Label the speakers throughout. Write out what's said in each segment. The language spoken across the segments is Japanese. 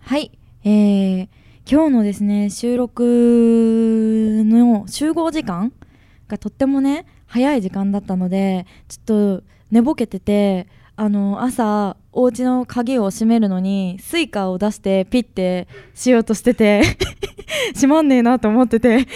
Speaker 1: はい、えー、今日のですね収録の集合時間がとってもね早い時間だったのでちょっと寝ぼけててあの朝お家の鍵を閉めるのにスイカを出してピッてしようとしてて 閉まんねえなと思っててでも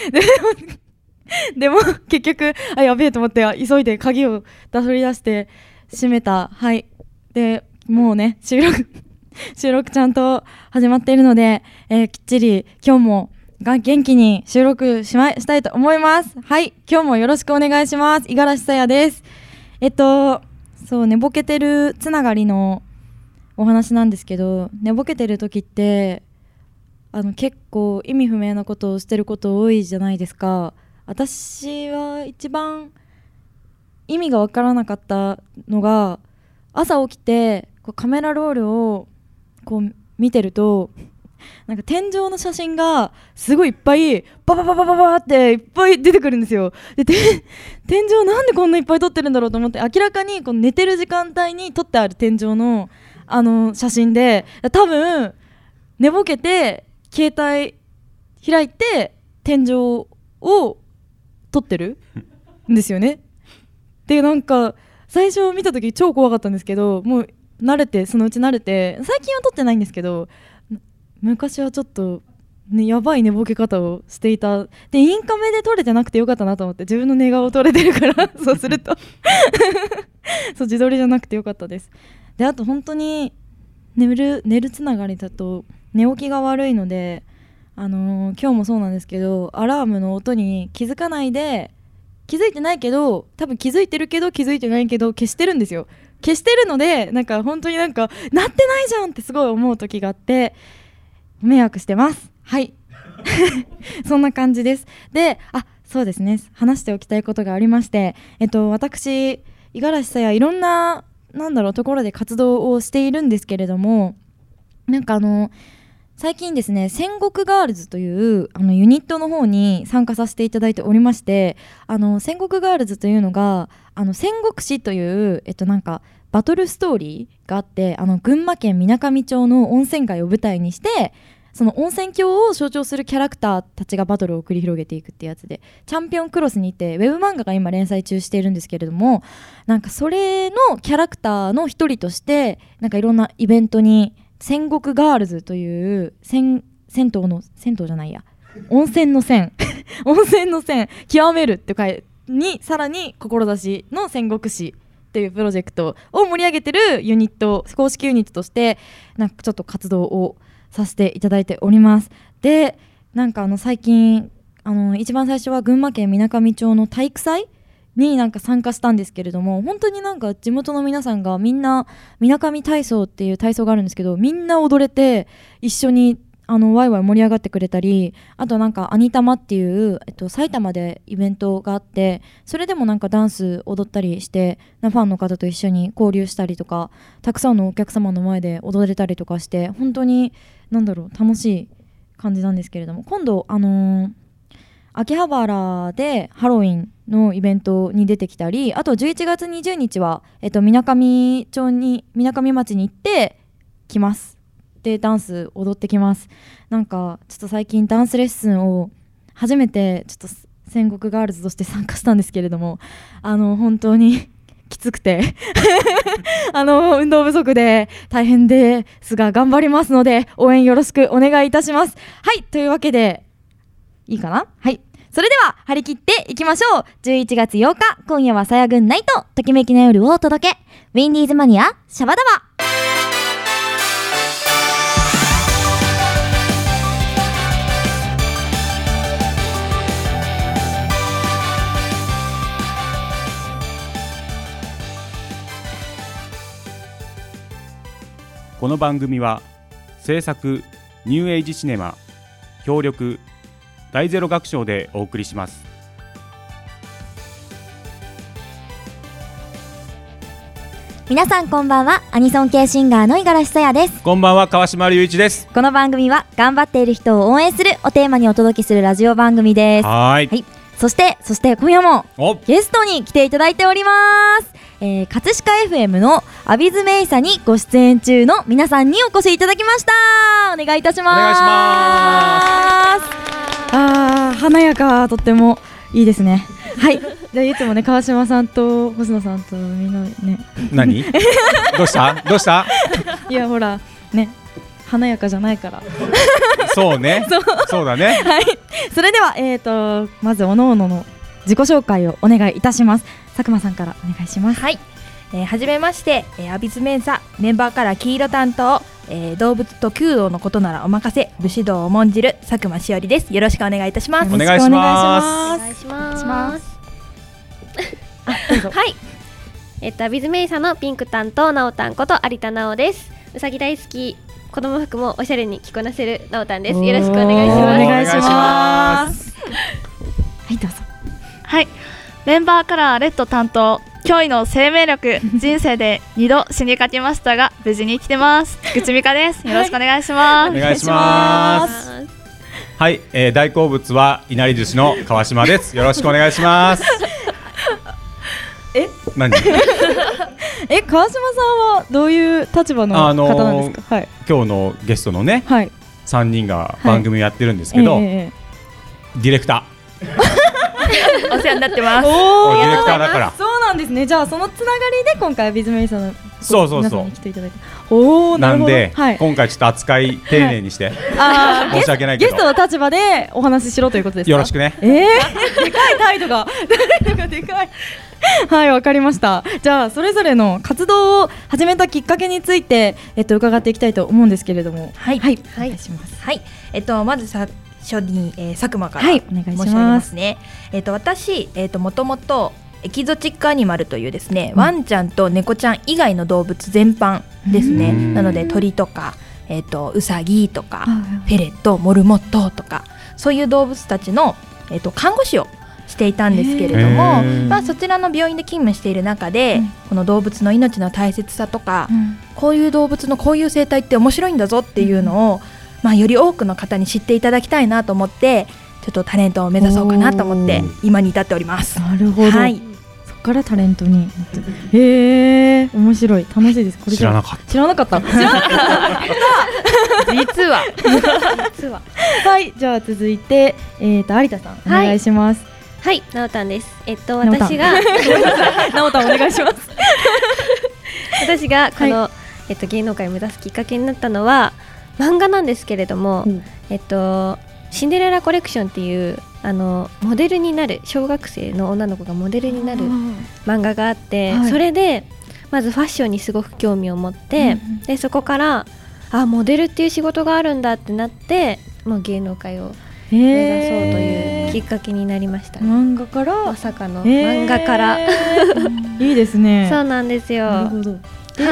Speaker 1: でも結局あやべえと思ってあ急いで鍵を出し出して閉めたはいでもうね収録 収録ちゃんと始まっているので、えーきっちり今日もが元気に収録しましたいと思います。はい、今日もよろしくお願いします。五十嵐さやです。えっと、そう、寝ぼけてるつながりのお話なんですけど、寝ぼけてる時って、あの結構意味不明なことをしてること多いじゃないですか。私は一番意味が分からなかったのが朝起きてこうカメラロールをこう見てるとなんか天井の写真がすごいいっぱいババババババっていっぱい出てくるんですよでて天井なんでこんないっぱい撮ってるんだろうと思って明らかにこの寝てる時間帯に撮ってある天井のあの写真で多分寝ぼけて携帯開いて天井を撮ってるんですよねでなんか最初見た時超怖かったんですけどもう慣れてそのうち慣れて最近は撮ってないんですけどむ昔はちょっと、ね、やばい寝ぼけ方をしていたでインカメで撮れてなくてよかったなと思って自分の寝顔を撮れてるからそうすると そう自撮りじゃなくてよかったですであと本当に寝る寝るつながりだと寝起きが悪いのであのー今日もそうなんですけどアラームの音に気づかないで気づいてないけど多分気づいてるけど気づいてないけど消してるんですよ消してるのでなんか本当になんかなってないじゃんってすごい思う時があって迷惑してますはい そんな感じですであそうですね話しておきたいことがありましてえっと私五十嵐さやいろんななんだろうところで活動をしているんですけれどもなんかあの最近ですね戦国ガールズというあのユニットの方に参加させていただいておりましてあの戦国ガールズというのがあの戦国史という、えっと、なんかバトルストーリーがあってあの群馬県みなかみ町の温泉街を舞台にしてその温泉郷を象徴するキャラクターたちがバトルを繰り広げていくってやつでチャンピオンクロスにてウェブ漫画が今連載中しているんですけれどもなんかそれのキャラクターの一人としてなんかいろんなイベントに戦国ガールズという戦銭湯の銭湯じゃないや温泉の線温泉の線極めるって回にさらに志の戦国史っていうプロジェクトを盛り上げてるユニット公式ユニットとしてなんかちょっと活動をさせていただいておりますでなんかあの最近あの一番最初は群馬県みなかみ町の体育祭になんか参加したんですけれども本当になんか地元の皆さんがみんなみなかみ体操っていう体操があるんですけどみんな踊れて一緒にあのワイワイ盛り上がってくれたりあとなんか「アニタマ」っていう、えっと、埼玉でイベントがあってそれでもなんかダンス踊ったりしてなファンの方と一緒に交流したりとかたくさんのお客様の前で踊れたりとかして本当になんだろう楽しい感じなんですけれども今度あのー秋葉原でハロウィンのイベントに出てきたりあと11月20日はえっとみなかみ町にみなかみ町に行ってきますでダンス踊ってきますなんかちょっと最近ダンスレッスンを初めてちょっと戦国ガールズとして参加したんですけれどもあの本当に きつくて あの運動不足で大変ですが頑張りますので応援よろしくお願いいたしますはいというわけでいいかなはい。それでは、張り切っていきましょう !11 月8日、今夜はさやぐんナイト、ときめきの夜をお届けウィンディーズマニア、シャバダバ
Speaker 2: この番組は制作ニューエイジシネマ協力大ゼロ学賞でお送りします
Speaker 3: 皆さんこんばんはアニソン系シンガーの五十嵐さやです
Speaker 2: こんばんは川島隆一です
Speaker 3: この番組は頑張っている人を応援するおテーマにお届けするラジオ番組です
Speaker 2: はーい
Speaker 3: はいそしてそして今夜も
Speaker 2: お
Speaker 3: ゲストに来ていただいております、えー、葛飾 FM のアビズメイサにご出演中の皆さんにお越しいただきましたお願いいたします
Speaker 2: お願いしま
Speaker 1: あー華やかとってもいいですねはいじゃあいつもね川島さんと星野さんとみんなね
Speaker 2: 何 どうしたどうした
Speaker 1: いやほらね華やかじゃないから
Speaker 2: そうね そうだね
Speaker 1: それではえーとまず各々の自己紹介をお願いいたします佐久間さんからお願いします
Speaker 4: はい、えー、はじめまして、えー、アビスメンサメンバーから黄色担当、えー、動物と弓道のことならお任せ武士道を重んじる佐久間しおりですよろしくお願いいたします
Speaker 2: お願いしま
Speaker 1: よろしくお願いします
Speaker 5: 願いします
Speaker 1: お願い
Speaker 5: はいえっとアビズメイサのピンク担当なおたんこと有田なおですうさぎ大好き子供服もおしゃれに着こなせるなおたんですよろしくお願いし
Speaker 2: お
Speaker 5: ます
Speaker 2: 願いします
Speaker 1: はいどうぞ
Speaker 6: はい、メンバーカラーレッド担当驚異の生命力人生で二度死にかけましたが無事に生きてますぐちみかですよろしくお願いしま
Speaker 2: お
Speaker 6: す、
Speaker 2: 願いしますはい、えー、大好物はいなり寿司の川島ですよろしくお願いし ます
Speaker 1: え
Speaker 2: 何
Speaker 1: え川島さんはどういう立場の
Speaker 2: あ
Speaker 1: 方
Speaker 2: のー
Speaker 1: なんですか、はい
Speaker 2: 今日のゲストのね
Speaker 1: はい
Speaker 2: 3人が
Speaker 1: い
Speaker 2: 番組やってるんですけど、
Speaker 1: ええええ
Speaker 2: ディレクタ
Speaker 6: お世話になってます
Speaker 2: ー
Speaker 1: お
Speaker 2: ディレクターだから
Speaker 1: そうなんですねじゃあそのつながりで今回はビズメイさんの
Speaker 2: そうそうそう
Speaker 1: 皆さんに来ていただいておおな
Speaker 2: な
Speaker 1: る
Speaker 2: ん
Speaker 1: ほど
Speaker 2: で、
Speaker 1: はい
Speaker 2: 今回ちょっと扱い丁寧にして、
Speaker 1: あー
Speaker 2: 申し訳ないけ
Speaker 1: ゲ
Speaker 2: ど
Speaker 1: ストの立場でお話ししろということですか
Speaker 2: よろしくね
Speaker 1: えー、でかい態度が態度がでかいはいわかりましたじゃあそれぞれの活動を始めたきっかけについてえっと伺っていきたいと思うんですけれども
Speaker 4: はい
Speaker 1: はいお願いします
Speaker 4: はいえっとまずさ初に、えー、佐久間から、
Speaker 1: はいお願いし
Speaker 4: 申
Speaker 1: ます
Speaker 4: し上げますねえっと私えっともともとエキゾチックアニマルというですね、ワンちゃんと猫ちゃん以外の動物全般ですね
Speaker 2: うん
Speaker 4: なので鳥とかえっとウサギとか
Speaker 1: あ
Speaker 4: フェレットモルモットとかそういう動物たちの、えっと看護師をしていたんですけれど
Speaker 2: へ
Speaker 4: も、
Speaker 2: ー
Speaker 4: まあ、そちらの病院で勤務している中で、
Speaker 1: うん
Speaker 4: この動物の命の大切さとか、
Speaker 1: うん
Speaker 4: こういう動物のこういう生態って面白いんだぞっていうのを、まあ、より多くの方に知っていただきたいなと思ってちょっとタレントを目指そうかなと思って
Speaker 2: お
Speaker 4: 今に至っております。
Speaker 1: なるほど、
Speaker 4: はい
Speaker 1: そこからタレントにへえー、面白い楽しいですこれ
Speaker 2: 知らなかっ
Speaker 1: 知らなかった 知らなかっ
Speaker 4: 実は
Speaker 5: 実 は
Speaker 1: たはいじゃあ続いてえっ、と有田さんお願いします、
Speaker 5: はいなおたんですえっと
Speaker 1: なおたん
Speaker 5: 私が
Speaker 1: なおたんお願いし ます
Speaker 5: 私がこの、えっと芸能界を目指すきっかけになったのは漫画なんですけれども、
Speaker 1: うん
Speaker 5: えっとシンデレラコレクションっていうあのモデルになる小学生の女の子がモデルになる漫画があって、
Speaker 1: はい
Speaker 5: それでまずファッションにすごく興味を持って、
Speaker 1: うんうん
Speaker 5: でそこからあモデルっていう仕事があるんだってなってもう芸能界を
Speaker 1: へ
Speaker 5: 目指そうというき
Speaker 1: え
Speaker 5: っかけになりました、
Speaker 1: ー、漫画から
Speaker 5: まさかの
Speaker 1: へー
Speaker 5: 漫画から、
Speaker 1: いいですね
Speaker 5: そうなんですよ
Speaker 1: なる
Speaker 5: は
Speaker 1: ほど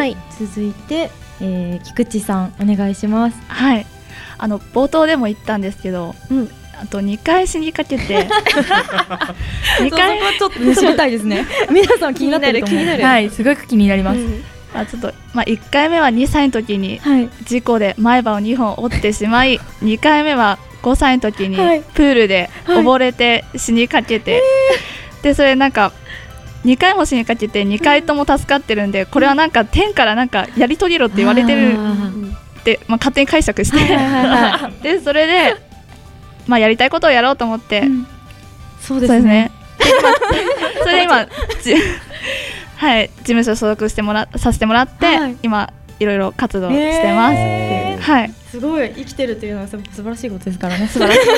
Speaker 5: い
Speaker 1: 続いて、えー、菊池さんお願いします
Speaker 6: はいあの冒頭でも言ったんですけど、
Speaker 5: うん
Speaker 6: あと2回死にかけ て二回
Speaker 1: ちょっと知りたいですね皆さん気になってると思う
Speaker 5: 気になる
Speaker 4: はい、すごく気になります。
Speaker 6: あちょっと、まあ、1回目は2歳の時に
Speaker 1: はい
Speaker 6: 事故で前歯を2本折ってしまい2回目は5歳の時に
Speaker 1: はい
Speaker 6: プールで溺れて死にかけて、でそれなんか2回も死にかけて2回とも助かってるんでこれはなんか天からなんかやり遂げろって言われてる
Speaker 1: あ
Speaker 5: う
Speaker 1: ー
Speaker 5: ん
Speaker 6: ってまあ、勝手に解釈して、 でそれで、まあ、やりたいことをやろうと思って、
Speaker 1: うんそうで
Speaker 6: そう
Speaker 1: す
Speaker 6: です
Speaker 1: ね
Speaker 6: ね。 それで今、じ はい、事務所所属してもらさせてもらって、
Speaker 1: はい
Speaker 6: 今いろいろ活動してます。
Speaker 1: えー
Speaker 6: はい、
Speaker 1: すごい生きてるというのは素晴らしいことです からね素晴らしい
Speaker 6: は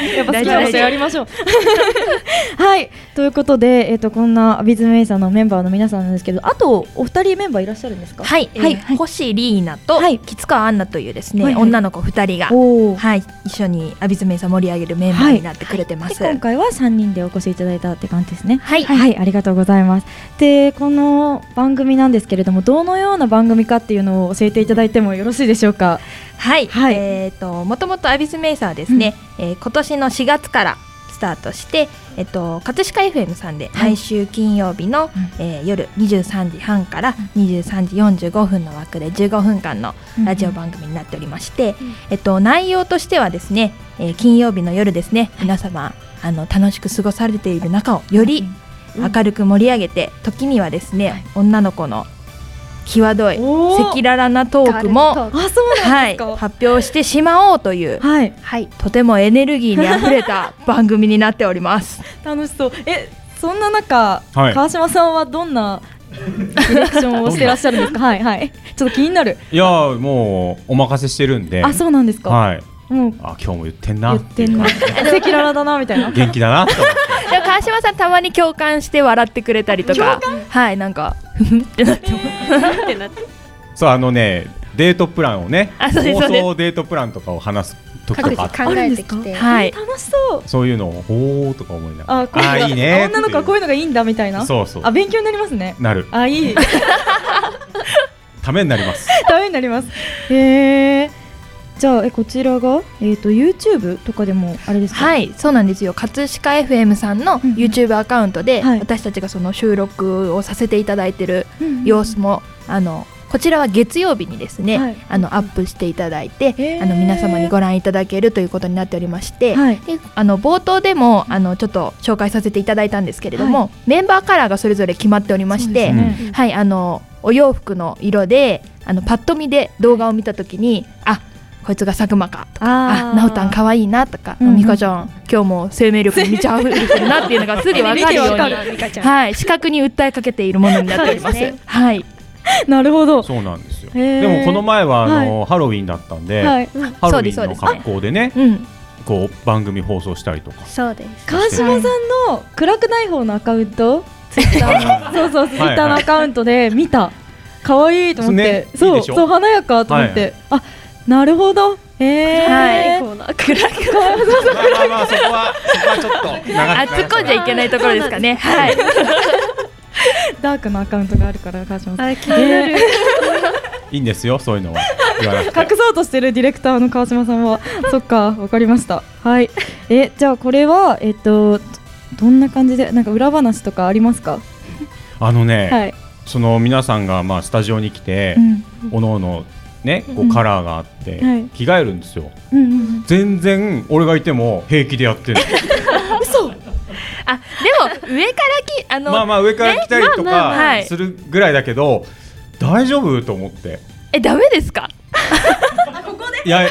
Speaker 6: い、
Speaker 1: やっぱ好きなことやりましょう。 はい、ということで、えっ、と、こんなアビズメイさんのメンバーの皆さんなんですけど、あとお二人メンバーいらっしゃるんですか。
Speaker 4: はい、
Speaker 1: はい
Speaker 4: えー星リーナと、
Speaker 1: はい
Speaker 4: 吉川アンナというですね、
Speaker 1: はいはい
Speaker 4: 女の子二人が、
Speaker 1: おお。
Speaker 4: はい、一緒にアビズメイさん盛り上げるメンバーになってくれてま。
Speaker 1: です今回は三人でお越しいただいたって感じですね。
Speaker 4: はい
Speaker 1: はい、ありがとうございます。で、この番組なんですけれども、どのような番組かっていうのを教えていただいてもよろしいでしょうか。
Speaker 4: はい、
Speaker 1: はい
Speaker 4: えっ、と、もともとアビスメイサーはですね、えー今年の4月からスタートして。えっと、葛飾 FM さんで
Speaker 1: はい
Speaker 4: 毎週金曜日の、えー夜23時半から23時45分の枠で15分間のラジオ番組になっておりまして、
Speaker 5: うん
Speaker 4: えっと、内容としてはですね、えー金曜日の夜ですね皆様あの楽しく過ごされている中をより明るく盛り上げて、時にはですね、女の子の際どい赤
Speaker 5: おー
Speaker 4: 裸々なトークも
Speaker 5: ガールズトーク
Speaker 1: あそう
Speaker 4: はい、
Speaker 5: ですか
Speaker 4: 発表してしまおうという
Speaker 1: はい
Speaker 5: はい
Speaker 4: とてもエネルギーにあふれた番組になっております。
Speaker 1: 楽しそうえそんな中、
Speaker 2: はい
Speaker 1: 川島さんはどんなディレクションをしてらっしゃるんで すかはいはいちょっと気になる
Speaker 2: いやーもうお任せしてるんで
Speaker 1: あそうなんですか、
Speaker 2: はい
Speaker 1: もう
Speaker 2: あ今日も言ってんな
Speaker 1: 言
Speaker 2: っ
Speaker 1: ってて
Speaker 2: いうん
Speaker 1: な
Speaker 2: 感
Speaker 1: 赤
Speaker 2: じ
Speaker 1: 裸々だなみたいな
Speaker 2: 元気だなと思って
Speaker 4: でも川島さんたまに共感して笑ってくれたりとか、はいなんかふふんってなってます。
Speaker 5: ってなって
Speaker 2: そうあのねデートプランをね
Speaker 4: あそうです
Speaker 2: 妄
Speaker 4: そうです
Speaker 2: 想デートプランとかを話す時
Speaker 5: 各
Speaker 2: と
Speaker 5: 自
Speaker 2: かあって
Speaker 5: 考えてきて
Speaker 4: はい。
Speaker 1: 楽しそう
Speaker 2: そういうのをほーとか思いながら
Speaker 1: あこういうの
Speaker 2: ー
Speaker 1: が
Speaker 2: いいね
Speaker 1: 女の子はこういうのがいいんだみたいな
Speaker 2: そうそう
Speaker 1: あ勉強になりますね
Speaker 2: なる
Speaker 1: あいい
Speaker 2: ためになります
Speaker 1: ためになりますへえじゃあえこちらがえっ、と YouTube とかでもあれですか
Speaker 4: はい、そうなんですよ。葛飾 FM さんの
Speaker 1: うんうん
Speaker 4: YouTube アカウントで、
Speaker 1: はい
Speaker 4: 私たちがその収録をさせていただいてる
Speaker 1: うんうん
Speaker 4: 様子も、あのこちらは月曜日にですね、
Speaker 1: はい
Speaker 4: あのアップしていただいて、
Speaker 1: へー
Speaker 4: あの皆様にご覧いただけるということになっておりまして、
Speaker 1: はい
Speaker 4: であの冒頭でもあのちょっと紹介させていただいたんですけれども、メンバーカラーがそれぞれ決まっておりまして、
Speaker 2: そうですね
Speaker 5: うん
Speaker 4: はい、あのお洋服の色であのパッと見で動画を見た時にあこいつが佐久間かとか
Speaker 1: あ
Speaker 4: あなおたんかわいいなとか、
Speaker 1: うんうん
Speaker 4: みかちゃん今日も生命力に満ち溢れてるなっていうのがすぐ分かるよう
Speaker 1: 見てわか
Speaker 4: に
Speaker 1: る。
Speaker 5: ミカちゃん
Speaker 4: はい、視覚に訴えかけているものになっております。
Speaker 5: そうですね
Speaker 4: はい、
Speaker 1: なるほど
Speaker 2: そうなんですよ
Speaker 1: へー
Speaker 2: でもこの前はあのハロウィンだったんで
Speaker 1: は
Speaker 2: ハ
Speaker 1: い
Speaker 2: ロ
Speaker 4: そ
Speaker 2: ウ
Speaker 4: うです
Speaker 2: ィンの格好でね
Speaker 4: うん、
Speaker 2: こう番組放送したりとか
Speaker 5: そうです
Speaker 1: 川島さんの暗くない方のアカウントそうそう、ツイッターのアカウントで見た。可愛いと思って、
Speaker 2: ねいい
Speaker 1: そう、
Speaker 2: でしょ
Speaker 1: そう、華やかと思って、あ、なるほど。え
Speaker 4: はい
Speaker 1: ー、
Speaker 5: コーナー暗く
Speaker 2: まあまあまあそこはそこはちょっと
Speaker 4: あ、突っ込んじゃいけないところですかね。はい、
Speaker 1: ダークなアカウントがあるから、川島さん。
Speaker 5: あ気になる
Speaker 2: いいんですよそういうのは言わ なくて
Speaker 1: 隠そうとしてるディレクターの川島さんは、そっか、わかりました。はい、え、じゃあ、これは、えっと、どどんな感じで、なんか裏話とかありますか。
Speaker 2: あのね、
Speaker 1: はい、
Speaker 2: その皆さんがまあスタジオに来て、
Speaker 1: うん、
Speaker 2: おのおのねこ
Speaker 1: う
Speaker 2: うんカラーがあって、
Speaker 1: はい
Speaker 2: 着替えるんですよ
Speaker 1: うん、 うん、
Speaker 2: 全然俺がいても平気でやってる
Speaker 4: あ、でも、上からき、あの、
Speaker 2: まあまあ上から来たりと
Speaker 5: まあまあ
Speaker 4: は
Speaker 2: か
Speaker 4: い
Speaker 2: するぐらいだけど、大丈夫と思って
Speaker 4: え、ダメですか。
Speaker 2: いやい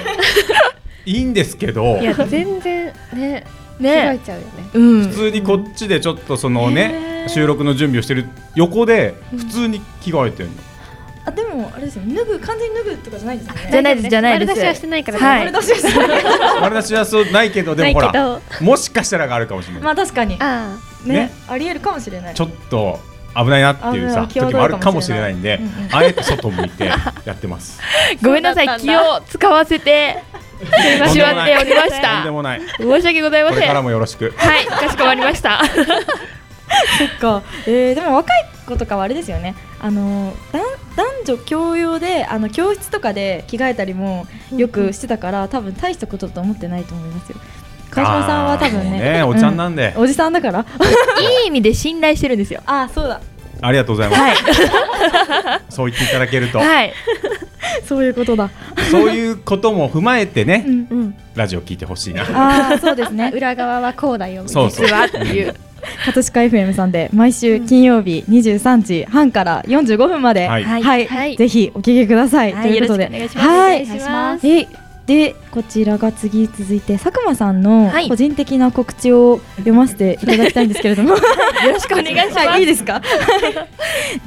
Speaker 2: いんですけど
Speaker 5: いや全然ね着替え
Speaker 4: ね、
Speaker 5: ちゃうよね
Speaker 4: うん、
Speaker 2: 普通にこっちでちょっとそのね、収録の準備をしてる横で普通に着替え てるの、
Speaker 1: あ、でも、あれですよ、脱ぐ、完全に脱ぐとかじゃないですよね。
Speaker 4: じゃないです、じゃないです。
Speaker 5: 丸出しはしてないからね
Speaker 4: はい
Speaker 1: これ出しですよね
Speaker 2: 丸出しはそうないけどで
Speaker 5: な
Speaker 2: もほ
Speaker 5: いけ
Speaker 2: ら
Speaker 5: ど
Speaker 2: もしかしたらがあるかもしれない、
Speaker 1: まあ、確かに、
Speaker 5: あ
Speaker 1: ね
Speaker 2: ね、
Speaker 1: あり得るかもしれない
Speaker 2: ち。ょっと危ないなっていうさ
Speaker 1: 危ない
Speaker 2: 時もあるかもしれないんで、
Speaker 1: 際どいかもしれ
Speaker 2: あえて
Speaker 1: ない
Speaker 2: 外向いてやってます。
Speaker 4: ごめんなさい、気を使わせて。
Speaker 2: とん
Speaker 4: し
Speaker 2: でも
Speaker 4: まっ
Speaker 2: ない
Speaker 4: ておりまし
Speaker 2: とん
Speaker 4: た
Speaker 2: で。もない。
Speaker 4: 申し訳ございま
Speaker 2: これ
Speaker 4: せん。
Speaker 2: から
Speaker 4: は
Speaker 2: もよろしく。
Speaker 4: い、かしこまりました。
Speaker 1: か、えー、でも若い子とかはあれですよねあのだん男女共用であの教室とかで着替えたりもよくしてたから、多分大したことだと思ってないと思いますよ川島さんは多分ね
Speaker 2: あーもうねおちゃんなんで
Speaker 1: うおじさんだから
Speaker 4: いい意味で信頼してるんですよ。
Speaker 1: あーそうだ
Speaker 2: ありがとうございます。 そう言っていただけると、
Speaker 4: はい、
Speaker 1: そうい うことだ
Speaker 2: そういうことも踏まえてね、
Speaker 1: うん
Speaker 5: うん
Speaker 2: ラジオ聞いてほしいな。
Speaker 1: あーそうですね
Speaker 5: 裏側はこうだよみたい
Speaker 2: そう
Speaker 5: な
Speaker 2: そう。
Speaker 4: 実はっていう。
Speaker 1: 葛飾 FM さんで毎週金曜日23時半から45分まで
Speaker 2: は
Speaker 1: はいい、
Speaker 5: はい
Speaker 1: ぜひお聞きください、
Speaker 4: はい
Speaker 1: ということで
Speaker 4: よろしくお願いします
Speaker 1: は
Speaker 5: お
Speaker 1: い
Speaker 5: 願いします
Speaker 1: えでこちらが次続いて佐久間さんの
Speaker 4: はい
Speaker 1: 個人的な告知を読ませていただきたいんですけれども、
Speaker 4: よろしくお願いします。
Speaker 1: はい、いいですか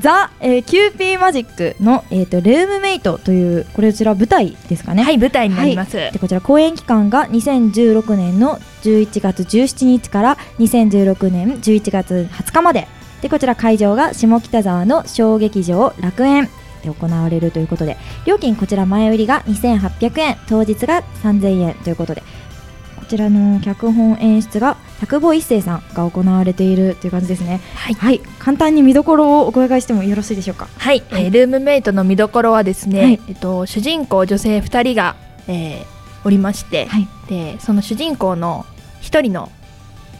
Speaker 1: ザ、えー、キューピーマジックの、えー、とルームメイトというこれこちら舞台ですかね、
Speaker 4: はい、舞台になります。
Speaker 1: でこちら公演期間が2016年の11月17日から2016年11月20日まででこちら会場が下北沢の小劇場楽園で行われるということで料金こちら前売りが2800円当日が3000円ということでこちらの脚本演出が百坊一生さんが行われているという感じですね
Speaker 4: はい
Speaker 1: はい簡単に見どころをお伺いしてもよろしいでしょうか
Speaker 4: はい、えールームメイトの見どころはですね、
Speaker 1: はい
Speaker 4: えっと、主人公女性2人が、えーおりまして、
Speaker 1: はい
Speaker 4: でその主人公の1人の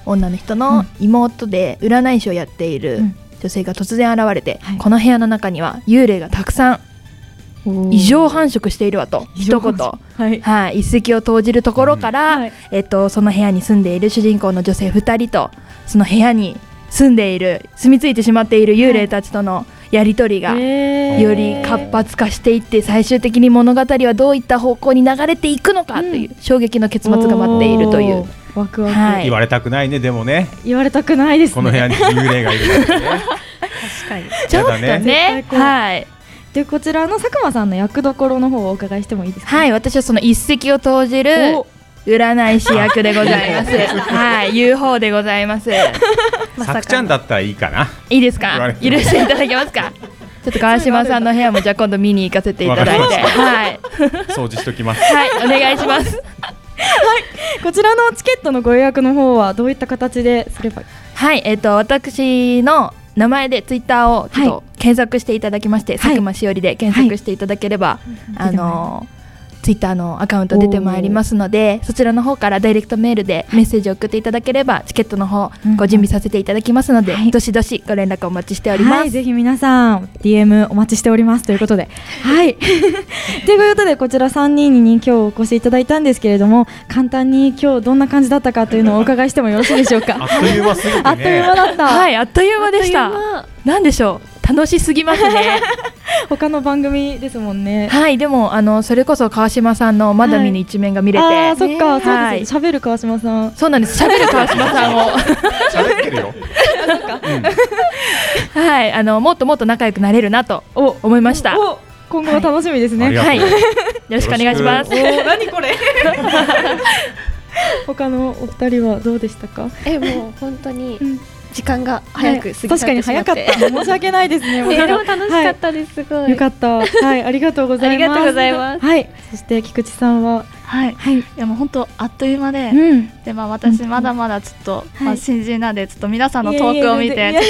Speaker 4: 女の人
Speaker 1: う
Speaker 4: の
Speaker 1: ん
Speaker 4: 妹で占い師をやっている
Speaker 1: うん
Speaker 4: 女性が突然現れて、
Speaker 1: はい
Speaker 4: この部屋の中には幽霊がたくさん異常繁殖しているわと
Speaker 7: 異常
Speaker 4: 一
Speaker 7: 繁
Speaker 4: 言
Speaker 7: 殖、はい
Speaker 4: はい、一石を投じるところから、
Speaker 6: はい
Speaker 4: えっと、その部屋に住んでいる主人公の女性2人とその部屋に住んでいる住み着いてしまっている幽霊たちとのやり取りが、
Speaker 7: えー
Speaker 4: より活発化していって最終的に物語はどういった方向に流れていくのかという衝撃の結末が待っているという
Speaker 7: お。ーワクワク、
Speaker 4: はい
Speaker 2: 言われたくないねでもね
Speaker 7: 言われたくないですね
Speaker 2: この部屋に幽 霊がいるなんてね
Speaker 6: 確かに
Speaker 4: ちょっと
Speaker 2: やだ
Speaker 4: ね
Speaker 2: ね
Speaker 7: 絶対こう
Speaker 4: はい、
Speaker 7: でこちらの佐久間さんの役どころの方をお伺いしてもいいですか
Speaker 4: はい、私はその一石を投じる
Speaker 7: お
Speaker 4: 占い師役でござい ます。はい、UFO でございます。まさ
Speaker 2: さ
Speaker 4: か
Speaker 2: くちゃんだったらいいかない
Speaker 4: いです
Speaker 2: 言わ
Speaker 4: か
Speaker 2: れ。て
Speaker 4: 許
Speaker 2: る
Speaker 4: していただけますか。ちょっと川島さんの部屋もじゃあ今度見に行かせていただい
Speaker 2: わ
Speaker 4: て、
Speaker 2: かりました
Speaker 4: はい、
Speaker 2: 掃除しときます
Speaker 4: はい、お願いします。
Speaker 7: こちらのチケットのご予約の方はどういった形ですれば
Speaker 4: はい、えっ、と私の名前でツイッターをちょっと検索していただきまして、佐久間しおりで検索していただければ、あのツイッターのアカウント出てまいりますので、そちらの方からダイレクトメールでメッセージを送っていただければ、チケットの方ご準備させていただきますので、
Speaker 7: はい
Speaker 4: どしどしご連絡お待ちしております。
Speaker 7: はい、ぜひ皆さん DM お待ちしておりますということで、はい、 ということでこちら3人に今日お越しいただいたんですけれども、簡単に今日どんな感じだったかというのをお伺いしてもよろしいでしょう
Speaker 2: あ
Speaker 7: か。
Speaker 2: っという間すぎて
Speaker 7: あっという間
Speaker 2: ね
Speaker 7: だった。
Speaker 4: はい、あっという間でした。
Speaker 5: あっ
Speaker 4: なんでしょう、楽しすぎますね。
Speaker 7: 他の番組ですもんね。
Speaker 4: はい、でも、あの、それこそ川島さんのまだ見ぬ一面が見れて。
Speaker 7: ああ、そっか、
Speaker 4: は
Speaker 7: そう
Speaker 4: い
Speaker 7: ですよ。喋る川島さん。
Speaker 4: そうなんです。喋る川 島さんを。
Speaker 2: 喋ってるよ
Speaker 4: はい、あの、もっともっと仲良くなれるなと思いました。は
Speaker 7: お、今後も楽しみですね。
Speaker 2: ありがとう
Speaker 4: い、よろしくお願いします。
Speaker 7: お、何これ。 他のお二人はどうでしたか。
Speaker 5: えもう本当に
Speaker 7: うん
Speaker 5: 時間が早く過ぎちゃって
Speaker 7: 確かに早かっ
Speaker 5: しま
Speaker 7: た。申し訳ないです ね。
Speaker 5: とても楽しかったです、すごい
Speaker 7: よかった。はい、ありがとうございます。
Speaker 5: ありがとうございます
Speaker 7: はい、そして菊池さんは、
Speaker 6: はい
Speaker 7: はい、
Speaker 6: いやもう本当あっという間で、
Speaker 7: うん、
Speaker 6: でまあ私まだまだちょっと、まあ新人なんでちょっと皆さんの
Speaker 7: いえいえ
Speaker 6: トークを見て
Speaker 7: い
Speaker 6: ちょ
Speaker 7: や
Speaker 6: っ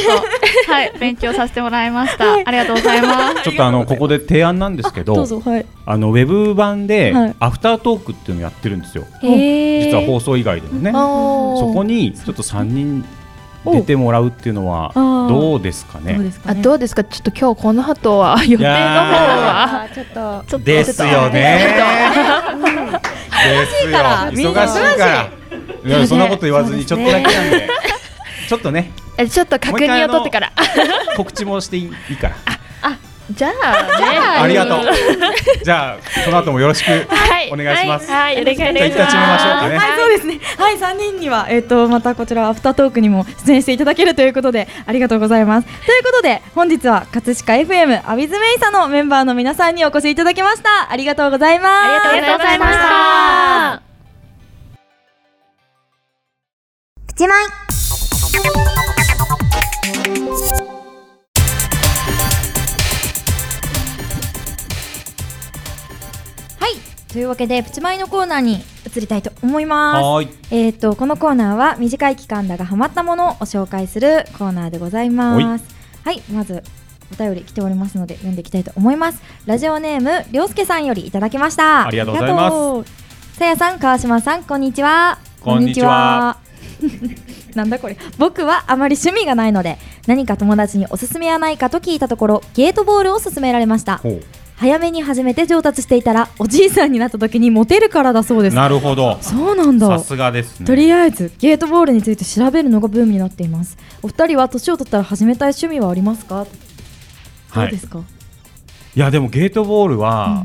Speaker 6: とはい勉強させてもらいました。ありがとうございます。
Speaker 2: ちょっとあのここで提案なんですけど
Speaker 7: どうぞ、はい、
Speaker 2: あのウェブ版で
Speaker 7: はい
Speaker 2: アフタートークっていうのをやってるんですよ
Speaker 4: へ
Speaker 2: 実は放送以外でもねそこにちょっと3人出てもらうっていうのは
Speaker 7: お
Speaker 2: どうですか
Speaker 7: どう
Speaker 2: ね
Speaker 7: ですか
Speaker 4: あ、
Speaker 7: ね。
Speaker 4: どうですか。ちょっと今日この後は予定の方は。
Speaker 5: あーちょっと
Speaker 6: ちょっと
Speaker 2: ですよねですよ忙しいからいやそんなこと言わずにちょっとだけなんでちょっとね
Speaker 4: えちょっと確認を取ってから。
Speaker 2: 告知もしていいいいから
Speaker 4: じゃあ、
Speaker 2: あり
Speaker 4: ね。
Speaker 2: がとうじゃあその後もよろしくお願いします
Speaker 4: はい、お願いし
Speaker 2: じゃあ一旦締めましょうかね
Speaker 7: はい、そうですね。はい、三人には、えっ、と、またこちらアフタートークにも出演していただけるということで、ありがとうございます。ということで、本日は葛飾 F. M. アビズメイサのメンバーの皆さんにお越しいただきました。ありがとうございます。
Speaker 5: ありがとうございました
Speaker 1: プチマイはいというわけでプチマイのコーナーに移りたいと思います
Speaker 2: はーい
Speaker 1: えー、とこのコーナーは短い期間だがハマったものを紹介するコーナーでございます。はい、まずお便り来ておりますので読んでいきたいと思います。ラジオネームりょうすけさんよりいただきました。
Speaker 2: ありがとうございます
Speaker 1: ありがとう。さやさん、川島さん、こんにちは。
Speaker 2: こんにちは
Speaker 1: こんにちは。なんだこれ僕はあまり趣味がないので何か友達におすすめはないかと聞いたところゲートボールを勧められました
Speaker 2: ほ
Speaker 1: 早めに始めて上達していたらおじいさんになった時にモテるからだそうで
Speaker 2: う
Speaker 1: す
Speaker 2: なるほど
Speaker 1: そうなんだ
Speaker 2: さすがです
Speaker 1: と
Speaker 2: ね
Speaker 1: りあえずゲートボールについて調べるのがブームになっていますお二人は年を取ったら始めたい趣味はありますか、
Speaker 2: は
Speaker 1: どう
Speaker 2: い
Speaker 1: ですか
Speaker 2: いやでもゲートボールは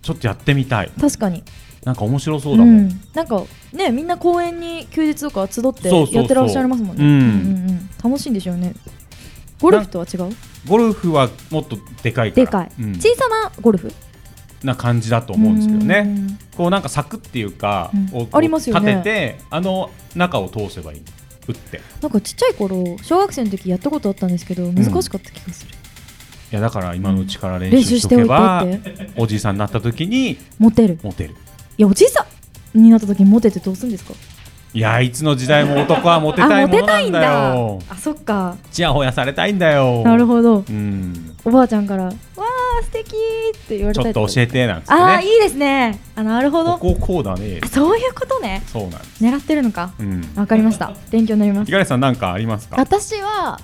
Speaker 2: ちょっとやってみたい
Speaker 1: 確かに
Speaker 2: なんか面白そうだもん
Speaker 1: ん、なんかねみんな公園に休日とか集って
Speaker 2: そうそうそう
Speaker 1: やってらっしゃいますもんね
Speaker 2: うん
Speaker 1: うんうん楽しいんでしょうねゴルフとは違う
Speaker 2: ゴルフはもっとでかいから
Speaker 1: でかい
Speaker 2: うん
Speaker 1: 小さなゴルフ
Speaker 2: な感じだと思うんですけど
Speaker 1: う
Speaker 2: ね
Speaker 1: ん
Speaker 2: こうなんか柵っていうか
Speaker 1: うん
Speaker 2: をこう
Speaker 1: ありますよね
Speaker 2: 立ててあの中を通せばいい打ってい
Speaker 1: なんかちっちゃい頃小学生の時やったことあったんですけど難しかった気がする、
Speaker 2: やだから今のうちから練
Speaker 1: 練
Speaker 2: 習
Speaker 1: 習
Speaker 2: し
Speaker 1: し
Speaker 2: と
Speaker 1: てお
Speaker 2: け
Speaker 1: いて
Speaker 2: ば
Speaker 1: って
Speaker 2: おじいさんになった時に
Speaker 1: モテるい
Speaker 2: モテる
Speaker 1: やおじいさんになった時にモテてどうするんですか
Speaker 2: いやいつの時代も男はモテ
Speaker 1: あ
Speaker 2: たい
Speaker 1: モ
Speaker 2: も
Speaker 1: テ
Speaker 2: の
Speaker 1: た
Speaker 2: ないん
Speaker 1: ん
Speaker 2: だ
Speaker 1: だ
Speaker 2: よ
Speaker 1: あそっか
Speaker 2: ちやほやされたいんだよ
Speaker 1: なるほど
Speaker 2: うん
Speaker 1: おばあちゃんから「わあ素敵って言われ
Speaker 2: ち
Speaker 1: た
Speaker 2: ょっ
Speaker 1: り
Speaker 2: と教
Speaker 1: え
Speaker 2: えてなんつって
Speaker 1: ああ
Speaker 2: ね
Speaker 1: いいですねあなるほど
Speaker 2: こここうだね
Speaker 1: あそういうことね
Speaker 2: そうなんです
Speaker 1: 狙ってるのか
Speaker 2: うん
Speaker 1: わかりました勉強になります
Speaker 2: 五十嵐さんなんかありますか
Speaker 8: 私は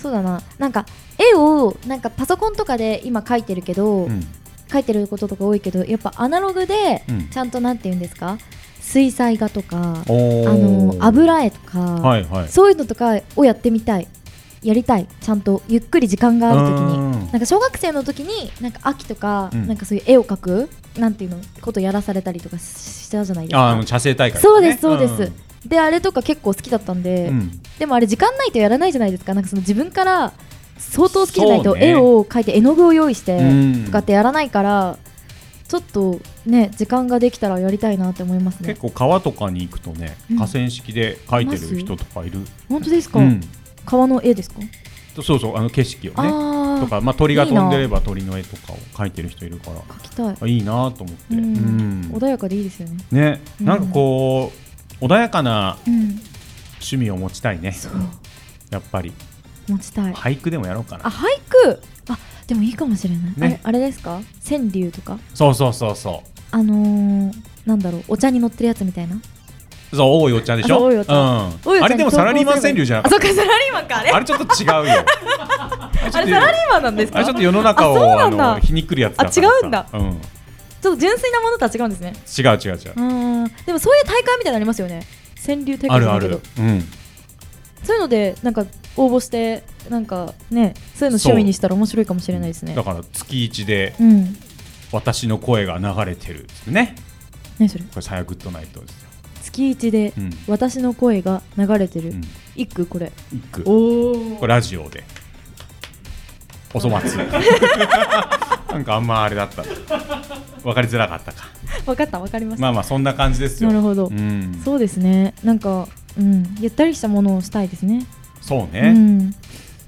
Speaker 8: そうだななんか絵をなんかパソコンとかで今描いてるけど、
Speaker 2: うん
Speaker 1: 書いてることとか多いけどやっぱアナログで
Speaker 2: うん
Speaker 1: ちゃんとなんて言うんですか水彩画とか
Speaker 2: お
Speaker 1: あ
Speaker 2: ー
Speaker 1: の油絵とか、
Speaker 2: はいはい
Speaker 1: そういうのとかをやってみたいやりたいちゃんとゆっくり時間があるときに
Speaker 2: うん
Speaker 1: なんか小学生の時になんか秋とか、
Speaker 2: うん
Speaker 1: なんかそういう絵を描くなんていうのことやらされたりとかしたじゃないです
Speaker 2: ああ
Speaker 1: か
Speaker 2: の茶聖大会とかね
Speaker 1: そうですそうです、であれとか結構好きだったん
Speaker 2: うん
Speaker 1: で、
Speaker 2: うん
Speaker 1: でもあれ時間ないとやらないじゃないですかなんかその自分から相当好きじゃない
Speaker 2: そ
Speaker 1: と
Speaker 2: うね
Speaker 1: 絵を描いて絵の具を用意して
Speaker 2: うん
Speaker 1: とかってやらないからちょっとね時間ができたらやりたいなって思いますね
Speaker 2: 結構川とかに行くとね
Speaker 1: うん
Speaker 2: 河川敷で描いてる人とかいる
Speaker 1: 本当ですか、
Speaker 2: うん
Speaker 1: 川の絵ですか、
Speaker 2: そうそうあの景色をね
Speaker 1: ああ
Speaker 2: とかまあ鳥が飛んでれば鳥の絵とかを描いてる人いるから
Speaker 1: 描きたい、
Speaker 2: あいいなと思って
Speaker 1: う
Speaker 2: うんん
Speaker 1: 穏やかでいいですよね
Speaker 2: ね
Speaker 1: うん
Speaker 2: なんかこう穏やかな
Speaker 1: うん
Speaker 2: 趣味を持ちたいね
Speaker 1: そう
Speaker 2: やっぱり
Speaker 1: 持ちたい
Speaker 2: 俳句でもやろうか
Speaker 1: あ
Speaker 2: な
Speaker 1: 俳句あでもいいかもしれない、
Speaker 2: ね
Speaker 1: あれあれですか川柳とか
Speaker 2: そうそうそうそ
Speaker 1: あのー、なんだろうお茶に乗ってるやつみたいな
Speaker 2: うそう多いお茶でし
Speaker 1: あそ
Speaker 2: ょ
Speaker 1: う多
Speaker 2: う
Speaker 1: いお
Speaker 2: ん
Speaker 1: 茶多いお茶に
Speaker 2: あれでもサラリーマン川柳じゃな
Speaker 1: あ
Speaker 2: か
Speaker 1: そ
Speaker 2: っ
Speaker 1: っかサラリーマンかあれ
Speaker 2: たあれちょっと違う よ
Speaker 1: あれサラリーマンなんです
Speaker 2: あ
Speaker 1: か
Speaker 2: れちょっと世の中
Speaker 1: あそう
Speaker 2: を
Speaker 1: な
Speaker 2: あ
Speaker 1: んだ
Speaker 2: の皮肉るやつだからさ
Speaker 1: あ違うんだ
Speaker 2: うん
Speaker 1: ちょっと純粋なものとは違うんですね
Speaker 2: 違う違う違う
Speaker 1: うんでもそういう大会みたいなのありますよね川柳大会
Speaker 2: あ
Speaker 1: じ
Speaker 2: る
Speaker 1: ゃな
Speaker 2: あ
Speaker 1: いけど
Speaker 2: るうん
Speaker 1: そういうのでなんか応募してなんかねそういうの趣味にしたら面白いかもしれないですね
Speaker 2: だから月一で
Speaker 1: うん
Speaker 2: 私の声が流れてるですね
Speaker 1: 何それ
Speaker 2: これサヤグッドナイトですよ
Speaker 1: 月一で
Speaker 2: うん
Speaker 1: 私の声が流れてる、
Speaker 2: うん
Speaker 1: 一句これ
Speaker 2: 一句
Speaker 1: おお
Speaker 2: これラジオでお粗末 なんかあんまあれだったわかりづらかったか
Speaker 1: 分かった分かりました、
Speaker 2: まあまあそんな感じですよ
Speaker 1: なるほど
Speaker 2: うん
Speaker 1: そうですねなんかうんゆったりしたものをしたいですね
Speaker 2: そう
Speaker 1: う
Speaker 2: ね
Speaker 1: ん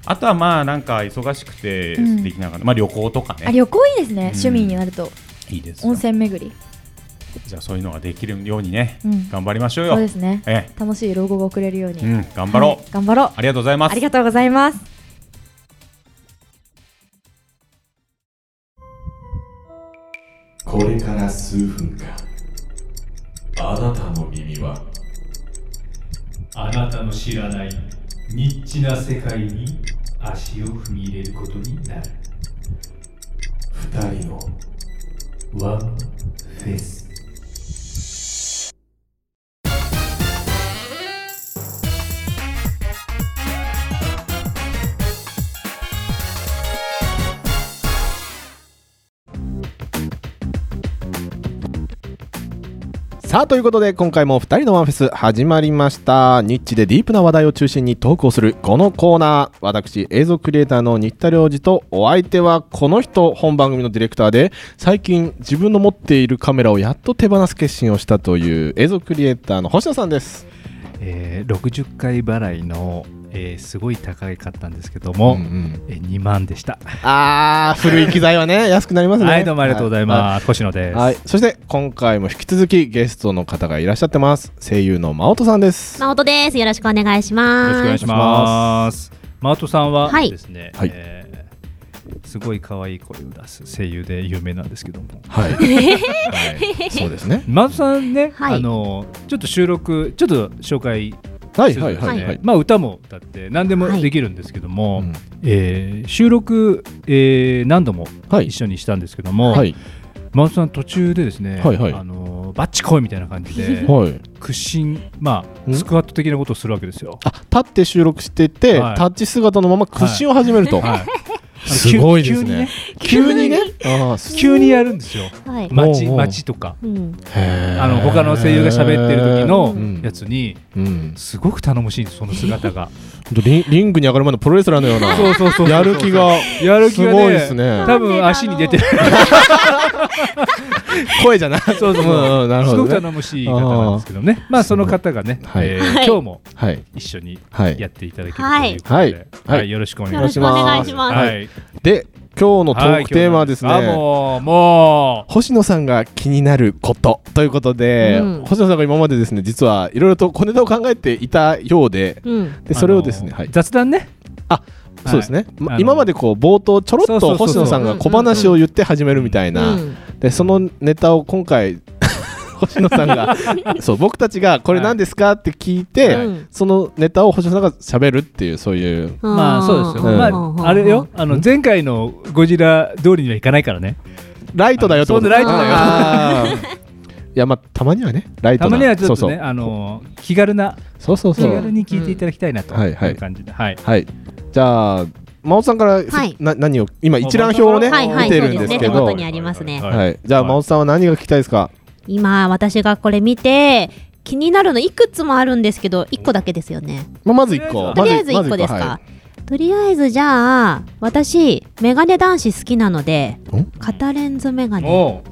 Speaker 2: あとはまあなんか忙しくて
Speaker 1: うん
Speaker 2: できなかったまあ旅行とか
Speaker 1: あ
Speaker 2: ね
Speaker 1: 旅行いいですね、
Speaker 2: うん
Speaker 1: 趣味になると
Speaker 2: いいですよ
Speaker 1: 温泉巡り
Speaker 2: じゃあそういうのができるようにね
Speaker 1: うん
Speaker 2: 頑張りましょう
Speaker 1: そうで
Speaker 2: よ
Speaker 1: すね
Speaker 2: え
Speaker 1: 楽しい老後が送れるように、
Speaker 2: えうん頑張ろ
Speaker 1: は
Speaker 2: う
Speaker 1: い頑張ろう
Speaker 2: ありがとうございま
Speaker 1: あ
Speaker 2: す
Speaker 1: りがとうございます
Speaker 9: これから数分間あなたの耳は
Speaker 10: あなたの知らないニッチな世界に足を踏み入れることになる
Speaker 9: 二人の
Speaker 10: ワンフェス
Speaker 11: さあということで今回も2人のワンフェス始まりましたニッチでディープな話題を中心にトークをするこのコーナー私映像クリエイターの新田良二とお相手はこの人本番組のディレクターで最近自分の持っているカメラをやっと手放す決心をしたという映像クリエイターの星野さんです
Speaker 10: えー、60回払いの、えーすごい高いかったんですけども、
Speaker 11: うんうん
Speaker 10: えー、2万でした、
Speaker 11: あー古い機材はね 安くなりますね
Speaker 10: はいどうもありがとうございます、星野です、
Speaker 11: はい、はいそして今回も引き続きゲストの方がいらっしゃってます声優の真音さんです
Speaker 12: 直人です。よろしくお願いし
Speaker 10: よろしくお願
Speaker 12: ます。
Speaker 10: いしますマートさんは
Speaker 12: はい
Speaker 10: ですね、
Speaker 11: はい
Speaker 10: えーすごい可愛い声を出す声優で有名なんですけども
Speaker 11: はい、はい、そうですね
Speaker 10: マートさんね、
Speaker 12: はい
Speaker 10: あのちょっと収録ちょっと紹介
Speaker 11: はい
Speaker 10: してた
Speaker 11: は
Speaker 10: ん
Speaker 11: い
Speaker 10: で
Speaker 11: はいはい、
Speaker 10: まあ歌も歌って何でもできるんですけども、
Speaker 11: うん
Speaker 10: えー収録、えー何度も
Speaker 11: はい
Speaker 10: 一緒にしたんですけども、
Speaker 11: はい
Speaker 10: マウスさん途中でですね、
Speaker 11: はいはい
Speaker 10: あのーバッチコイみたいな感じで
Speaker 11: はい、
Speaker 10: 屈伸、ま
Speaker 11: う
Speaker 10: あ、
Speaker 11: ん
Speaker 10: スクワット的なことをするわけですよ。
Speaker 11: あ立って収録してて、
Speaker 10: はい
Speaker 11: タッチ姿のまま屈伸を始めると、
Speaker 10: はい
Speaker 11: すごいですね。
Speaker 10: 急にね、
Speaker 11: あ
Speaker 10: 急にね急にやるんですよ。
Speaker 12: はい。
Speaker 10: 街
Speaker 11: おうおう
Speaker 10: 街とか、
Speaker 12: うん。
Speaker 10: あ
Speaker 11: あ
Speaker 10: の他の声優が喋ってる時の
Speaker 11: うん
Speaker 10: やつに、
Speaker 11: うん、
Speaker 10: すごく頼もしいんです、その姿が。
Speaker 11: リンリングに上がる前のプロレスラーのような
Speaker 10: そうそうそうそう
Speaker 11: やる気が
Speaker 10: やる気
Speaker 11: す
Speaker 10: が
Speaker 11: ごいです
Speaker 10: ね、
Speaker 11: ね
Speaker 10: 多分足に出てる、
Speaker 11: 声じゃないそう
Speaker 10: そうそう
Speaker 11: うん、なる
Speaker 10: す
Speaker 11: ほ
Speaker 10: ごく
Speaker 11: ど、ね、
Speaker 10: 頼もしい方なんですけどね、まあその方がね、
Speaker 11: はい
Speaker 10: えー
Speaker 12: はい
Speaker 10: 今日も
Speaker 11: はい
Speaker 10: 一緒に
Speaker 11: はい
Speaker 10: やっていただけるということで、
Speaker 11: はいはいはい
Speaker 10: はいよろしくお願いし
Speaker 12: よ
Speaker 10: ま
Speaker 12: ろしくお
Speaker 10: す
Speaker 12: 願いします。
Speaker 11: は
Speaker 10: はいい、
Speaker 11: で今日のトークテーマはですね、
Speaker 10: あもうも
Speaker 11: 星野さんが気になることということで、
Speaker 12: うん
Speaker 11: 星野さんが今までですね実はいろいろと小ネタを考えていたようで
Speaker 12: うん。
Speaker 11: で
Speaker 10: う
Speaker 11: それをですね、
Speaker 10: あの
Speaker 11: はい、
Speaker 10: 雑談ねい
Speaker 11: そうですね、ま
Speaker 10: あの
Speaker 11: 今までこう冒頭ちょろ
Speaker 10: そ
Speaker 11: っ
Speaker 10: うそ
Speaker 11: と
Speaker 10: うそうそ
Speaker 11: 星
Speaker 10: う
Speaker 11: 野さんが小話を言って始めるみたいな、
Speaker 12: うん
Speaker 11: でそのネタを今回 星野さ んがそう僕たちがこれ何ですかって聞いて、
Speaker 12: うん
Speaker 11: そのネタを星野さんが喋るっていうそういう
Speaker 10: まあそうですよ、
Speaker 11: うん
Speaker 10: まああれよあの前回のゴジラ通りにはいかないからね
Speaker 11: ライトだよってこと
Speaker 10: そうライトだよ
Speaker 11: あーいやまあたまにはねライト
Speaker 10: た
Speaker 11: な
Speaker 10: まにはちょっ
Speaker 11: そ
Speaker 10: と
Speaker 11: う
Speaker 10: ね
Speaker 11: そう
Speaker 10: あの気軽な
Speaker 11: そうそうそう
Speaker 10: 気軽に聞いていただきたいなと
Speaker 11: はいはい
Speaker 10: いう感じではい
Speaker 11: はいじゃあ真央さんから、
Speaker 12: はい
Speaker 11: な何を今一覧表をね、
Speaker 12: はいはい
Speaker 11: 見てるん
Speaker 12: そうで
Speaker 11: ですけど
Speaker 12: すね手元にありますね
Speaker 11: はいはいじゃあ真央さんは何が聞きたいですか
Speaker 12: 今私がこれ見て気になるのいくつもあるんですけど一個だけですよね
Speaker 11: まあまず一個
Speaker 12: とりあえず
Speaker 11: ま
Speaker 12: 一
Speaker 11: ず
Speaker 12: 個です
Speaker 11: まず
Speaker 12: かとりあえずじゃあ私メガネ男子好きなので片レンズメガネ
Speaker 10: お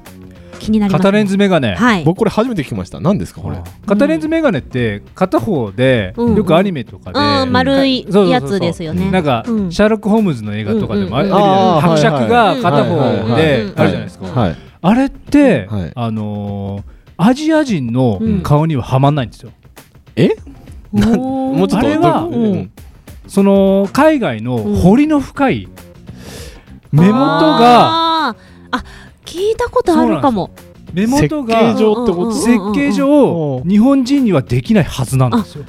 Speaker 12: 気になります
Speaker 10: 片レンズメガネ
Speaker 12: はい
Speaker 11: 僕これ初めて聞きました何ですかこれ
Speaker 10: 片レンズメガネって片方で
Speaker 12: うん
Speaker 10: よくアニメとかで
Speaker 12: あー丸い
Speaker 10: そうそうそうそう
Speaker 12: やつですよね
Speaker 10: なんかシ
Speaker 12: う
Speaker 10: ャ
Speaker 12: ん
Speaker 10: ーロック・ホームズの映画とかでもあ
Speaker 12: うん
Speaker 10: る
Speaker 12: うん
Speaker 10: じ
Speaker 12: うん
Speaker 10: ゃ
Speaker 12: あー
Speaker 10: ないですか伯爵が片
Speaker 11: はいはい
Speaker 10: 方
Speaker 11: はい
Speaker 10: であるじゃないです
Speaker 11: は
Speaker 10: か
Speaker 11: い
Speaker 10: あれってあのーアジア人の顔にははまんないんですよ
Speaker 11: え
Speaker 10: も
Speaker 11: うちょっと
Speaker 10: あれは
Speaker 11: どういう
Speaker 10: その海外の彫りの深い目元が
Speaker 12: あーあ聞いたことあるかも
Speaker 10: 目元が
Speaker 12: 設計上ってこと
Speaker 10: 設計上日本人にはできないはずなんですよ。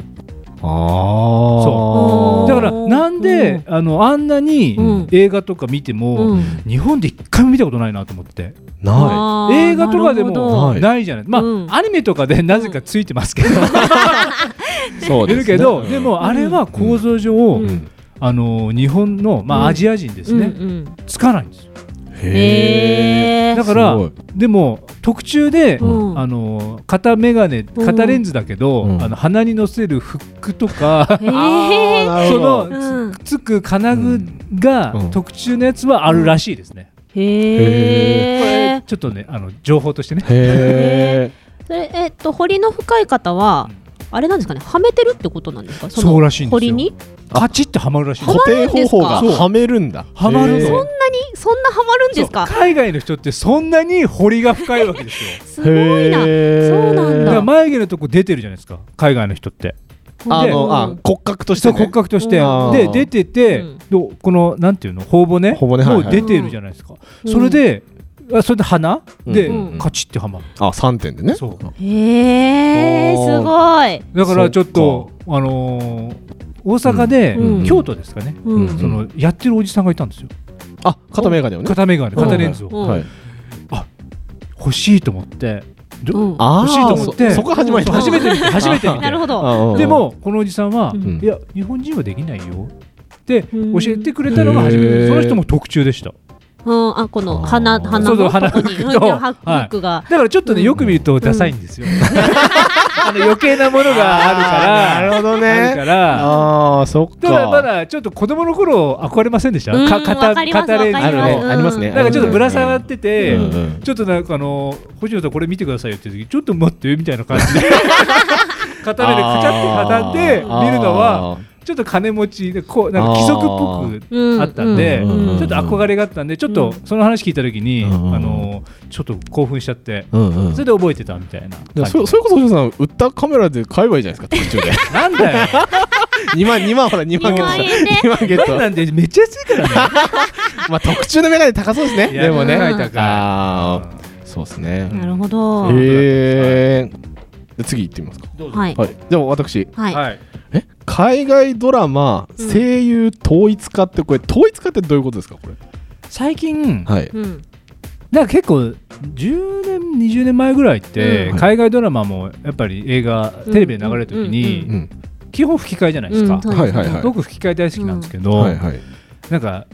Speaker 10: そうだからなんで、あのあんなに映画とか見て
Speaker 11: う
Speaker 10: も、
Speaker 11: ん
Speaker 10: 日本で一回も見たことないなと思って
Speaker 11: な
Speaker 10: 映画とかで
Speaker 11: なるほど
Speaker 10: もないじゃないまあ、アニメとかでなぜかついてますけど、
Speaker 11: そうですね
Speaker 10: るけど、でもあれは構造上、あの日本の、まあ、アジア人ですね、
Speaker 12: うんうん
Speaker 10: つかないんですよ。
Speaker 12: へー
Speaker 10: だから
Speaker 12: すごい
Speaker 10: でも特注で、
Speaker 12: うん
Speaker 10: あの片眼鏡
Speaker 12: うん
Speaker 10: 片レンズだけど、あの鼻にのせるフックとか、
Speaker 12: へーあーなる
Speaker 10: そ
Speaker 12: ほど
Speaker 10: のつつく金具が、特注のやつはあるらしいですね。
Speaker 12: へえ
Speaker 10: ちょっとねあの情報としてね。
Speaker 11: へ
Speaker 12: それえっと彫りの深い方はあれなんですかねはめてるってことなんですかの
Speaker 10: そうらしいんです
Speaker 12: 彫
Speaker 10: よ
Speaker 12: りに
Speaker 10: カチッてはまるらしい
Speaker 12: 固定方法がは
Speaker 11: めるんです
Speaker 10: かそうはまる
Speaker 12: そんなにそん
Speaker 10: の
Speaker 12: なはまるんですか
Speaker 10: 海外の人ってそんなに彫りが深いわけです
Speaker 12: す
Speaker 10: よ
Speaker 12: ごいなそうなん
Speaker 10: だから
Speaker 12: だ
Speaker 10: 眉毛のとこ出てるじゃないですか海外の人って
Speaker 11: あの
Speaker 10: で
Speaker 11: あ骨格として
Speaker 10: そう骨格として
Speaker 11: うん
Speaker 10: で出てて、どうこのなんていうの頬骨
Speaker 11: 骨はいはい
Speaker 10: もう出てるじゃないですか、
Speaker 11: うん
Speaker 10: それであそれで鼻、で
Speaker 11: うん
Speaker 10: カチッてはまる
Speaker 11: あ三点でね
Speaker 10: そう
Speaker 12: へえすごい
Speaker 10: だからちょっとあのー大阪で、
Speaker 12: うんうん
Speaker 10: 京都ですかね、
Speaker 12: うん
Speaker 10: そのやってるおじさんがいたんですよ
Speaker 11: あ片眼鏡をね
Speaker 10: 片眼鏡片レンズを、
Speaker 11: うんはい
Speaker 10: 欲しいと思って、ど
Speaker 11: あー
Speaker 10: 欲しいと思って
Speaker 11: そそこが始まりだ
Speaker 10: 初めて見 て初めて見て
Speaker 11: なるほどあーうん
Speaker 10: でもこのおじさんは、
Speaker 11: ん
Speaker 10: いや日本人はできないよって教えてくれたのが初め
Speaker 11: へー
Speaker 10: てその人も特注でした
Speaker 12: うんあこの鼻鼻
Speaker 10: そうそう
Speaker 12: の
Speaker 10: 鼻
Speaker 12: とこ
Speaker 10: フ
Speaker 12: に
Speaker 10: ッ
Speaker 12: うん
Speaker 10: クと
Speaker 12: ハック
Speaker 10: は
Speaker 12: が
Speaker 10: いだからちょっとねよく見るとダサいんですよ あの余計なものがある から
Speaker 11: なるほどね
Speaker 10: あるから
Speaker 11: ああそっか
Speaker 10: ただまだちょっと子供の頃憧れませんでした
Speaker 11: うん
Speaker 10: か片
Speaker 11: わかります
Speaker 10: 片レンズ
Speaker 11: わかりますあるねうんありますね
Speaker 10: なんかちょっとぶら下がってて
Speaker 11: うんうん
Speaker 10: ちょっとなんかあの星野さんこれ見てくださいよって時ちょっと待ってみたいな感 じで片目でくちゃって
Speaker 11: あ
Speaker 10: 畳
Speaker 11: ー
Speaker 10: んで見るの
Speaker 11: あ
Speaker 10: はちょっと金持ちでこうなんか貴族っぽくあったんで
Speaker 11: あー
Speaker 10: ち
Speaker 11: うんうん
Speaker 10: ょっと憧れがあったんでちょっとその話聞いた時にあのちょっと興奮しちゃって
Speaker 11: うんうん
Speaker 10: それで覚えてたみたいな
Speaker 11: でもそそれこそ星野さん売ったカメラで買えばいいじゃないですか途 中で
Speaker 10: なんだよ
Speaker 11: 2万2万ほら2万ゲ
Speaker 10: 二
Speaker 11: ッ
Speaker 10: 万円
Speaker 11: ト
Speaker 10: で
Speaker 11: 2万ゲット
Speaker 10: なんでめっちゃ安いからね
Speaker 11: まあ特注のメガネ高そうですね
Speaker 10: いや
Speaker 11: でもね
Speaker 10: 高い高い
Speaker 11: あーそうですね
Speaker 12: なるほど
Speaker 11: へえで次行ってみますか
Speaker 12: どうぞはい
Speaker 11: でも私
Speaker 12: はいはい
Speaker 11: え海外ドラマ声優統一化ってこれ統一化ってどういうことですかこれ
Speaker 10: 最近
Speaker 11: はい
Speaker 12: うん
Speaker 10: なんか結構10年20年前ぐらいって、
Speaker 11: うん
Speaker 10: 海外ドラマもやっぱり映画、
Speaker 11: うん
Speaker 10: テレビで流れる時に、基本吹き替えじゃないですか、
Speaker 11: うんそうですねはいはいはい
Speaker 10: 僕吹き替え大好きなんですけど、
Speaker 11: はいはい
Speaker 10: なんか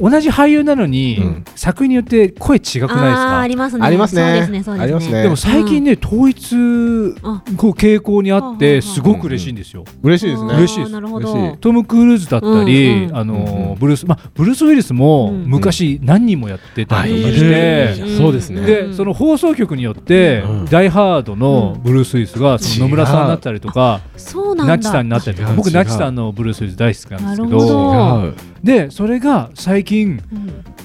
Speaker 10: 同じ俳優なのに、作品によって声違くないです
Speaker 12: あ
Speaker 10: か
Speaker 12: ーありますねありますねそうですねそうですねありますね
Speaker 10: でも最近ね、統一こう傾向にあってすごく嬉しいんですよ、
Speaker 11: 嬉しいですね
Speaker 10: 嬉しいです
Speaker 11: なるほど嬉しい
Speaker 10: トム・クルーズだったり、
Speaker 11: うんうん
Speaker 10: あのーブルース、まあ、ブルース・ウィルスも昔何人もやってたりとかし
Speaker 11: あ
Speaker 10: て
Speaker 11: いる、そうですね
Speaker 10: でその放送局によって「ダイ・ハード」のブルース・ウィルスがその野村さんになったりとか
Speaker 12: そうなんだ
Speaker 10: ナチさんになったりとか
Speaker 11: 違う
Speaker 10: 僕
Speaker 11: 違う
Speaker 10: ナチさんのブルース・ウィルス大好きなんですけ
Speaker 12: なるほ
Speaker 10: どでそれが最近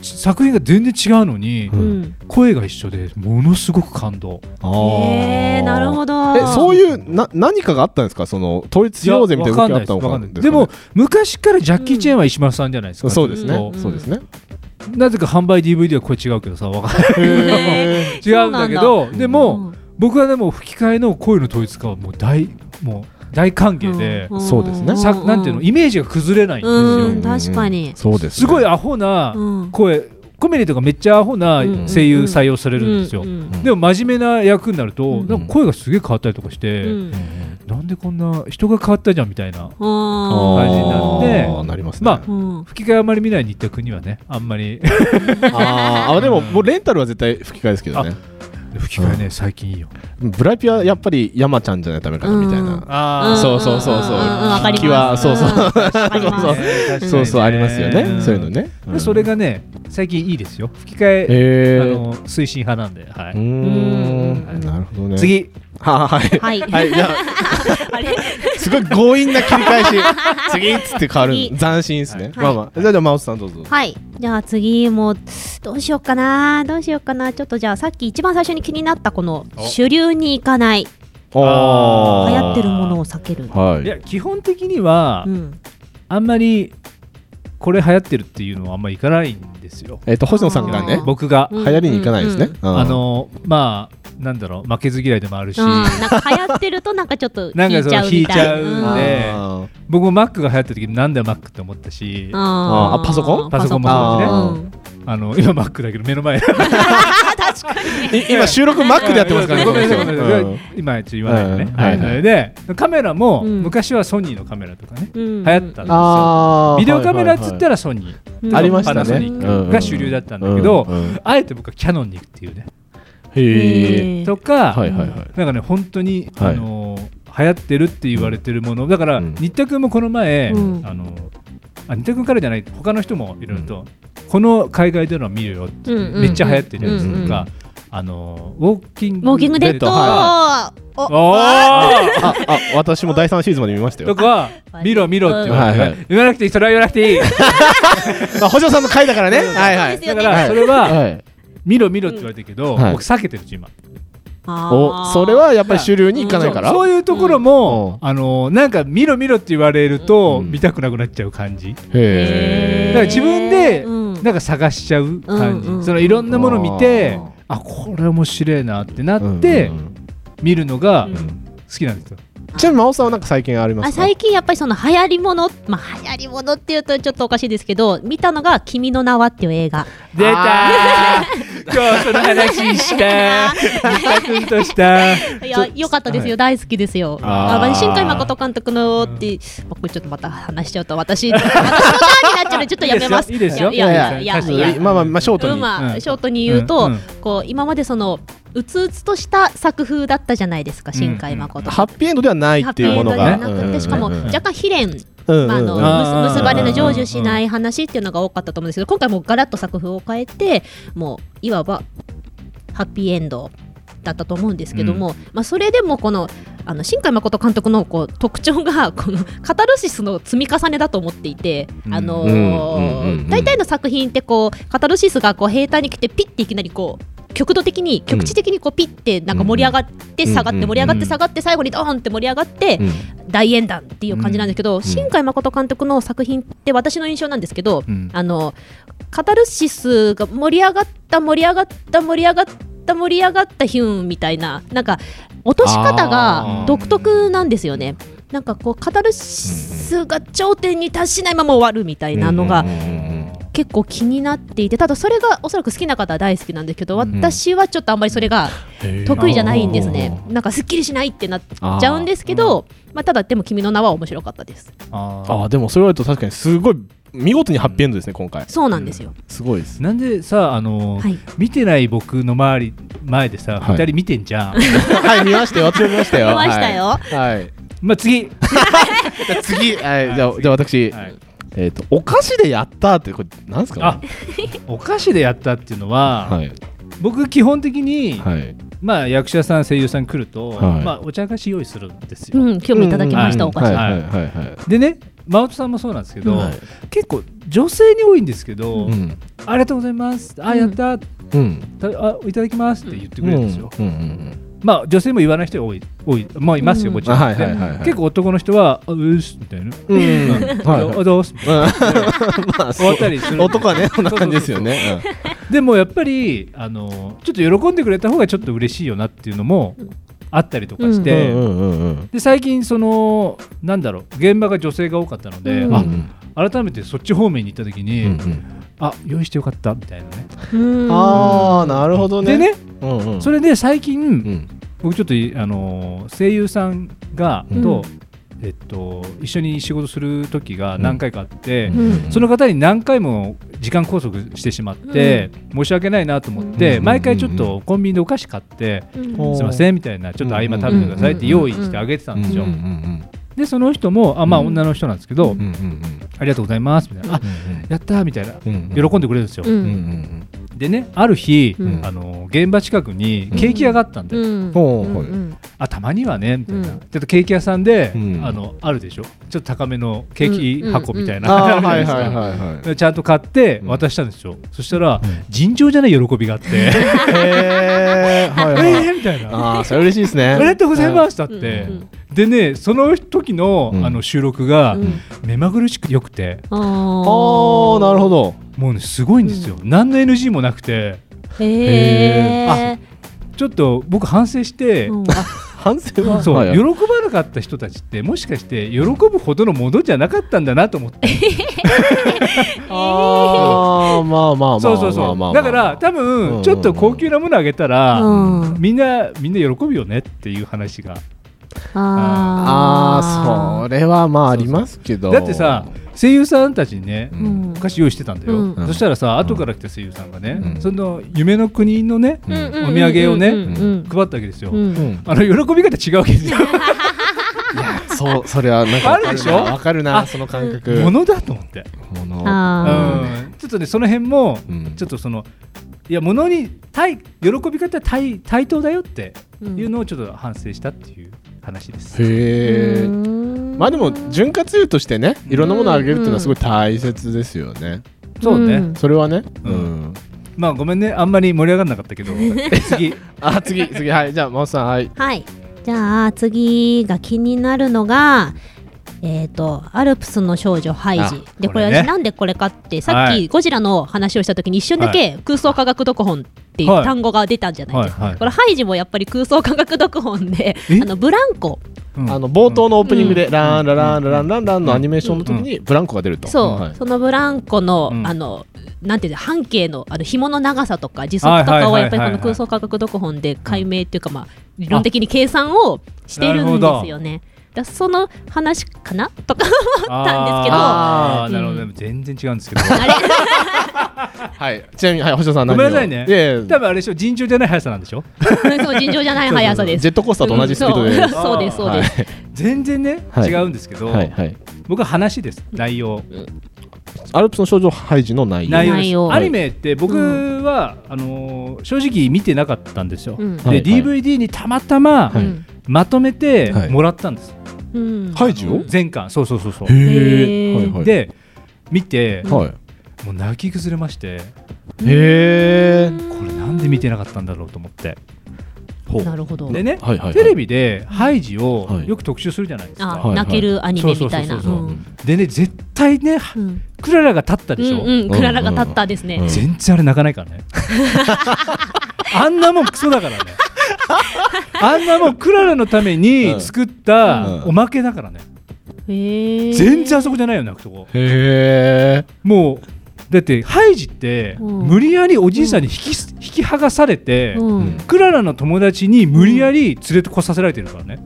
Speaker 10: ち作品が全然違うのに
Speaker 12: ん
Speaker 10: 声が一緒でものすごく感動。
Speaker 11: へ
Speaker 12: えなるほど
Speaker 11: えそういうな何かがあったんですかその統一しようぜみたいな動きがあったのか
Speaker 10: わかんないですわかんないですでも昔からジャッキー・チェーンは石丸さんじゃないですか、
Speaker 11: そうですね
Speaker 10: ずっと
Speaker 11: そうですね
Speaker 10: なぜか販売 DVD はこれ違うけどさわかんない
Speaker 11: へー
Speaker 10: 違うんだけ
Speaker 11: そう
Speaker 10: ど
Speaker 11: なんだ
Speaker 10: でも、僕はでも吹き替えの声の統一化はもう大もう大歓迎で、
Speaker 11: うんそうですね
Speaker 10: さなんていうのイメージが崩れないんですよ、
Speaker 12: うん確かに
Speaker 11: そうです
Speaker 10: すごいアホな声、コメディとかめっちゃアホな声優採用されるんですよ、でも真面目な役になると、なんか声がすげえ変わったりとかして、なんでこんな人が変わったじゃんみたいな感じになって
Speaker 11: なります、ね、
Speaker 10: まあ、吹き替えあまり見ない日宅にはねあんま り
Speaker 11: ああでももうレンタルは絶対吹き替えですけどね
Speaker 10: 吹き替えね、最近いいよ
Speaker 11: ブラピはやっぱり山ちゃんじゃないとダメかなみたいな、そうそうそうそう気はそうそうそうそうそうありますよねそういうのね、
Speaker 10: それがね最近いいですよ吹き替え、あの推進派なんではい
Speaker 11: うんなるほどね
Speaker 10: 次
Speaker 11: ははいはいはい じゃすごい強引な切り返し次っつって変わる斬新ですね、まあまあじゃあじゃあ真央さんどうぞ
Speaker 12: はいじゃあ次もどうしようかなどうしようかなちょっとじゃあさっき一番最初に気になったこの主流に行かない流行ってるものを避ける、
Speaker 11: はい、
Speaker 10: いや基本的には、うん、あんまりこれ流行ってるっていうのはあんまりいかないんですよ。
Speaker 11: えっ、と星野さんがね
Speaker 10: 僕が
Speaker 11: 流行りにいかないですね。
Speaker 10: あのまあなんだろう負けず嫌いでもあるし、
Speaker 12: なんか流行ってるとなんかちょっと
Speaker 10: なんかそう引いちゃうんで、僕も Mac が流行った時なんだよ Mac って思ったし
Speaker 11: あパソコン
Speaker 10: パソコンもそうねあの今 Mac だけど目の 前
Speaker 11: 今収録 Mac でやってますから
Speaker 10: ね今ちょっと言わないでね、はいでカメラも昔はソニーのカメラとかね、流行ったんですよビデオカメラっつったらソニー、
Speaker 11: ありました
Speaker 10: ねパナソニックが主流だったんだけど、あえて僕はキヤノンに行くっていうね
Speaker 11: へ、
Speaker 10: とか、なんかね本当に、あの流行ってるって言われてるものだから新田君もこの前、あのあ新田君からじゃない他の人もいろいろと、この海外ドラマ見るよって、めっちゃ流行ってるやつとか。あのウォーキング
Speaker 12: ウォーキングデッド、はい
Speaker 11: おおああ私も第3シーズンまで見ましたよ。
Speaker 10: と か見ろ見ろって言わ,、言わなくていいそれは言わなくていい。
Speaker 11: まあ補助さんの回だからね。はいはい。
Speaker 10: だからそれは、見ろ見ろって言われてるけど、僕避けてるし今
Speaker 11: おそれはやっぱり主流にいかないから
Speaker 10: そういうところも、あのなんか見ろ見ろって言われると、見たくなくなっちゃう感じ
Speaker 11: へ
Speaker 10: だから自分で、なんか探しちゃう感じ、そのいろんなもの見て、あこれ面白いなってなって、見るのが好きなんですよ、
Speaker 11: ちなみに真央さんはなんか最近あります
Speaker 12: 最近やっぱりその流行りもの、まあ、流行りものっていうとちょっとおかしいですけど見たのが「君の名は」っていう映画
Speaker 10: 出た今日その話した三田君とした
Speaker 12: いや良かったですよ、はい、大好きですよああ新海誠監督のって、まあ、これちょっとまた話しちゃうと私私のターンになっちゃうのでちょっとやめます
Speaker 10: いいですよ
Speaker 12: いやいやいやいや
Speaker 11: まあまあまあショートに、うん、
Speaker 12: まあ、ショートに言うと、うんうん、こう今までそのうつうつとした作風だったじゃないですか新海誠、うんうん、
Speaker 11: ハッピーエンドではないっていうものが、ね、
Speaker 12: しかも若干悲恋まあ、あの結ばれの成就しない話っていうのが多かったと思うんですけど今回もガラッと作風を変えてもういわばハッピーエンドだったと思うんですけども、うん、まあ、それでもこのあの新海誠監督のこう特徴がこのカタルシスの積み重ねだと思っていて、あのー、大体の作品ってこうカタルシスがこう兵隊に来てピッていきなりこう極度的に局地的にこうピッてなんか盛り上がって下がって盛り上がって下がって最後にドーンって盛り上がって大演談っていう感じなんですけど新海誠監督の作品って私の印象なんですけどあのカタルシスが盛り上がった盛り上がった盛り上がった盛り上がったヒュンみたいななんか落とし方が独特なんですよね。なんかこうカタルシスが頂点に達しないまま終わるみたいなのが結構気になっていてただそれがおそらく好きな方は大好きなんですけど私はちょっとあんまりそれが得意じゃないんですね、うん、なんかすっきりしないってなっちゃうんですけど、うん、まあ、ただでも「君の名は」面白かったです
Speaker 11: ああでもそれはと確かにすごい見事にハッピーエンドですね、今回。
Speaker 12: そうなんですよ。
Speaker 11: すごいです。
Speaker 10: なんでさ、あの、見てない僕の周り、前でさ、二、人見てんじゃん。
Speaker 11: はい、見ましたよ、私見ましたよ。
Speaker 12: 見ましたよ。
Speaker 11: はい。
Speaker 10: まあ、次。
Speaker 11: 次、はい、じゃ、じゃ、私。えっ、と、お菓子でやったって、これ、なんですか。
Speaker 10: お菓子でやったっていうのは、僕基本的に。まあ、役者さん、声優さん来ると、まあ、お茶菓子用意するんですよ。
Speaker 12: 今日もいただきました、お菓
Speaker 10: 子。でね、マウトさんもそうなんですけど、結構女性に多いんですけど、ありがとうございますあやった、うんあいただきますって言ってくれるんですよ、まあ女性も言わない人多い多いまあいますよもちろん、結構男の人はあうすみたいな、うんあどうすみたいな 終わったりする
Speaker 11: 男はねこんな感じですよね
Speaker 10: でもやっぱりあのちょっと喜んでくれた方がちょっと嬉しいよなっていうのもあったりとかして、で最近そのなんだろう現場が女性が多かったので、あ改めてそっち方面に行った時に、あ用意してよかったみたいなね
Speaker 11: ああなるほどね
Speaker 10: でね、うんうん、それで最近、うん、僕ちょっとあの声優さんがと、うん、えっと、一緒に仕事する時が何回かあって、うん、その方に何回も時間拘束してしまって、申し訳ないなと思って、毎回ちょっとコンビニでお菓子買って、すみませんみたいなちょっと合間食べてくださいって用意してあげてたんですよ。でその人もあ、まあ、女の人なんですけど、ありがとうございますみたいな、あやったみたいな、喜んでくれるんですよ。でねある日、あの現場近くにケーキ屋があったんで、あたまにはねみたいな、ちょっとケーキ屋さんで、あのあるでしょちょっと高めのケーキ箱みたい なちゃんと買って渡したんですよ、そしたら、尋常じゃない喜びがあってえ えみたいな
Speaker 11: あそれ嬉しいです ねあ
Speaker 10: りがとうございますだって、でねその時の,、あの収録が、目まぐるしくよくてああ
Speaker 11: なるほど
Speaker 10: もうねすごいんですよ、何の NG もなくて
Speaker 12: へえ
Speaker 10: ちょっと僕反省して、
Speaker 11: 反省は
Speaker 10: そう、喜ばなかった人たちってもしかして喜ぶほどのものじゃなかったんだなと思って
Speaker 11: ああまあまあ
Speaker 10: そうそうそうだから多分ちょっと高級なものあげたら、みんなみんな喜ぶよねっていう話が。
Speaker 11: ああそれはまあありますけど
Speaker 10: だってさ声優さんたちにね、お菓子用意してたんだよ、そしたらさ後から来た声優さんがね、その夢の国のね、お土産をね、配ったわけですよ、あの喜び方違うわけですよ
Speaker 11: そうそれはなんか
Speaker 10: あるでしょ
Speaker 11: わかるなその感覚
Speaker 10: ものだと思ってもの、ちょっとねその辺も、ちょっとそのいやものに対喜び方対対等だよっていうのをちょっと反省したっていう話です。
Speaker 11: へえ。まあでも潤滑油としてね、いろんなものをあげるっていうのはすごい大切ですよね。
Speaker 10: そうね。
Speaker 11: それはね。うん。
Speaker 10: まあごめんね、あんまり盛り上がんなかったけど。 次。
Speaker 11: あ 次次はいじゃあマオさんはい。
Speaker 12: はい。じゃあ次が気になるのが。えー、とアルプスの少女ハイジでこれ,、なんでこれかってさっきゴジラの話をした時に一瞬だけ空想科学読本っていう単語が出たんじゃないですか、これハイジもやっぱり空想科学読本であのブランコ
Speaker 11: あの冒頭のオープニングで、ランラランランランランのアニメーションの時にブランコが出ると、
Speaker 12: そう、そのブランコの、あのなんていう半径のあの紐の長さとか時速とかをやっぱりこの空想科学読本で解明っていうか、まあ、理論的に計算をしてるんですよね。だその話かなとか 思った
Speaker 10: んですけど、なるほど、全然違うんで すけど。
Speaker 11: はい、ちなみに、はい、星野さん、
Speaker 10: ごめんなさいね。多分あれでしょ、尋常じゃない速さなんでしょ
Speaker 12: そう、尋常じゃない速さです。
Speaker 11: ジェットコースターと同じスピードで。
Speaker 12: そうです、そうです。
Speaker 10: 全然ね、違うんですけど、僕は話です、内容。
Speaker 11: アルプスの少女ハイジの内
Speaker 10: 容アニメって僕は、あの正直見てなかったんですよ、で DVD にたまたままとめてもらったんです、
Speaker 11: ハイジを
Speaker 10: 全巻そうそうそうそうで見て、もう泣き崩れまして
Speaker 11: へえ
Speaker 10: これなんで見てなかったんだろうと思って
Speaker 12: なるほど
Speaker 10: でね、テレビでハイジをよく特集するじゃないですか、
Speaker 12: 泣けるアニメみたいな
Speaker 10: でね絶対ね、クララが立ったでしょ、
Speaker 12: うクララが立ったですね、
Speaker 10: 全然あれ泣かないからね あんなもんクソだ からねあんなもんクララのために作ったおまけだからね、全然あそこじゃないよ泣くとこ
Speaker 11: へえ
Speaker 10: もうだってハイジって無理やりおじいさんに引き,、引き剥がされて、クララの友達に無理やり連れてこさせられてるからね、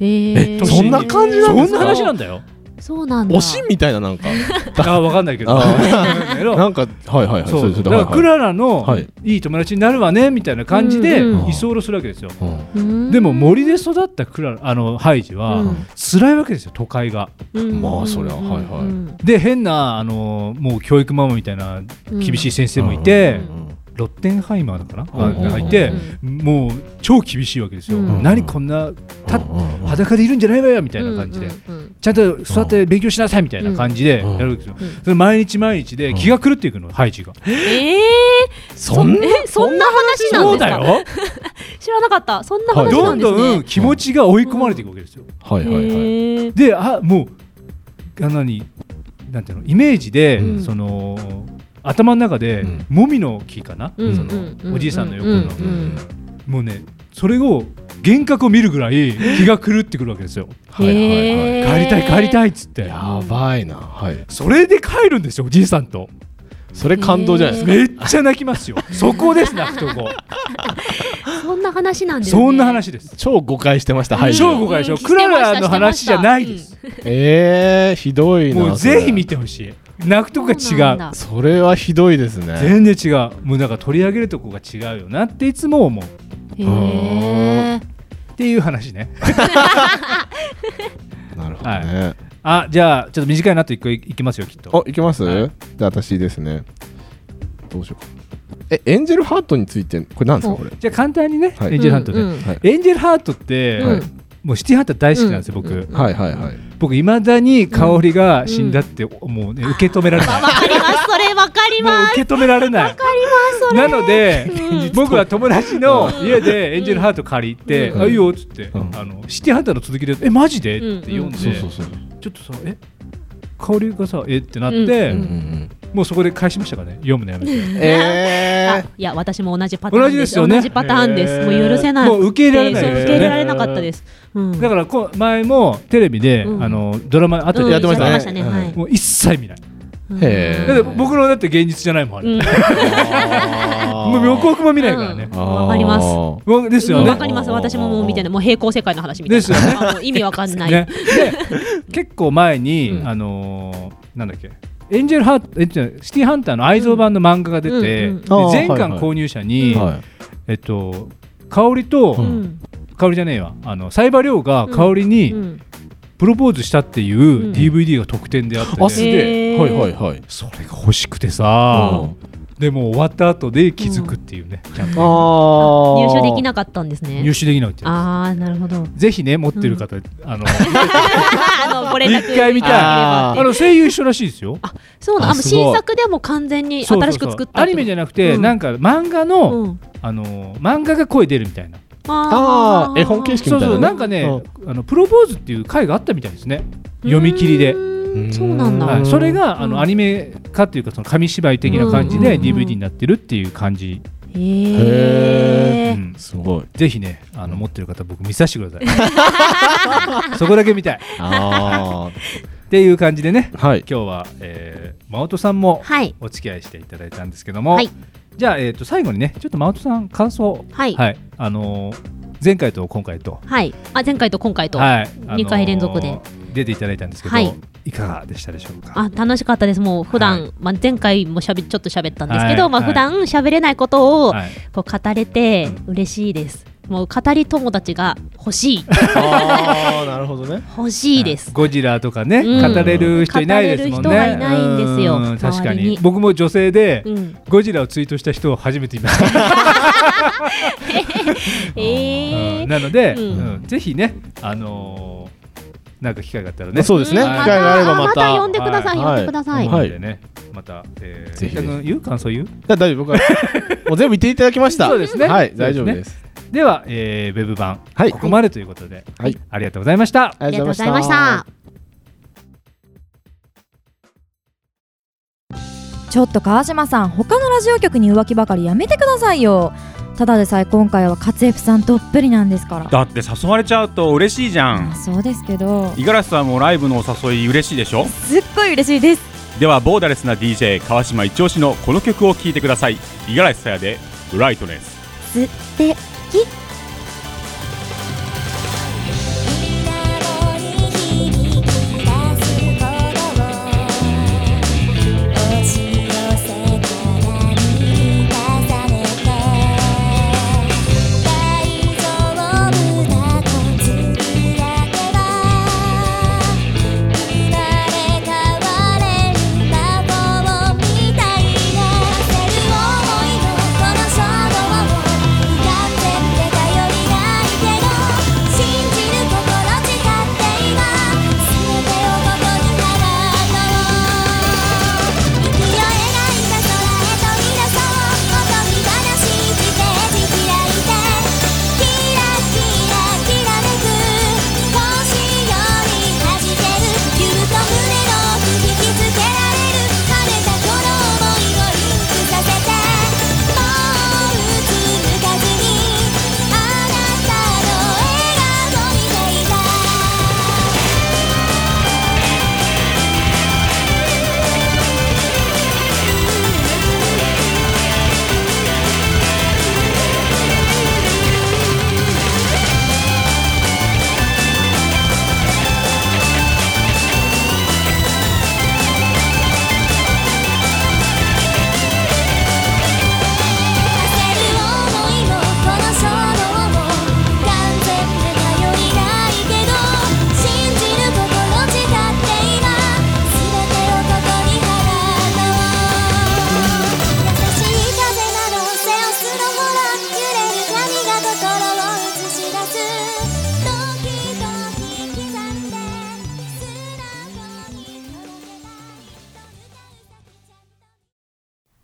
Speaker 12: え
Speaker 11: そんな感じなん
Speaker 10: そんな話なんだよ
Speaker 12: そうなん
Speaker 11: だ。おしんみたいななんか。
Speaker 10: あ、わかんないけど。
Speaker 11: なんか、はいはいはい。
Speaker 10: そうだから、クララのいい友達になるわねみたいな感じで、居候するわけですよ。でも、森で育ったクララ、あの、ハイジは、辛いわけですよ、都会が。。
Speaker 11: まあ、そりゃ、はいはい
Speaker 10: で、変な、あの、もう教育ママみたいな、厳しい先生もいて。ロッテンハイマーだから、がいて、もう超厳しいわけですよ、何こんなた裸でいるんじゃないわよみたいな感じで、ちゃんと座って勉強しなさいみたいな感じでやるわけですよ、それ毎日毎日で気が狂っていくの、ハイジが。
Speaker 12: えー、そんそんな話なんですか知らなかった、そんな話、ね、
Speaker 10: どんどん気持ちが追い込まれていくわけですよ。、
Speaker 11: はいはいはい
Speaker 10: であもうあ何なんていうのイメージで、うん、その頭の中で、もみの木かな、そのおじいさんの横の、もうねそれを幻覚を見るぐらい気が狂ってくるわけですよ。
Speaker 11: はいはい
Speaker 10: はい、帰りたい帰りたいっつって
Speaker 11: やばいな、はい、
Speaker 10: それで帰るんですよおじいさんと。
Speaker 11: それ感動じゃない
Speaker 10: ですか、めっちゃ泣きますよそこです泣くと こ
Speaker 12: そんな話なんです、
Speaker 10: ね、そんな話です
Speaker 11: 超誤解してましたはい
Speaker 10: 超誤解でしょ、うん、クララの話じゃないです、
Speaker 11: うん、えー、ひどいな
Speaker 10: もうぜひ見てほしい泣くとこが違う
Speaker 11: それはひどいですね
Speaker 10: 全然違うもうなんか取り上げるとこが違うよなっていつも思う
Speaker 12: へえ
Speaker 10: っていう話 ね
Speaker 11: なるほどね、はい
Speaker 10: あじゃあちょっと短いなと一個いきますよきっと
Speaker 11: あいけます、はい、じゃあ私ですねどうしようかえエンジェルハートについてこれなんですかこれ、
Speaker 10: じゃあ簡単にね、はい、エンジェルハートね、うんうん、エンジェルハートって、はい、もうシティハンター大好きなんですよ、僕、うん
Speaker 11: はいはいはい
Speaker 10: 僕いまだに香りが死んだって、もうね受け止められな い
Speaker 12: わかりますそれわかります
Speaker 10: 受け止められないわ
Speaker 12: かりますそ
Speaker 10: れなので、僕は友達の家でエンジェルハート借りて、あいいよっつって、あのシティハンターの続きでえマジで、って読んで、そうそうそうちょっとさえ香りがさえってなって、うんうんうん、もうそこで返しましたかね読むのやめて
Speaker 11: え
Speaker 12: ー、いや私も同じパターンです同じ、ね、パターンです、えー、もう許せない
Speaker 10: もう受け入れられない、ね、
Speaker 12: 受け入れられなかったです、
Speaker 10: うん、だからこ前もテレビで、うん、あのドラマあった
Speaker 12: やってましたね、うんはい、
Speaker 10: もう一切見ない
Speaker 11: へ
Speaker 10: だって僕のだって現実じゃないもんあれ、うん、 もう予告も見ないからね
Speaker 12: わ、うん、かります
Speaker 10: ですよね
Speaker 12: わかります私ももう見てないもう平行世界の話みたい
Speaker 10: ですよね
Speaker 12: 意味わかんない、
Speaker 10: ね、 結構前に、うん、あのー、なんだっけエンジェルハートえシティハンターの愛蔵版の漫画が出て、全巻購入者に、はいはい、えっと香りと、香りじゃねえわあのサイバリョウが香りに、プロポーズしたっていう DVD が特典であって、ねうん、あ
Speaker 11: すげえはいはいはい
Speaker 10: それが欲しくてさ、うん、でも終わった後で気づくっていうね、うん、
Speaker 12: 入手できなかったんですね
Speaker 10: 入手できなくて
Speaker 12: ああなるほ ど
Speaker 10: ぜひね持ってる方、あの
Speaker 12: あのご連
Speaker 10: 絡一回見たいあの声優一緒らしいですよ
Speaker 12: あそうなあ新作でも完全に新しく作った
Speaker 10: アニメじゃなくて、なんか漫画の、あの漫画が声出るみたいな
Speaker 11: ああ絵本形式みたいな、
Speaker 10: ね、そうなんかね、うん、あのプロポーズっていう回があったみたいですね読み切りで、
Speaker 12: そうなんだ、はい
Speaker 10: それがあのアニメ化っていうかその紙芝居的な感じで DVD になってるっていう感じ
Speaker 12: へえ、うん、
Speaker 10: すごい ぜひねあの持ってる方僕見させてくださ いそこだけ見たい
Speaker 11: ああ
Speaker 10: っていう感じでね、
Speaker 11: はい、
Speaker 10: 今日は、えー、真音さんもお付き合いしていただいたんですけども、はいじゃあ、えー、と最後にね、ちょっとマウントさん、感想、
Speaker 12: はい、
Speaker 10: はい、あのー、前回と今回と、
Speaker 12: はい、あ前回と今回と、
Speaker 10: はい
Speaker 12: 2回連続で、あの
Speaker 10: ー、出ていただいたんですけど、はい、いかがでしたでしょうか。
Speaker 12: あ楽しかったです、もう普段、はい、まあ前回もしゃべちょっと喋ったんですけど、はい、まあ普段喋れないことをこう語れて嬉しいです。もう語り友達が欲しい。
Speaker 11: ああ、なるほどね。
Speaker 12: 欲しいです。
Speaker 10: ゴジラとかね、うん、語れる人いないですもんね。
Speaker 12: いないんですよ。
Speaker 10: 確かに。僕も女性で、うん、ゴジラをツイートした人を初めて見ました。
Speaker 12: えー、
Speaker 10: なので、うん、ぜひね、あのー、なんか機会があったらね。
Speaker 11: そうですね。機会があればまた。
Speaker 12: 呼んでください。呼んでください。
Speaker 10: はい。また、えー、ぜひ言う感想言う？
Speaker 11: 大丈夫 僕はもう全部言っていただきました。
Speaker 10: そうですね。
Speaker 11: はい、大丈夫です。
Speaker 10: では、えー、ウェブ版、
Speaker 11: はい、
Speaker 10: ここまでということで、
Speaker 11: はい、
Speaker 10: ありがとうございました。
Speaker 12: ありがとうございました。
Speaker 3: ちょっと川島さん、他のラジオ局に浮気ばかりやめてくださいよ。ただでさえ今回は勝エフさんどっぷりなんですから
Speaker 2: だって誘われちゃうと嬉しいじゃん
Speaker 3: そうですけど
Speaker 2: 五十嵐さんもライブのお誘い嬉しいでしょ
Speaker 3: すっごい嬉しいです
Speaker 2: ではボーダレスな DJ 川島一押しのこの曲を聴いてください五十嵐さやでブライトネ
Speaker 3: ス吸ってき
Speaker 13: 「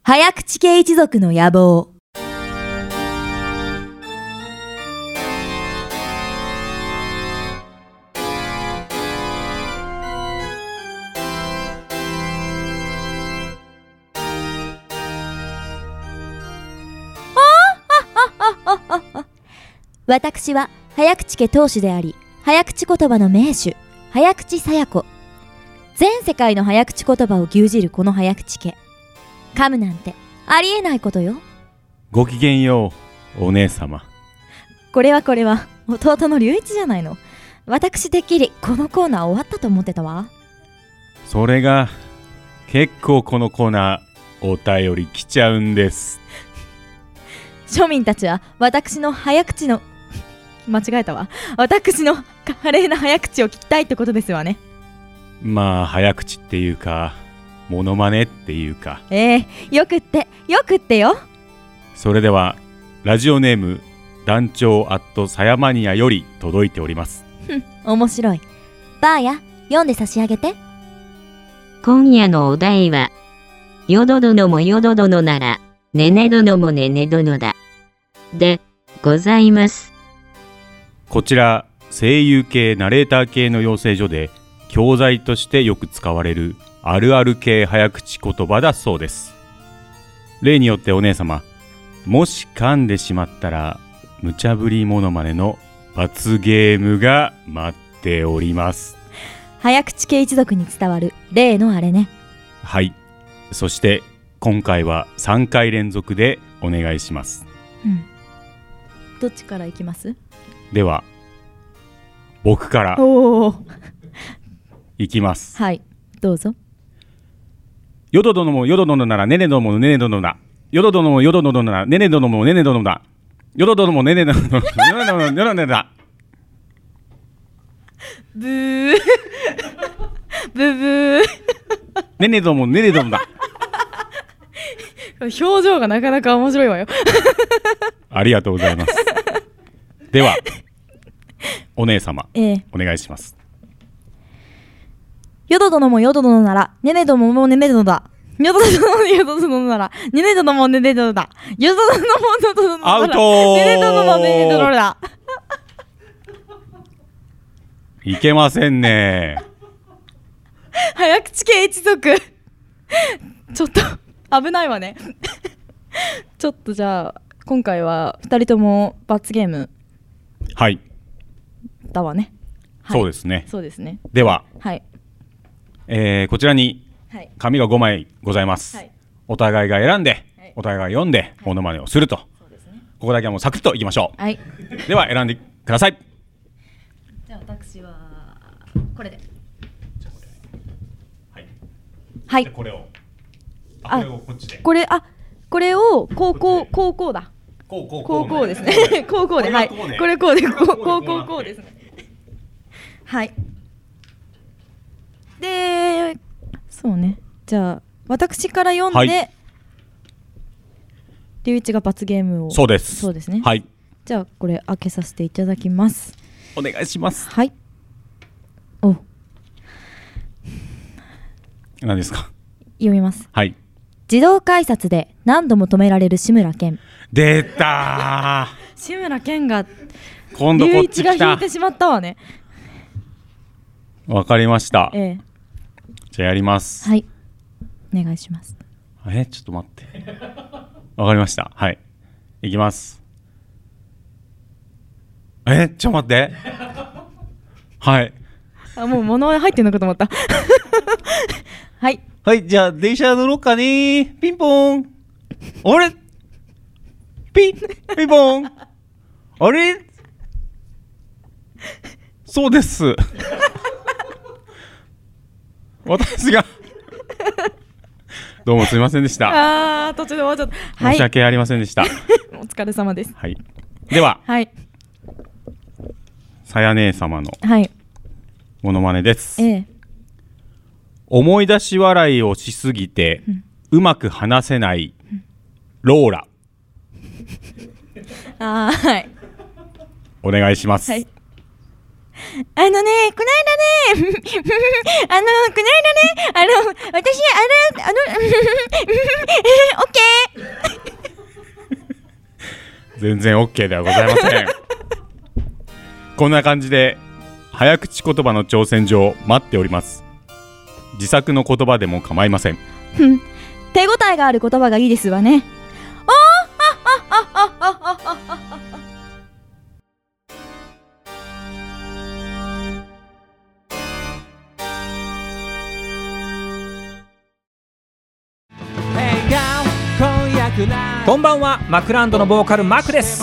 Speaker 3: 早口系一族の野望私は早口家当主であり早口言葉の名手早口さや子全世界の早口言葉を牛耳るこの早口家噛むなんてありえないことよ
Speaker 2: ごきげんようお姉様
Speaker 3: これはこれは弟の隆一じゃないの私てっきりこのコーナー終わったと思ってたわ
Speaker 2: それが結構このコーナーお便り来ちゃうんです
Speaker 3: 庶民たちは私の早口の間違えたわ私の華麗な早口を聞きたいってことですわね
Speaker 2: まあ早口っていうかモノマネっていうか
Speaker 3: ええよくってよくってよ
Speaker 2: それではラジオネーム団長アットサヤマニアより届いております
Speaker 3: ふん面白いばあや読んで差し上げて
Speaker 13: 今夜のお題は「よどどのもよどどのならねねどのもねねどのだ」でございます
Speaker 2: こちら声優系ナレーター系の養成所で教材としてよく使われるあるある系早口言葉だそうです例によってお姉様もし噛んでしまったら無茶ぶりモノマネの罰ゲームが待っております
Speaker 3: 早口系一族に伝わる例のあれね
Speaker 2: はいそして今回は3回連続でお願いします
Speaker 3: うんどっちからいきます
Speaker 2: では僕から
Speaker 3: おお
Speaker 2: いきます
Speaker 3: はいどうぞ
Speaker 2: よど殿もよど殿ならねねどもねねどのだよど殿もよど殿ならねねどのもねねどのだよど殿もねねどのよど殿もねどのだ
Speaker 3: ブー ブブー
Speaker 2: ねねどもねねどのだ
Speaker 1: 表情がなかなか面白いわよ
Speaker 2: ありがとうございますではお姉様、
Speaker 3: ええ、
Speaker 2: お願いします
Speaker 3: よど殿もよど殿なら、ねねどももねねどだ。よど殿もよど殿なら、ねね殿もねねどだ。よど殿もよど殿なら、
Speaker 2: アウト
Speaker 3: ねね殿もねねどだ。
Speaker 2: いけませんね。
Speaker 1: 早口系一族。ちょっと、危ないわね。ちょっとじゃあ、今回は2人とも罰ゲーム。
Speaker 2: はい。
Speaker 1: だわね。
Speaker 2: はい、そうですね。
Speaker 1: そうですね。
Speaker 2: では。
Speaker 1: はい。
Speaker 2: えー、こちらに紙が5枚ございます、はい、お互いが選んで、はい、お互いが読んで、はい、モノマネをすると、ね、ここだけはもうサクッといきましょう、
Speaker 1: はい、
Speaker 2: では選んでください
Speaker 3: じゃあ私はこれではい、
Speaker 2: これをあこれをこっちで
Speaker 1: これあこれを高校高校だ
Speaker 2: 高校
Speaker 1: 高校ですね高校ではいこれこうで高校高校ですねはいでそうねじゃあ私から読んで、はい、龍一が罰ゲームを
Speaker 2: そうです
Speaker 1: そうですね
Speaker 2: はい
Speaker 1: じゃあこれ開けさせていただきます
Speaker 2: お願いします
Speaker 1: はいお
Speaker 2: 何ですか
Speaker 1: 読みます
Speaker 2: はい
Speaker 3: 自動改札で何度も止められる志村けん
Speaker 2: 出た
Speaker 1: 志村けんが
Speaker 2: 今度
Speaker 1: 龍一が引いてしまったわね
Speaker 2: わかりました、
Speaker 1: ええ、
Speaker 2: じゃあやります
Speaker 1: はいお願いします
Speaker 2: えちょっと待ってわかりましたはいいきますえちょっと待ってはい
Speaker 1: あもう物入ってんのかと思った はい
Speaker 2: はいじゃあ電車乗ろうかねピンポンあ れピンピンポンあれそうです私がどうもすみませんでした
Speaker 1: あー途中で終わっちゃった
Speaker 2: 申し訳ありませんでした、はい、
Speaker 1: お疲れ様です
Speaker 2: はいでは
Speaker 1: はい
Speaker 2: さや姉様の
Speaker 1: はい
Speaker 2: モノマネです、
Speaker 1: ええ、
Speaker 2: 思い出し笑いをしすぎて、うん、まく話せない、うん、ローラ
Speaker 1: あはい
Speaker 2: お願いします、はい
Speaker 1: あのね、こないだね、 あの、こないだね、あの、私、あら、あの、 オッケー
Speaker 2: 全然 OK ではございま せんこんな感じで早口言葉の挑戦状を待っております自作の言葉でも構いません
Speaker 1: ふん 手応えがある言葉がいいですわねおー
Speaker 14: こんばんはマクランドのボーカルマクです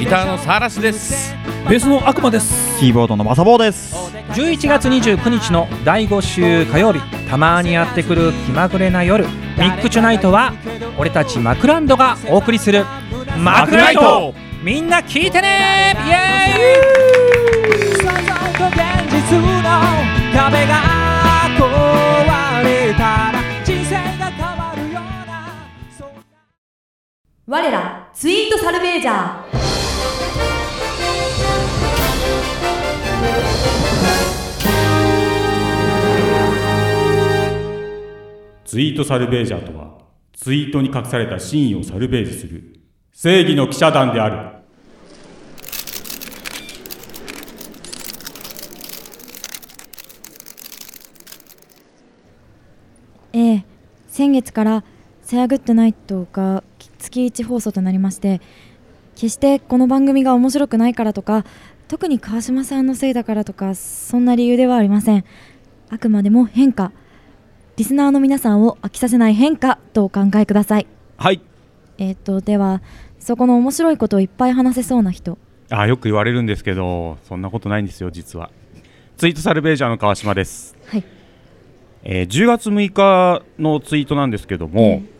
Speaker 15: ギターのサラシです
Speaker 16: ベースの悪魔です
Speaker 17: キーボードのマサボーです
Speaker 14: 11月29日の第5週火曜日たまにやってくる気まぐれな夜ミックチュナイトは俺たちマクランドがお送りするマクライトみんな聞いてねイエーイ現実の壁が壊れたら人生が変わる
Speaker 3: 我らツイートサルベージャー
Speaker 2: ツイートサルベージャーとはツイートに隠された真意をサルベージする正義の記者団である
Speaker 1: ええ先月から「セアグッドナイト」が月1放送となりまして決してこの番組が面白くないからとか特に川島さんのせいだからとかそんな理由ではありませんあくまでも変化リスナーの皆さんを飽きさせない変化とお考えください
Speaker 2: はい
Speaker 1: えっ、とではそこの面白いことをいっぱい話せそうな人
Speaker 2: あよく言われるんですけどそんなことないんですよ実はツイートサルベージャーの川島です
Speaker 1: はい、
Speaker 2: えー、10月6日のツイートなんですけども、えー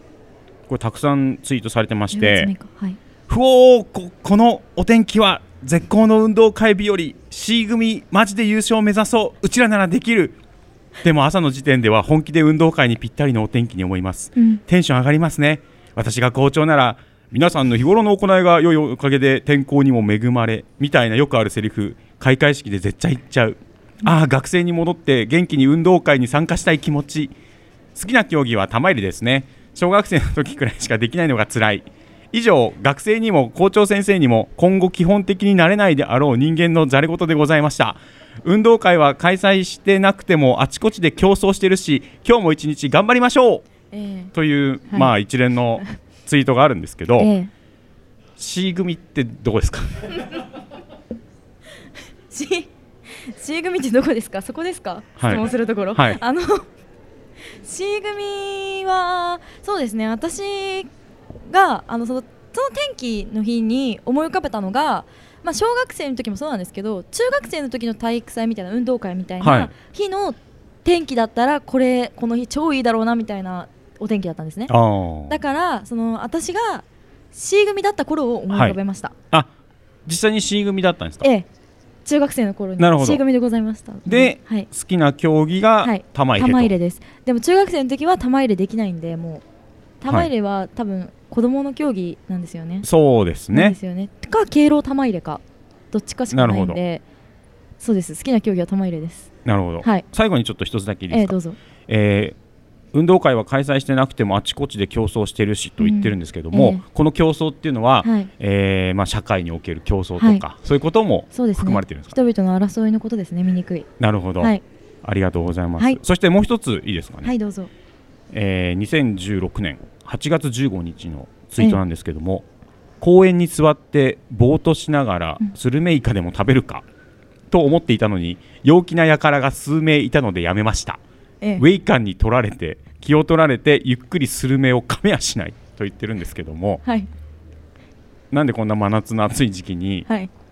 Speaker 2: これたくさんツイートされてまして、
Speaker 1: はい、
Speaker 2: ふおここのお天気は絶好の運動会日より C 組マジで優勝を目指そううちらならできるでも朝の時点では本気で運動会にぴったりのお天気に思います、
Speaker 1: うん、
Speaker 2: テンション上がりますね私が校長なら皆さんの日頃の行いが良いおかげで天候にも恵まれみたいなよくあるセリフ開会式で絶対言っちゃう、うん、ああ学生に戻って元気に運動会に参加したい気持ち好きな競技は玉入れですね小学生の時くらいしかできないのが辛い以上学生にも校長先生にも今後基本的になれないであろう人間のざれ言でございました運動会は開催してなくてもあちこちで競争してるし今日も一日頑張りましょう、
Speaker 1: えー、
Speaker 2: という、はい、まあ一連のツイートがあるんですけど、 えー、C 組ってどこですか
Speaker 1: C, C 組ってどこですかそこですか、
Speaker 2: はい、
Speaker 1: 質問するところ、
Speaker 2: はい、
Speaker 1: あの C 組はそうですね私があのそのその天気の日に思い浮かべたのが、まあ、小学生の時もそうなんですけど中学生の時の体育祭みたいな運動会みたいな日の天気だったらこれこの日超いいだろうなみたいなお天気だったんですねだからその私が C 組だった頃を思い浮かべました、はい、
Speaker 2: あ実際に C 組だったんですか、
Speaker 1: ええ中学生の頃に C 組でございました
Speaker 2: で、はい、好きな競技が玉入れ、はい、
Speaker 1: 入れですでも中学生の時は玉入れできないんでもう玉入れは多分子供の競技なんですよね、はい、
Speaker 2: そうですね
Speaker 1: ですよねか敬老玉入れかどっちかしかないんでそうです好きな競技は玉入れです
Speaker 2: なるほど、
Speaker 1: はい、
Speaker 2: 最後にちょっと一つだけいいですか、
Speaker 1: えー、どうぞ
Speaker 2: えー運動会は開催してなくてもあちこちで競争してるしと言ってるんですけども、うんえー、この競争っていうのは、
Speaker 1: はい、
Speaker 2: えー、まあ、社会における競争とか、はい、そういうことも含まれてるんです
Speaker 1: か、ね、人々の争いのことですね醜い
Speaker 2: なるほど、
Speaker 1: はい、
Speaker 2: ありがとうございます、そしてもう一ついいですかね
Speaker 1: はいどうぞ、
Speaker 2: えー、2016年8月15日のツイートなんですけども、えー、公園に座ってぼーっとしながら、うん、スルメイカでも食べるかと思っていたのに陽気な輩が数名いたのでやめました
Speaker 1: ええ、
Speaker 2: ウェイ感に取られて気を取られてゆっくりスルメをかめやしないと言ってるんですけども、
Speaker 1: はい、
Speaker 2: なんでこんな真夏の暑い時期に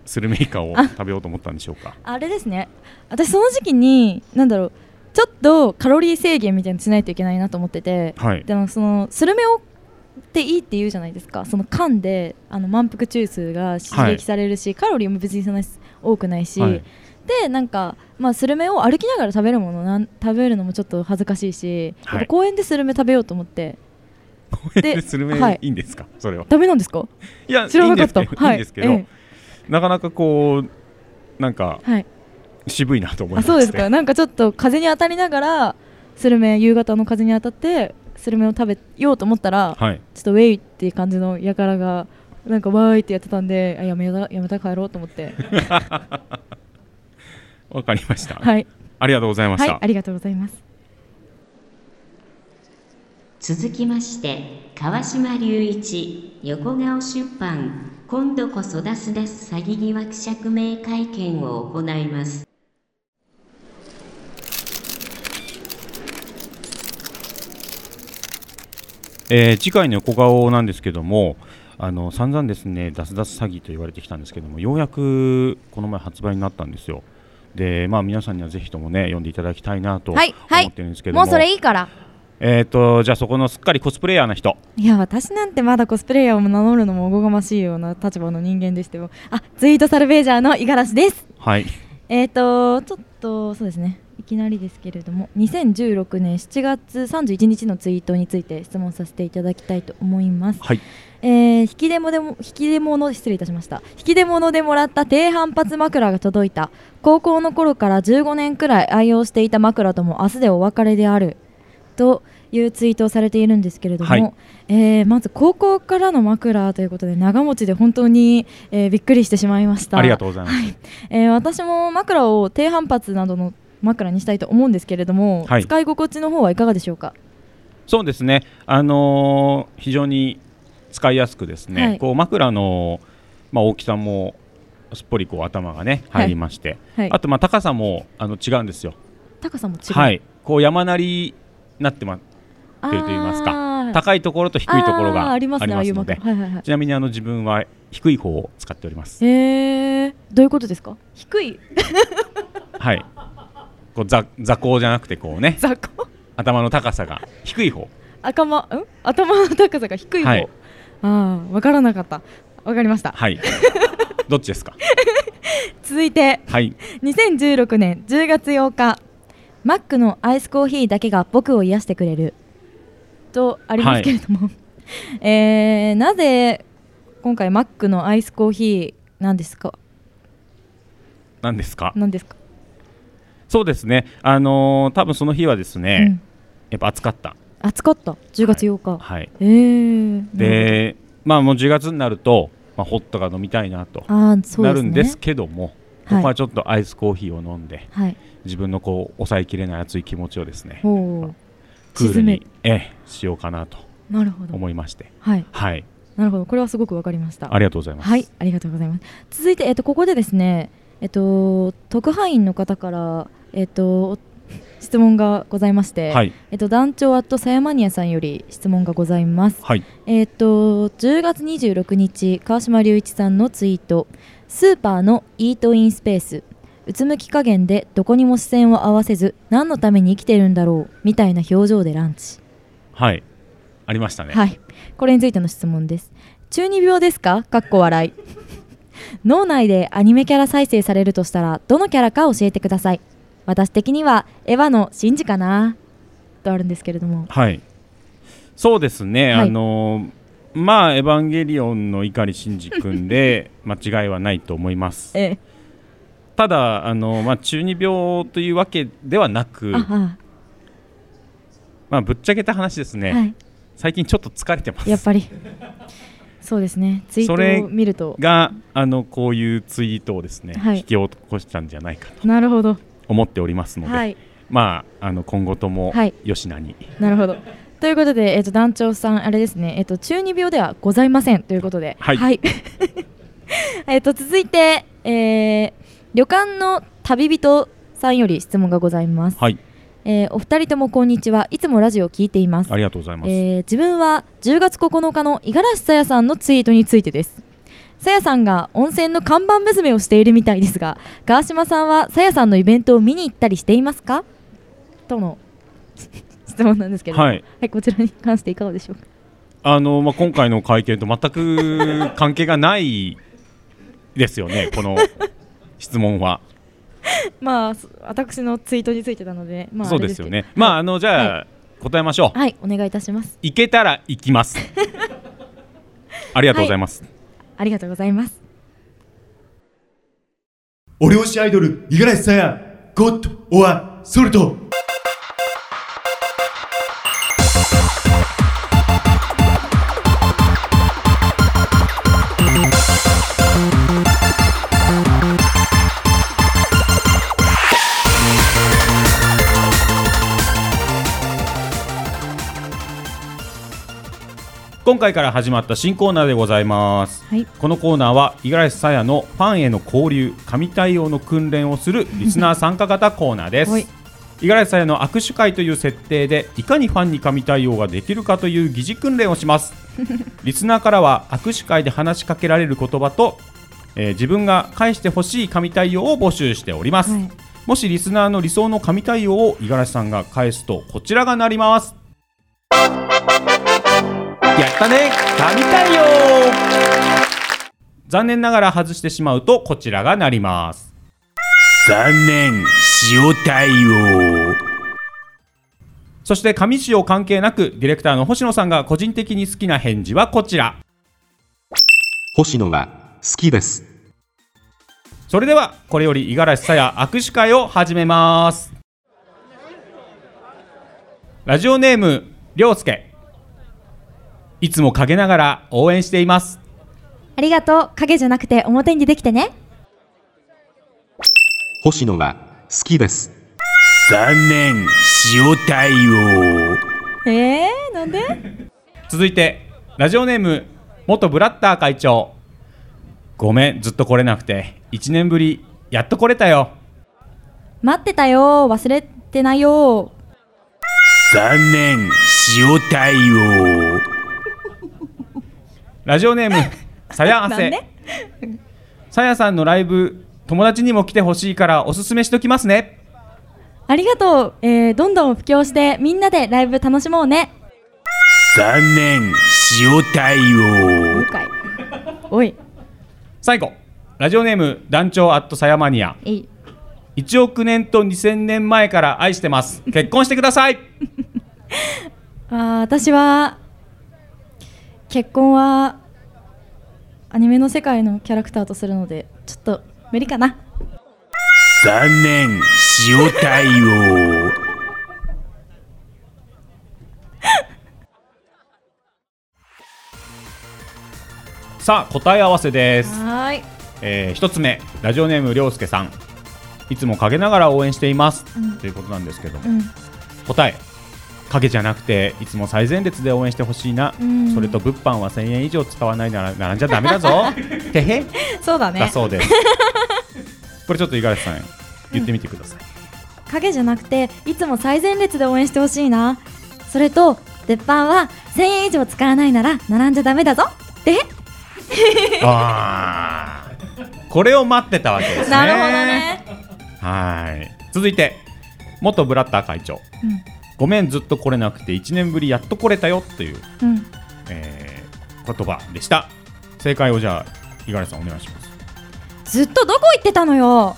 Speaker 2: スルメイカを食べようと思ったんでしょうか、
Speaker 1: あれですね私その時期に何だろうちょっとカロリー制限みたいにしないといけないなと思ってて、
Speaker 2: はい、
Speaker 1: でもそのスルメをっていいって言うじゃないですかその噛んであの満腹中枢が刺激されるし、はい、カロリーも別にそんな多くないし、はいでなんか、まあ、スルメを歩きながら食べるものなん食べるのもちょっと恥ずかしいし、
Speaker 2: はい、
Speaker 1: 公園でスルメ食べようと思って
Speaker 2: 公園でスルメ、はい、いいんですかそれは
Speaker 1: ダメなんですか
Speaker 2: いや
Speaker 1: 知らなかった
Speaker 2: いいんですけど,、なかなかこうなんか、
Speaker 1: はい、
Speaker 2: 渋いなと思い
Speaker 1: あ
Speaker 2: ました
Speaker 1: そうですかなんかちょっと風に当たりながらスルメ夕方の風に当たってスルメを食べようと思ったら、
Speaker 2: はい
Speaker 1: ちょっとウェイっていう感じのやからがなんかわーいってやってたんであやめたやめた帰ろうと思って
Speaker 2: わかりました、
Speaker 1: はい
Speaker 2: ありがとうございまし
Speaker 1: は
Speaker 2: た、
Speaker 1: いありがとうございます
Speaker 13: 続きまして川島隆一横顔出版今度こそ出す出す詐欺疑惑釈明会見を行います
Speaker 2: えー次回の横顔なんですけどもあの散々ですねダスダス詐欺と言われてきたんですけどもようやくこの前発売になったんですよでまあ皆さんにはぜひともね読んでいただきたいな と思
Speaker 1: はいはい
Speaker 2: ってるんですけども、
Speaker 1: もうそれいいから
Speaker 2: えっ、とじゃあそこのすっかりコスプレイヤーな人
Speaker 1: いや私なんてまだコスプレイヤーを名乗るのもおこがましいような立場の人間でしてもあツイートサルベージャーの五十嵐です
Speaker 2: はい
Speaker 1: えーとちょっとそうですねいきなりですけれども2016年7月31日のツイートについて質問させていただきたいと思います。
Speaker 2: はい
Speaker 1: えー引き出物でも引き出物失礼いたしました引き出物でもらった低反発枕が届いた高校の頃から15年くらい愛用していた枕とも明日でお別れであるというツイートをされているんですけれども、
Speaker 2: はい
Speaker 1: えーまず高校からの枕ということで長持ちで本当に、えーびっくりしてしまいました
Speaker 2: ありがとうございます、
Speaker 1: えー私も枕を低反発などの枕にしたいと思うんですけれども、
Speaker 2: はい
Speaker 1: 使い心地の方はいかがでしょうか
Speaker 2: そうですね、あのー非常に使いやすくですね、
Speaker 1: はい
Speaker 2: こう枕の、まあ、大きさもすっぽりこう頭がね
Speaker 1: はい
Speaker 2: 入りまして、
Speaker 1: はい
Speaker 2: あとまあ高さもあの違うんですよ。
Speaker 1: 高さも違う、
Speaker 2: はい、こう山なりになってまってると言います
Speaker 1: あ
Speaker 2: か
Speaker 1: ー、
Speaker 2: 高いところと低いところ
Speaker 1: あ
Speaker 2: が
Speaker 1: ー
Speaker 2: あ
Speaker 1: あ
Speaker 2: り
Speaker 1: り
Speaker 2: ま
Speaker 1: ますすね
Speaker 2: ので、
Speaker 1: ああいう枕はいはいはい
Speaker 2: ちなみにあの自分は低い方を使っております。
Speaker 1: えー、どういうことですか低い
Speaker 2: はい。こう座座高じゃなくてこうね、頭の高さが低い方。
Speaker 1: 赤ま、ん頭の高さが低い方、
Speaker 2: はい
Speaker 1: ああわからなかったわかりました、
Speaker 2: はい。 どっちですか。
Speaker 1: 続いて
Speaker 2: はい。
Speaker 1: 2016年10月8日マックのアイスコーヒーだけが僕を癒してくれるとありますけれども、 えーなぜ今回マックのアイスコーヒーなんですか
Speaker 2: 何ですか。
Speaker 1: なんですか
Speaker 2: そうですね。あのー多分その日はですね、やっぱ暑かった。
Speaker 1: 暑かった10月8日、
Speaker 2: はい。
Speaker 1: えー、
Speaker 2: で、まあもう10月になると、まあホットが飲みたいなと
Speaker 1: あーそうですね
Speaker 2: なるんですけども、
Speaker 1: はい
Speaker 2: ここはちょっとアイスコーヒーを飲んで、
Speaker 1: はい
Speaker 2: 自分のこう抑えきれない熱い気持ちをですね、
Speaker 1: ほ
Speaker 2: クール
Speaker 1: 沈め
Speaker 2: にええしようかなと
Speaker 1: なるほど
Speaker 2: 思いまして、
Speaker 1: はい
Speaker 2: はい、
Speaker 1: なるほど、これはすごくわかりました。
Speaker 2: ありがとうございます
Speaker 1: はい、ありがとうございます。続いて、えっと、ここでですね、えっと、特派員の方から、えっと。質問がございまして、
Speaker 2: はい
Speaker 1: えっと、団長アットサヤマニアさんより質問がございます。
Speaker 2: はい
Speaker 1: えっと、10月26日、川島隆一さんのツイート。スーパーのイートインスペース。うつむき加減でどこにも視線を合わせず何のために生きてるんだろうみたいな表情でランチ
Speaker 2: はい、ありましたね。
Speaker 1: はい、これについての質問です。中二病ですか？かっこ笑い。 脳内でアニメキャラ再生されるとしたらどのキャラか教えてください。私的にはエヴァのシンジかなとあるんですけれども、
Speaker 2: はい、そうですね、
Speaker 1: はい
Speaker 2: あのーまあ、エヴァンゲリオンの碇シンジ君 で間違いはないと思います。
Speaker 1: え
Speaker 2: ただ、あのーまあ、中二病というわけではなく、
Speaker 1: ああ
Speaker 2: まあ、ぶっちゃけた話ですね、
Speaker 1: はい
Speaker 2: 最近ちょっと疲れてます。
Speaker 1: やっぱりそうですね。ツイ
Speaker 2: それ
Speaker 1: ートを見ると、
Speaker 2: があのこういうツイートをですね、
Speaker 1: はい
Speaker 2: 引き起こしたんじゃないかと
Speaker 1: なるほど、
Speaker 2: 思っておりますので、
Speaker 1: はい
Speaker 2: まああの今後とも
Speaker 1: はい
Speaker 2: 吉名に、
Speaker 1: なるほど。ということで、えっと団長さんあれですね、えっと中二病ではございませんという ことで、
Speaker 2: はい
Speaker 1: えっと続いて、えー旅館の旅人さんより質問がございます。
Speaker 2: はい、
Speaker 1: えーお二人ともこんにちは。いつもラジオを聞いています。
Speaker 2: ありがとうございます。
Speaker 1: えー自分は10月9日の五十嵐さやさんのツイートについてです。さやさんが温泉の看板娘をしているみたいですが、川島さんはさやさんのイベントを見に行ったりしていますかとの質問なんですけれども、
Speaker 2: はい
Speaker 1: こちらに関していかがでしょうか。
Speaker 2: あのまあ今回の会見と全く関係がないですよねこの質問は、
Speaker 1: まあ、そ私のツイートについてなので、まあ、
Speaker 2: そうですよね。まああのじゃあ、答えましょう。
Speaker 1: あれですけどはい、お願いいたします。
Speaker 2: 行けたら行きます。ありがとうございます。
Speaker 1: ありがとうございます。
Speaker 18: お漁師アイドル五十嵐さやゴッド・オア・ソルト
Speaker 2: 今回から始まった新コーナーでございます、
Speaker 19: はい
Speaker 2: このコーナーは五十嵐さやのファンへの交流神対応の訓練を するリスナー参加型コーナーです
Speaker 19: はい
Speaker 2: 五十嵐さやの握手会という設定でいかにファンに神対応ができるかという疑似訓練をしますリスナーからは握手会で話しかけられる言葉と、えー自分が返してほしい神対応を募集しております、もしリスナーの理想の神対応を五十嵐さんが返すとこちらがなりますやったね神対応残念ながら外してしまうとこちらがなります残念塩対応そして紙塩関係なくディレクターの星野さんが個人的に好きな返事はこちら
Speaker 20: 星野 は好きです。
Speaker 2: それではこれより五十嵐さや握手会を始めますラジオネームりょうすけいつも陰ながら応援しています
Speaker 1: ありがとう影じゃなくて表に出てきてね
Speaker 20: 星野は好きです。
Speaker 2: 残念塩対応
Speaker 1: えー、なんで
Speaker 2: 続いてラジオネーム元ブラッター会長ごめんずっと来れなくて1年ぶりやっと来れたよ
Speaker 1: 待ってたよ忘れてないよ
Speaker 2: 残念塩対応ラジオ ネームさやあ
Speaker 1: なん
Speaker 2: せ
Speaker 1: で
Speaker 2: さやさんのライブ友達にも来てほしいからおすすめしときますね
Speaker 1: ありがとう、えー、どんどん布教してみんなでライブ楽しもうね
Speaker 2: 残念塩対応
Speaker 1: おい
Speaker 2: 最後ラジオネーム団長アットさやマニア
Speaker 1: えい
Speaker 2: 1億年と2000年前から愛してます結婚してください
Speaker 1: あー私は結婚はアニメの世界のキャラクターとするのでちょっと無理かな
Speaker 2: 残念塩対応 さあ答え合わせです
Speaker 1: はーい、
Speaker 2: えー、1つ目ラジオネームりょうすけさんいつも陰ながら応援しています、
Speaker 1: うん
Speaker 2: ということなんですけども、
Speaker 1: うん、
Speaker 2: 答え影じゃなくていつも最前列で応援してほしいな、
Speaker 1: うん
Speaker 2: それと物販は1000円以上使わないなら並んじゃダメだぞ てへ
Speaker 1: そうだね
Speaker 2: だそうですこれちょっと五十嵐さん言ってみてください、
Speaker 1: 影じゃなくていつも最前列で応援してほしいなそれと鉄板は1000円以上使わないなら並んじゃダメだぞで
Speaker 2: あーこれを待ってたわけですね
Speaker 1: なるほどね
Speaker 2: はい続いて元ブラッター会長ごめんずっと来れなくて1年ぶりやっと来れたよという、
Speaker 1: うん、うん、
Speaker 2: えー言葉でした正解をじゃあ五十嵐さんお願いします
Speaker 1: ずっとどこ行ってたのよ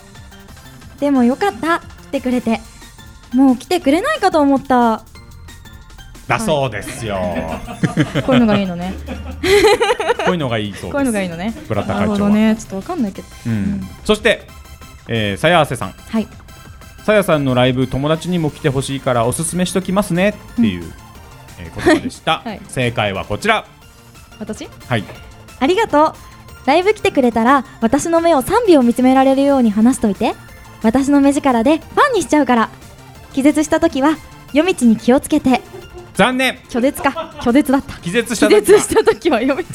Speaker 1: でもよかった来てくれてもう来てくれないかと 思った
Speaker 2: だそうですよ、
Speaker 1: こういうのがいいのね
Speaker 2: こういうのがいいそうです
Speaker 1: こういうのがいいのね
Speaker 2: ブラッタ
Speaker 1: な
Speaker 2: 会
Speaker 1: る
Speaker 2: 長
Speaker 1: ほ
Speaker 2: は
Speaker 1: どねちょっとわかんないけど
Speaker 2: うんそして、えー、さやあせさん
Speaker 1: はい
Speaker 2: さやさんのライブ友達にも来てほしいからおすすめしときますねっていう、えー言葉でした、
Speaker 1: はい
Speaker 2: 正解はこちら
Speaker 1: 私
Speaker 2: はい
Speaker 1: ありがとうライブ来てくれたら私の目を3秒見つめられるように話しといて私の目力でファンにしちゃうから気絶した時は夜道に気をつけて
Speaker 2: 残念
Speaker 1: 拒絶か拒絶だった
Speaker 2: 気絶した
Speaker 1: 気
Speaker 2: 時は
Speaker 1: 絶した時は夜道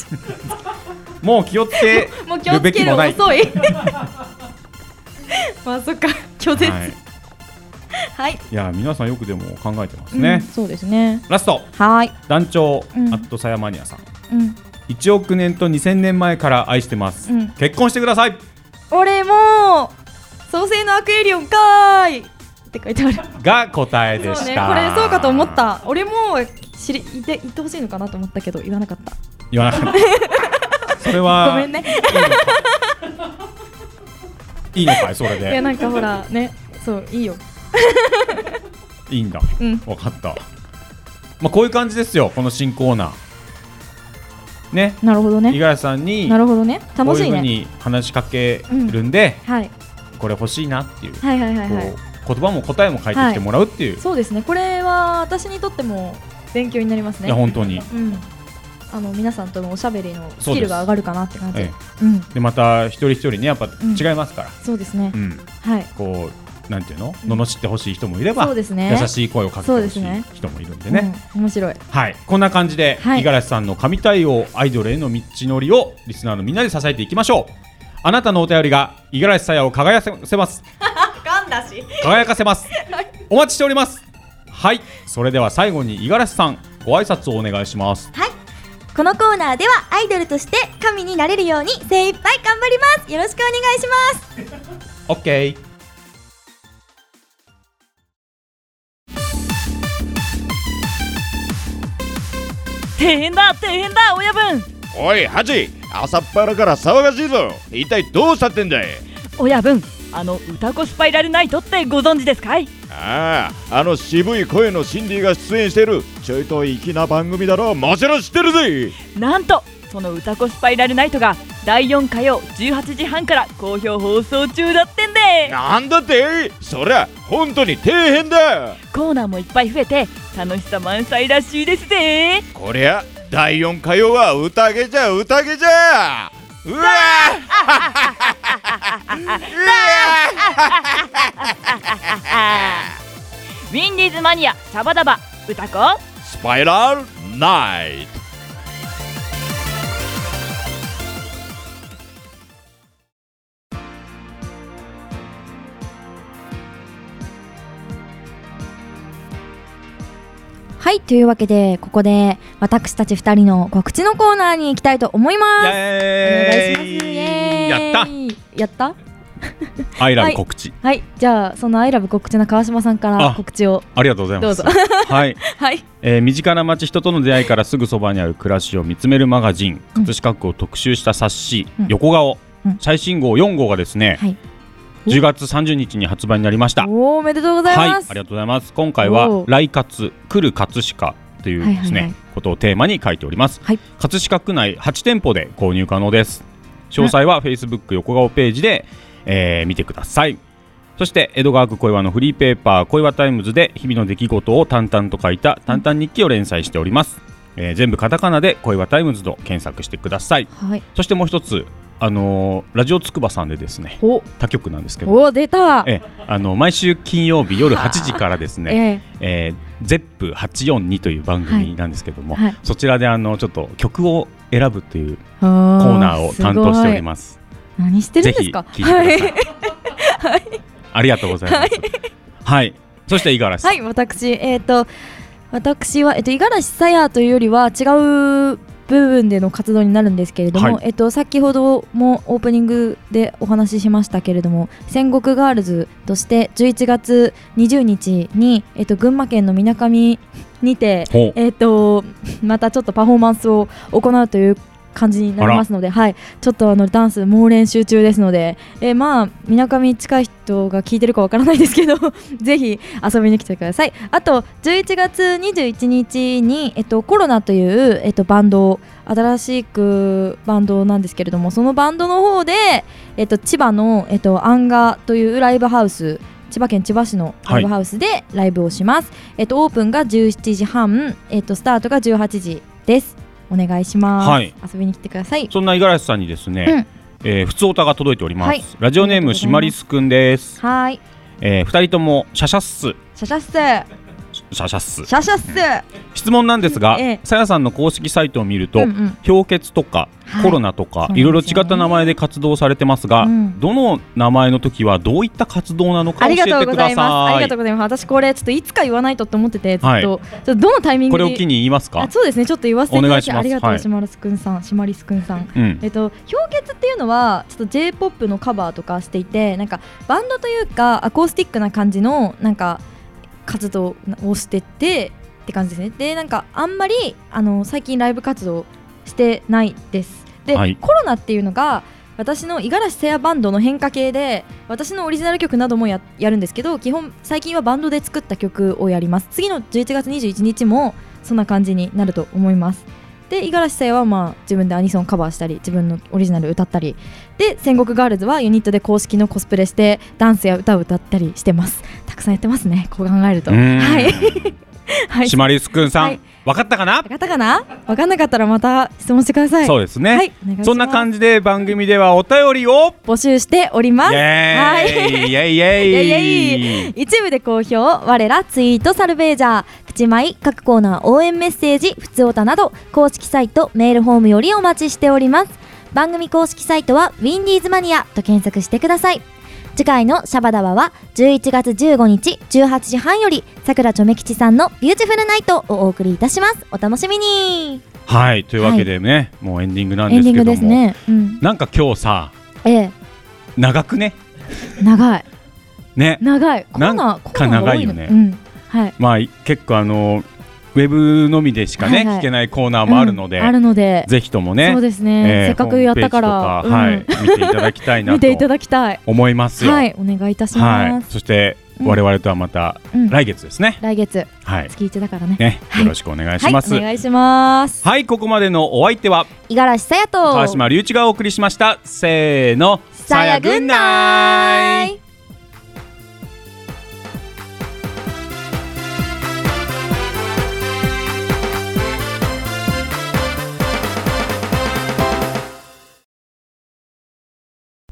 Speaker 2: もう気を つけ
Speaker 1: もう気
Speaker 2: る
Speaker 1: をつ
Speaker 2: べき
Speaker 1: ける
Speaker 2: もない
Speaker 1: 遅いまあそっか拒絶
Speaker 2: はい、
Speaker 1: はい、
Speaker 2: いや皆さんよくでも考えてますね、
Speaker 1: そうですね
Speaker 2: ラスト
Speaker 1: はーい
Speaker 2: 団長、
Speaker 1: うん
Speaker 2: アットさやマニアさん
Speaker 1: うん
Speaker 2: 1億年と2000年前から愛してます、
Speaker 1: うん
Speaker 2: 結婚してください
Speaker 1: 俺も創世のアクエリオンかーいって書いてある
Speaker 2: が答えでした
Speaker 1: そうねこれそうかと思った俺も知りいて言ってほしいのかなと思ったけど言わなかった
Speaker 2: 言わな かったそれは
Speaker 1: ごめんね
Speaker 2: いいのかいそれ
Speaker 1: いや
Speaker 2: で
Speaker 1: なんかほらねそういいよ
Speaker 2: いいんだ、
Speaker 1: うん
Speaker 2: 分かったまあこういう感じですよこの新コーナーね
Speaker 1: なるほど
Speaker 2: 五
Speaker 1: ね
Speaker 2: 十嵐さんに
Speaker 1: なるほどね楽しい
Speaker 2: こういうふう
Speaker 1: ね
Speaker 2: に話しかけるんで、
Speaker 1: はい
Speaker 2: これ欲しいなっていうこう
Speaker 21: はいはいはいはい
Speaker 2: 言葉も答えも書いてきてもらうっていう、
Speaker 21: そうですねこれは私にとっても勉強になりますね
Speaker 2: いや本当に
Speaker 21: うんあの皆さんとのおしゃべりのスキルが上がるかなって感じ
Speaker 2: え
Speaker 21: えうん
Speaker 2: でまた一人一人ねやっぱ
Speaker 21: ん
Speaker 2: 違いますから、
Speaker 21: そうですね
Speaker 2: うん
Speaker 21: はい
Speaker 2: こうなんていうの罵ってほしい人もいれば、
Speaker 21: そうですね
Speaker 2: 優しい声をかけて
Speaker 21: そう
Speaker 2: ほ
Speaker 21: で
Speaker 2: し
Speaker 21: す
Speaker 2: い
Speaker 21: ね
Speaker 2: 人もいるんでね
Speaker 21: うん面白い
Speaker 2: はい、こんな感じで
Speaker 21: はい
Speaker 2: 五十嵐さんの神対応アイドルへの道のりをリスナーのみんなで支えていきましょうあなたのお便りが五十嵐さやを輝かせます
Speaker 22: 噛んだし
Speaker 2: 輝かせますお待ちしておりますはいそれでは最後に五十嵐さんご挨拶をお願いします
Speaker 22: このコーナーではアイドルとして神になれるように精一杯頑張りますよろしくお願いします
Speaker 2: オッケー
Speaker 7: 大変だ大変だ親分
Speaker 23: おいハジ朝っぱらから騒がしいぞ一体どうしたってんだい
Speaker 7: 親分あの歌子スパイラルナイトってご存知ですかい
Speaker 23: あああの渋い声のシンディが出演してるちょいと粋な番組だろもちろん知ってるぜ
Speaker 7: なんとその歌子スパイラルナイトが第4火曜18時半から好評放送中だってんで
Speaker 23: なんだってそりゃ本当に底辺だ
Speaker 7: コーナーもいっぱい増えて楽しさ満載らしいですぜ
Speaker 23: こりゃ第4火曜は宴じゃ宴じゃ うわ
Speaker 7: ウィンディーズマニアシャバダバ歌子
Speaker 23: スパイラルナイト
Speaker 1: はいというわけでここで私たち2人の告知のコーナーに行きたいと思いますお願いしますイエーイ
Speaker 2: やっ
Speaker 1: やった
Speaker 2: たアイラブ告知、
Speaker 1: はいじゃあそのアイラブ告知の川島さんから
Speaker 2: あ
Speaker 1: 告知を
Speaker 2: ありがとうございます
Speaker 1: どうぞ
Speaker 2: はい
Speaker 1: はい
Speaker 2: えー身近な街人との出会いからすぐそばにある暮らしを見つめるマガジン
Speaker 1: うん
Speaker 2: 葛飾区を特集した冊子、
Speaker 1: うん
Speaker 2: 横顔、
Speaker 1: うん
Speaker 2: 最新号4号がですね、
Speaker 1: はい
Speaker 2: 10月30日に発売になりましたはい
Speaker 1: おーおめでとうござい
Speaker 2: あり
Speaker 1: ま
Speaker 2: が
Speaker 1: す、
Speaker 2: とうございます今回
Speaker 1: お
Speaker 2: は
Speaker 1: ー
Speaker 2: 来活来る葛飾というですね、
Speaker 1: はいはいはい
Speaker 2: ことをテーマに書いております、葛飾区内8店舗で購入可能です詳細は Facebook 横顔ページで、えー見てくださいそして江戸川区小岩のフリーペーパー小岩タイムズで日々の出来事を淡々と書いた淡々日記を連載しております、えー全部カタカナで小岩タイムズと検索してください、
Speaker 1: はい
Speaker 2: そしてもう一つあのーラジオつくばさんでですね
Speaker 1: お
Speaker 2: 他局なんですけど
Speaker 1: おー出た
Speaker 2: ええあの毎週金曜日夜8時からですね、えー、ZEP842 という番組なんですけども、
Speaker 1: はいはい
Speaker 2: そちらであのちょっと曲を選ぶというコ
Speaker 1: コ
Speaker 2: ーナーを担当しております。
Speaker 1: 何してるんですか
Speaker 2: ぜひ聞いてください
Speaker 1: はい
Speaker 2: ありがとうございます。
Speaker 1: は
Speaker 2: はいい、そして五十嵐さん、
Speaker 1: はい、私、えっ、と、私は、えっ、と、五十嵐さやというよりは、違う部分での活動になるんですけれども、
Speaker 10: はい
Speaker 1: えっ、と、先ほどもオープニングでお話ししましたけれども、戦国ガールズとして、11月20日に、えっ、と、群馬県のみなかみにて
Speaker 12: ほう、
Speaker 1: えっ、と、またちょっとパフォーマンスを行うという感じになりますので、はい、ちょっとあのダンス猛練習中ですので、えーまあみなかみ近い人が聞いてるかわからないですけど、 ぜひ遊びに来てください。あと11月21日にえっとコロナというえっとバンド新しくバンドなんですけれども、そのバンドの方でえっと千葉のえっとアンガというライブハウス。千葉県千葉市のライブハウスでライブをします。えっとオープンが17時半、えっとスタートが18時です。お願いします。
Speaker 2: はい
Speaker 1: 遊びに来てください。
Speaker 2: そんな五十嵐さんにですね、えー、普通おたが届いております。
Speaker 1: はい
Speaker 2: ラジオネームしまりすくんです。
Speaker 1: はーい。
Speaker 2: えー、二人ともシャシャッス、
Speaker 1: シャシャッ
Speaker 2: シャシャッス。
Speaker 1: ス。シャシャッス。
Speaker 2: 質問なんですが
Speaker 1: ええ、
Speaker 2: さやさんの公式サイトを見ると、
Speaker 1: うんうん
Speaker 2: 氷結とかコロナとか、
Speaker 1: はい
Speaker 2: いろいろ違った名前で活動されてますが、
Speaker 1: うん
Speaker 2: どの名前の時はどういった活動なのか
Speaker 1: あ
Speaker 2: 教
Speaker 1: り
Speaker 2: えて
Speaker 1: が
Speaker 2: ください。
Speaker 1: とうございます。ありがとうございます。私これちょっといつか言わないとって思ってて、ずっと、
Speaker 2: はい
Speaker 1: ちょっとどのタイミング
Speaker 2: こ
Speaker 1: で
Speaker 2: れを機に言いますか
Speaker 1: あ。そうですね。ちょっと言わせていただき
Speaker 2: お願いします
Speaker 1: ありがとう、
Speaker 2: はい
Speaker 1: しまるすくんさん、しまりすくんさん。
Speaker 2: うん
Speaker 1: えっと氷結っていうのはちょっと J-POP のカバーとかしていて、なんかバンドというかアコースティックな感じのなんか活動をしててって感じですね。でなんかあんまりあの最近ライブ活動してないです。で、
Speaker 10: はい
Speaker 1: コロナっていうのが私の五十嵐聖也バンドの変化系で私のオリジナル曲などもややるんですけど基本最近はバンドで作った曲をやります次の11月21日もそんな感じになると思いますで五十嵐さやはまあ自分でアニソンカバーしたり自分のオリジナル歌ったりで戦国ガールズはユニットで公式のコスプレしてダンスや歌を歌ったりしてますたくさんやってますねこう考えるとはい
Speaker 2: シマリスくんさん、
Speaker 1: はい
Speaker 2: 分かったかな
Speaker 1: 分かったかな分かんなかったらまた質問してください
Speaker 2: そうですね、
Speaker 1: はいお願いします
Speaker 2: そんな感じで番組ではお便りを
Speaker 1: 募集しております
Speaker 2: イ
Speaker 1: は
Speaker 2: エーイ
Speaker 1: い
Speaker 2: イエイイエイ
Speaker 1: いやいやいい一部で好評我らツイートサルベージャー口舞各コーナー応援メッセージふつおたなど公式サイトメールフォームよりお待ちしております番組公式サイトは「ウィンディーズマニア」と検索してください次回の「シャバダバ」は11月15日18時半よりさくらちょめ吉さんの「ビューティフルナイト」をお送りいたしますお楽しみに
Speaker 2: はいというわけでね、もうエンディングなん
Speaker 1: エ
Speaker 2: です
Speaker 1: ンディ
Speaker 2: け
Speaker 1: ン
Speaker 2: ど
Speaker 1: グ
Speaker 2: も
Speaker 1: ですね、うん、
Speaker 2: なんか今日さ
Speaker 1: ええ
Speaker 2: 長くね
Speaker 1: 長い
Speaker 2: ね
Speaker 1: 長いコーナ
Speaker 2: な
Speaker 1: ー
Speaker 2: ん
Speaker 1: コ
Speaker 2: か
Speaker 1: ーナーが多いの
Speaker 2: 長いよね
Speaker 1: うん、はい
Speaker 2: まあ結構あのウェブのみでしかね、
Speaker 1: はいはい
Speaker 2: 聞けないコーナーもあるので、
Speaker 1: うんあるので
Speaker 2: ぜひともね
Speaker 1: そうですねせっかくやったから
Speaker 2: ホームページとかはい、見ていただきたいな
Speaker 1: 見ていた
Speaker 2: と
Speaker 1: だきたい
Speaker 2: 思いますよ。
Speaker 1: はいお願いいたし
Speaker 2: は
Speaker 1: ま
Speaker 2: い、
Speaker 1: す、
Speaker 2: そして
Speaker 1: うん
Speaker 2: 我々とはまた
Speaker 1: うん
Speaker 2: 来月ですね、
Speaker 1: 来月
Speaker 2: はい
Speaker 1: 月一だからね
Speaker 2: ねよろしくお願いします、
Speaker 1: はい、お願いします
Speaker 2: はい、ここまでのお相手は
Speaker 1: 五十嵐さやと
Speaker 2: 川島隆一がお送りしました。せーの、
Speaker 1: さやぐん
Speaker 2: ナイ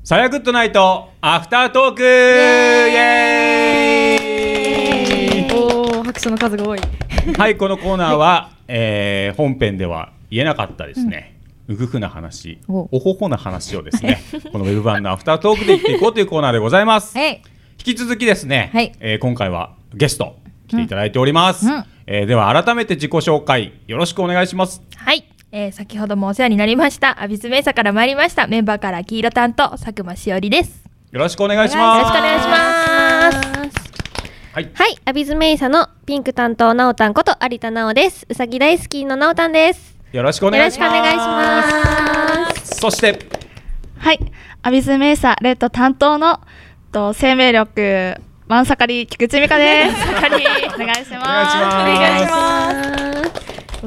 Speaker 2: さやグッドナイトアフタートークイエーイ
Speaker 1: おお拍手の数が多い
Speaker 2: はい、このコーナーは、えー本編では言えなかったです ね、うぐふな話、
Speaker 1: お
Speaker 2: ほほな話をですね、このウェブ版のアフタートークで言っていこうというコーナーでございます。
Speaker 1: はい
Speaker 2: 引き続きですね、
Speaker 1: はい
Speaker 2: えー今回はゲスト来ていただいております。
Speaker 4: うん
Speaker 2: えーでは改めて自己紹介よろしくお願いします。
Speaker 4: はい、えー、先ほどもお世話になりましたアビスメイサから参りましたメンバーから黄色担当佐久間しおりです
Speaker 2: よろしくお願いし
Speaker 4: よ
Speaker 2: ま
Speaker 4: ろしくお
Speaker 2: す。
Speaker 4: 願いします
Speaker 2: はい、
Speaker 5: はい、アビズメイサのピンク担当なおたんこと有田なおです。うさぎ大好きのなおたんです。
Speaker 2: よろしく
Speaker 5: よ
Speaker 2: お願
Speaker 5: ろ
Speaker 2: い
Speaker 5: し
Speaker 2: し
Speaker 5: くお
Speaker 2: ま。
Speaker 5: 願いします
Speaker 2: そして
Speaker 6: はい、アビスメイサレッド担当のと生命力マンサカリ菊池美香です。マンサカリお願いします。お願いしま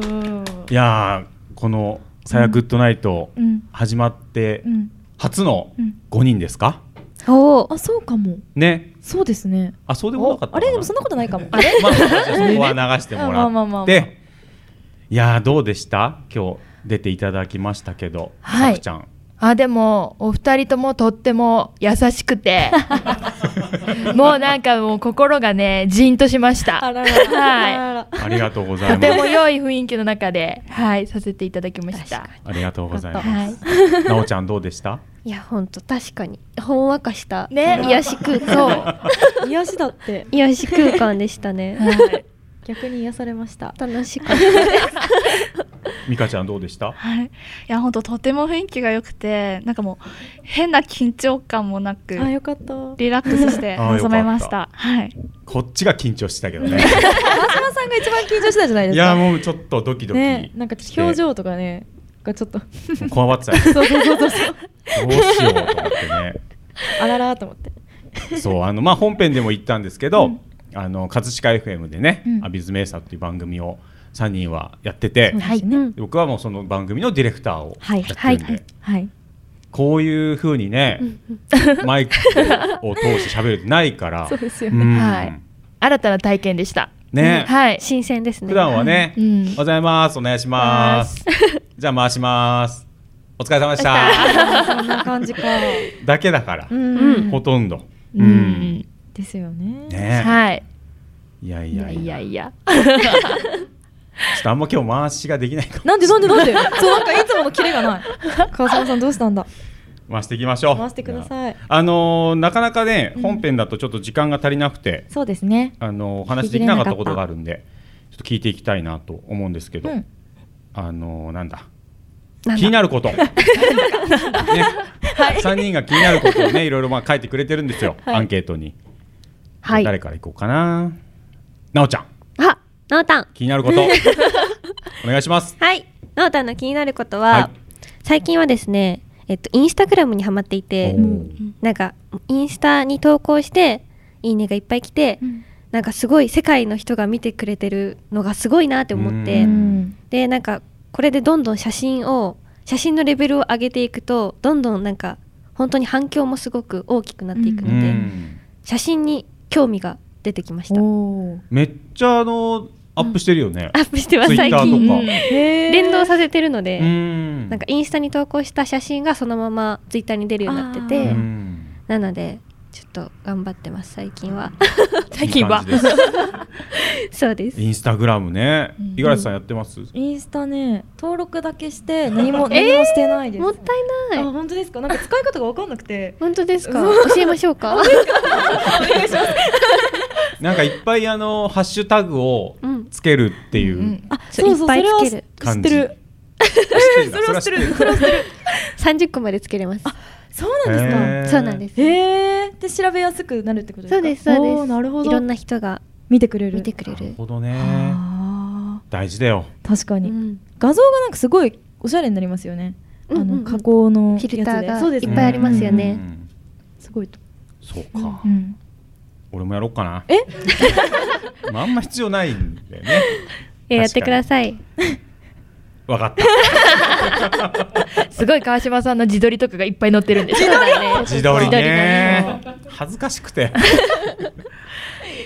Speaker 6: す。うん
Speaker 2: いやーこのさやグッドナイト
Speaker 1: うん
Speaker 2: 始まって
Speaker 1: うん
Speaker 2: 初の
Speaker 1: うん
Speaker 2: 5人ですか？
Speaker 1: おおあそうかも
Speaker 2: ね。
Speaker 1: そうですね
Speaker 2: あそうでもなかった
Speaker 1: あれでもそんなことないかもあ
Speaker 2: まあ、そこ は流しても
Speaker 1: まあま
Speaker 2: ら
Speaker 1: あまあまあ
Speaker 2: って。いやーどうでした今日出ていただきましたけど、
Speaker 4: はい
Speaker 2: さくちゃん
Speaker 4: あでもお二人ともとっても優しく てもうなんかもう心がねじんとしましたはい
Speaker 2: ありがとうござ
Speaker 4: と
Speaker 2: いま
Speaker 4: ても
Speaker 2: す
Speaker 4: 良い雰囲気の中ではいさせていただきました
Speaker 2: ありがとうございます、
Speaker 5: はい
Speaker 2: なおちゃんどうでした
Speaker 5: いや、ほんと確かにほんわかした
Speaker 4: ね
Speaker 5: 癒し空間。
Speaker 1: 癒しだって
Speaker 5: 癒し空間でしたね。
Speaker 1: 逆に癒されました
Speaker 5: 楽しかったです。
Speaker 2: 美香ちゃんどうでした
Speaker 6: はい、いや本当とても雰囲気が良くてなんかもう変な緊張感もなく
Speaker 1: あよかった
Speaker 6: リラックスし
Speaker 2: あ
Speaker 6: て
Speaker 2: よかった
Speaker 6: 臨めましたはい
Speaker 2: こっちが緊張してたけどね
Speaker 1: 川島さんが一番緊張してたじゃないで
Speaker 2: い
Speaker 1: すか
Speaker 2: やーもうちょっとドキドキ、
Speaker 1: ねなんか表情とかねがちょっと
Speaker 2: こわばってた
Speaker 1: そうそうそうそうそう
Speaker 2: どうしようと思ってね
Speaker 1: あららーと思って
Speaker 2: そうあのまあ本編でも言ったんですけど、あの葛飾 FM でね、
Speaker 1: うん
Speaker 2: アビズメイサっていう番組を3人はやってて、
Speaker 1: はいね
Speaker 2: 僕はもうその番組のディレクターを
Speaker 1: はい
Speaker 2: やってるんで、
Speaker 1: はいはい
Speaker 2: こういう風にね、マイクを通して喋るってないから、
Speaker 4: そうですよ
Speaker 2: うん
Speaker 4: ねはい新たな体験でした
Speaker 2: ね
Speaker 4: はい新鮮ですね
Speaker 2: 普段はね、
Speaker 4: う
Speaker 2: おはよ
Speaker 4: ん
Speaker 2: うございます、お願いします。じゃあ回します。お疲れ様でした。
Speaker 1: あ そんな感じか
Speaker 2: だけだから、
Speaker 1: うん
Speaker 2: ほとんど。
Speaker 1: うん
Speaker 2: うん
Speaker 1: ですよね
Speaker 2: ね
Speaker 4: はい
Speaker 2: いやいやいや、
Speaker 4: いやいや
Speaker 2: ちょっとあんま今日回しができないかも。
Speaker 1: なんでなんでなんでそうなんかいつものキレがない川島さんどうしたんだ
Speaker 2: 回していきましょう。
Speaker 1: 回してください
Speaker 2: あのーなかなかね、
Speaker 1: うん
Speaker 2: 本編だとちょっと時間が足りなくて、
Speaker 1: そうですね
Speaker 2: あのーお話できなかったことがあるんで、ちょっと聞いていきたいなと思うんですけど、
Speaker 1: うん
Speaker 2: あのーなんだ。
Speaker 1: なんだ
Speaker 2: 気になること、ね、3人が気になることをねいろいろまあ書いてくれてるんですよ、
Speaker 5: はい
Speaker 2: アンケートに、
Speaker 5: はい。
Speaker 2: 誰からいこうかななおちゃん
Speaker 5: あ、なおたん。
Speaker 2: 気になることお願いします
Speaker 5: はい。なおたんの気になることは、最近はですね、えっと、インスタグラムにハマっていて、なんか、インスタに投稿して、いいねがいっぱい来て、なんかすごい世界の人が見てくれてるのがすごいなって思って、で、なんか、これでどんどん写真を写真のレベルを上げていくとどんどんなんか本当に反響もすごく大きくなっていくので、写真に興味が出てきました
Speaker 2: めっちゃあのアップしてるよね、
Speaker 5: アップしてます最
Speaker 2: Twitter
Speaker 5: 近、
Speaker 2: とか
Speaker 5: 連動させてるので、
Speaker 2: うん
Speaker 5: なんかインスタに投稿した写真がそのままツイッターに出るようになってて
Speaker 2: うん
Speaker 5: なのでちょっと頑張ってます最近 は
Speaker 2: 最近はいい感じ
Speaker 5: そうです
Speaker 2: インスタグラムね五十嵐さんやってます、
Speaker 1: インスタね登録だけして何も何もしてないです、
Speaker 5: もったいない
Speaker 1: あ本当ですかなんか使い方が分かんなくて
Speaker 5: 本当ですか
Speaker 1: うん
Speaker 5: 教えましょうか
Speaker 2: なんかいっぱいあのハッシュタグをつけるっていう、
Speaker 5: あ
Speaker 1: そうそう
Speaker 5: いっぱいつ
Speaker 1: そ
Speaker 5: け
Speaker 1: れ
Speaker 5: る
Speaker 2: は知ってる
Speaker 5: それは知ってるそれは知ってる30個までつけれます
Speaker 1: そうなんですか
Speaker 5: へーそうなんです
Speaker 1: へ えで調べやすくなるってことですか
Speaker 5: そうですそうです
Speaker 1: おーなるほど
Speaker 5: いろんな人が
Speaker 1: 見てくれる
Speaker 5: 見てくれる
Speaker 2: なるほどね大事だよ
Speaker 1: 確かに、画像がなんかすごいおしゃれになりますよね、あの加工のやつで
Speaker 5: フィルターが
Speaker 1: そうですね
Speaker 5: いっぱいありますよね
Speaker 1: うんすごいと
Speaker 2: そうか、
Speaker 1: うん
Speaker 2: 俺もやろうかな
Speaker 1: え
Speaker 2: まああんま必要ないんだよね
Speaker 5: いややってください
Speaker 2: わかった
Speaker 4: すごい川島さんの自撮りとかがいっぱい載ってるん です
Speaker 5: 自撮り
Speaker 2: 自撮りね恥ずかしくて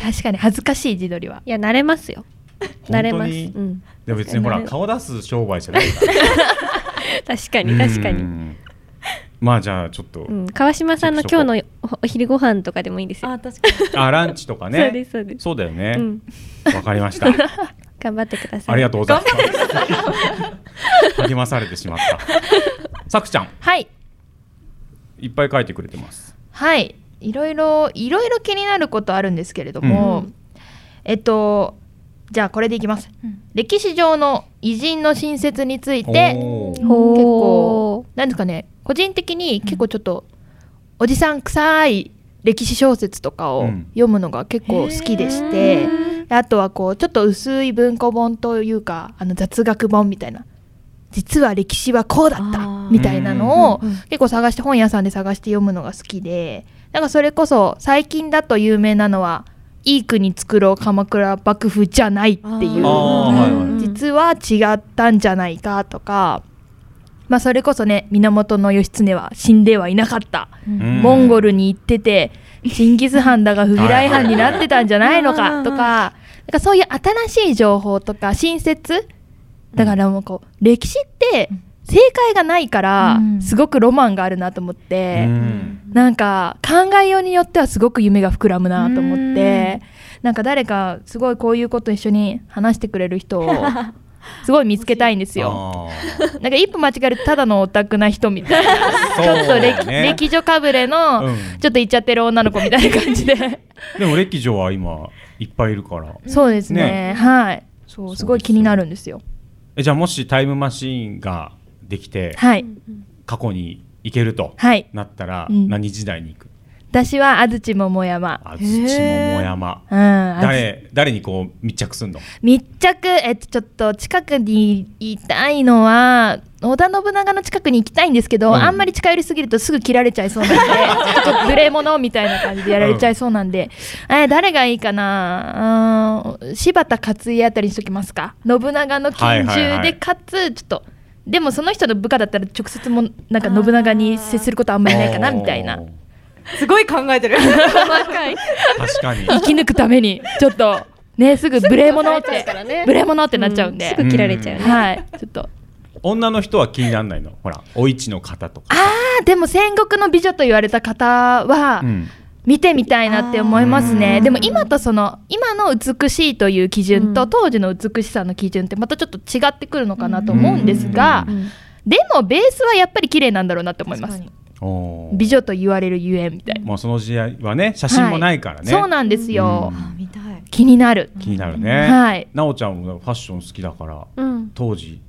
Speaker 4: 確かに恥ずかしい自撮りはい
Speaker 5: や慣れますよ慣れま
Speaker 2: 本
Speaker 5: す、
Speaker 2: 当
Speaker 5: う
Speaker 2: に
Speaker 5: ん、
Speaker 2: でも別にほら
Speaker 5: 確
Speaker 2: 顔出す商売じゃないから
Speaker 5: かに確かに、
Speaker 2: にまあじゃあちょっと、
Speaker 5: うん、川島さんの今日のおお昼ご飯とかでもいいですよ
Speaker 1: あ確かに
Speaker 2: あランチとかね
Speaker 5: そうですそうです
Speaker 2: だよね
Speaker 5: うん
Speaker 2: わ、かりました
Speaker 5: 頑張ってください
Speaker 2: ありがとうございます励まされてしまったさくちゃん
Speaker 4: はい
Speaker 2: いっぱい書いてくれてます
Speaker 4: はいいろいろいろいろ気になることあるんですけれども、えっとじゃあこれでいきます、歴史上の偉人の新説について
Speaker 2: おー
Speaker 4: 結構なんですかね個人的に結構ちょっと、おじさん臭い歴史小説とかを読むのが結構好きでして、あとはこうちょっと薄い文庫本というかあの雑学本みたいな実は歴史はこうだったみたいなのを結構探して本屋さんで探して読むのが好きでなんかそれこそ最近だと有名なのは「いい国作ろう鎌倉幕府じゃない」っていう実は違ったんじゃないかとか。まあ、それこそね源義経は死んではいなかった、
Speaker 12: ん
Speaker 4: モンゴルに行っててチンギス・ハンだが不義来犯になってたんじゃないの
Speaker 12: はいはいは
Speaker 4: か
Speaker 12: い
Speaker 4: とかなんかそういう新しい情報とか新説だからもうこう歴史って正解がないからすごくロマンがあるなと思って、なんか考えようによってはすごく夢が膨らむなと思って、なんか誰かすごいこういうこと一緒に話してくれる人 をすごい見つけたいんですよ。 なんか一歩間違えるとただのオタクな人みたいな、
Speaker 2: そう
Speaker 4: ちょっと
Speaker 2: だ
Speaker 4: 歴,、
Speaker 2: よね
Speaker 4: 歴女かぶれの、
Speaker 2: うん
Speaker 4: ちょっといっちゃってる女の子みたいな感じ で
Speaker 2: でも歴女は今いっぱいいるから
Speaker 4: そうですねはいそうすごい気になるんですよ。
Speaker 2: えじゃあもしタイムマシーンができて、
Speaker 4: はい
Speaker 2: 過去に行けると
Speaker 4: はい
Speaker 2: なったら、
Speaker 4: うん
Speaker 2: 何時代に行く
Speaker 4: 私は安土桃山安
Speaker 2: 土桃山、
Speaker 4: うん安土
Speaker 2: 誰誰にこう密着すんの
Speaker 4: 密着、えっと、ちょっと近くにいたいのは織田信長の近くに行きたいんですけど、
Speaker 2: うん
Speaker 4: あんまり近寄りすぎるとすぐ切られちゃいそうなんで ちょっとずれ者みたいな感じでやられちゃいそうなんで、え誰がいいかなうーん柴田勝家あたりにしときますか信長の
Speaker 12: はい
Speaker 4: 拳
Speaker 12: はい
Speaker 4: 銃
Speaker 12: は
Speaker 4: で
Speaker 12: い
Speaker 4: かつ、ちょっとでもその人の部下だったら直接もなんか信長に接することあんまりないかなみたいな
Speaker 1: すごい考えてる
Speaker 4: 若い
Speaker 2: 確かに
Speaker 4: 生き抜くためにちょっとねすぐ無礼者っ
Speaker 5: すぐ
Speaker 4: て
Speaker 5: 殺されちゃうからね
Speaker 4: 無礼者ってなっちゃうんで、
Speaker 2: うんすぐ切られちゃうね
Speaker 4: はいちょっと
Speaker 2: 女の人は気にならないのほらお市の方とか、
Speaker 4: あーでも戦国の美女と言われた方は
Speaker 2: うん
Speaker 4: 見てみたいなって思いますねでも今とその今の美しいという基準と当時の美しさの基準ってまたちょっと違ってくるのかなと思うんですが、でもベースはやっぱり綺麗なんだろうなって思います
Speaker 2: おー
Speaker 4: 美女と言われるゆえんみたいな、
Speaker 2: まあ、その時代はね写真もないからね、
Speaker 4: そうなんですよ、
Speaker 2: うん
Speaker 4: 気になる
Speaker 2: 気になるね、
Speaker 4: はい
Speaker 2: なおちゃんもファッション好きだから、
Speaker 4: うん
Speaker 2: 当時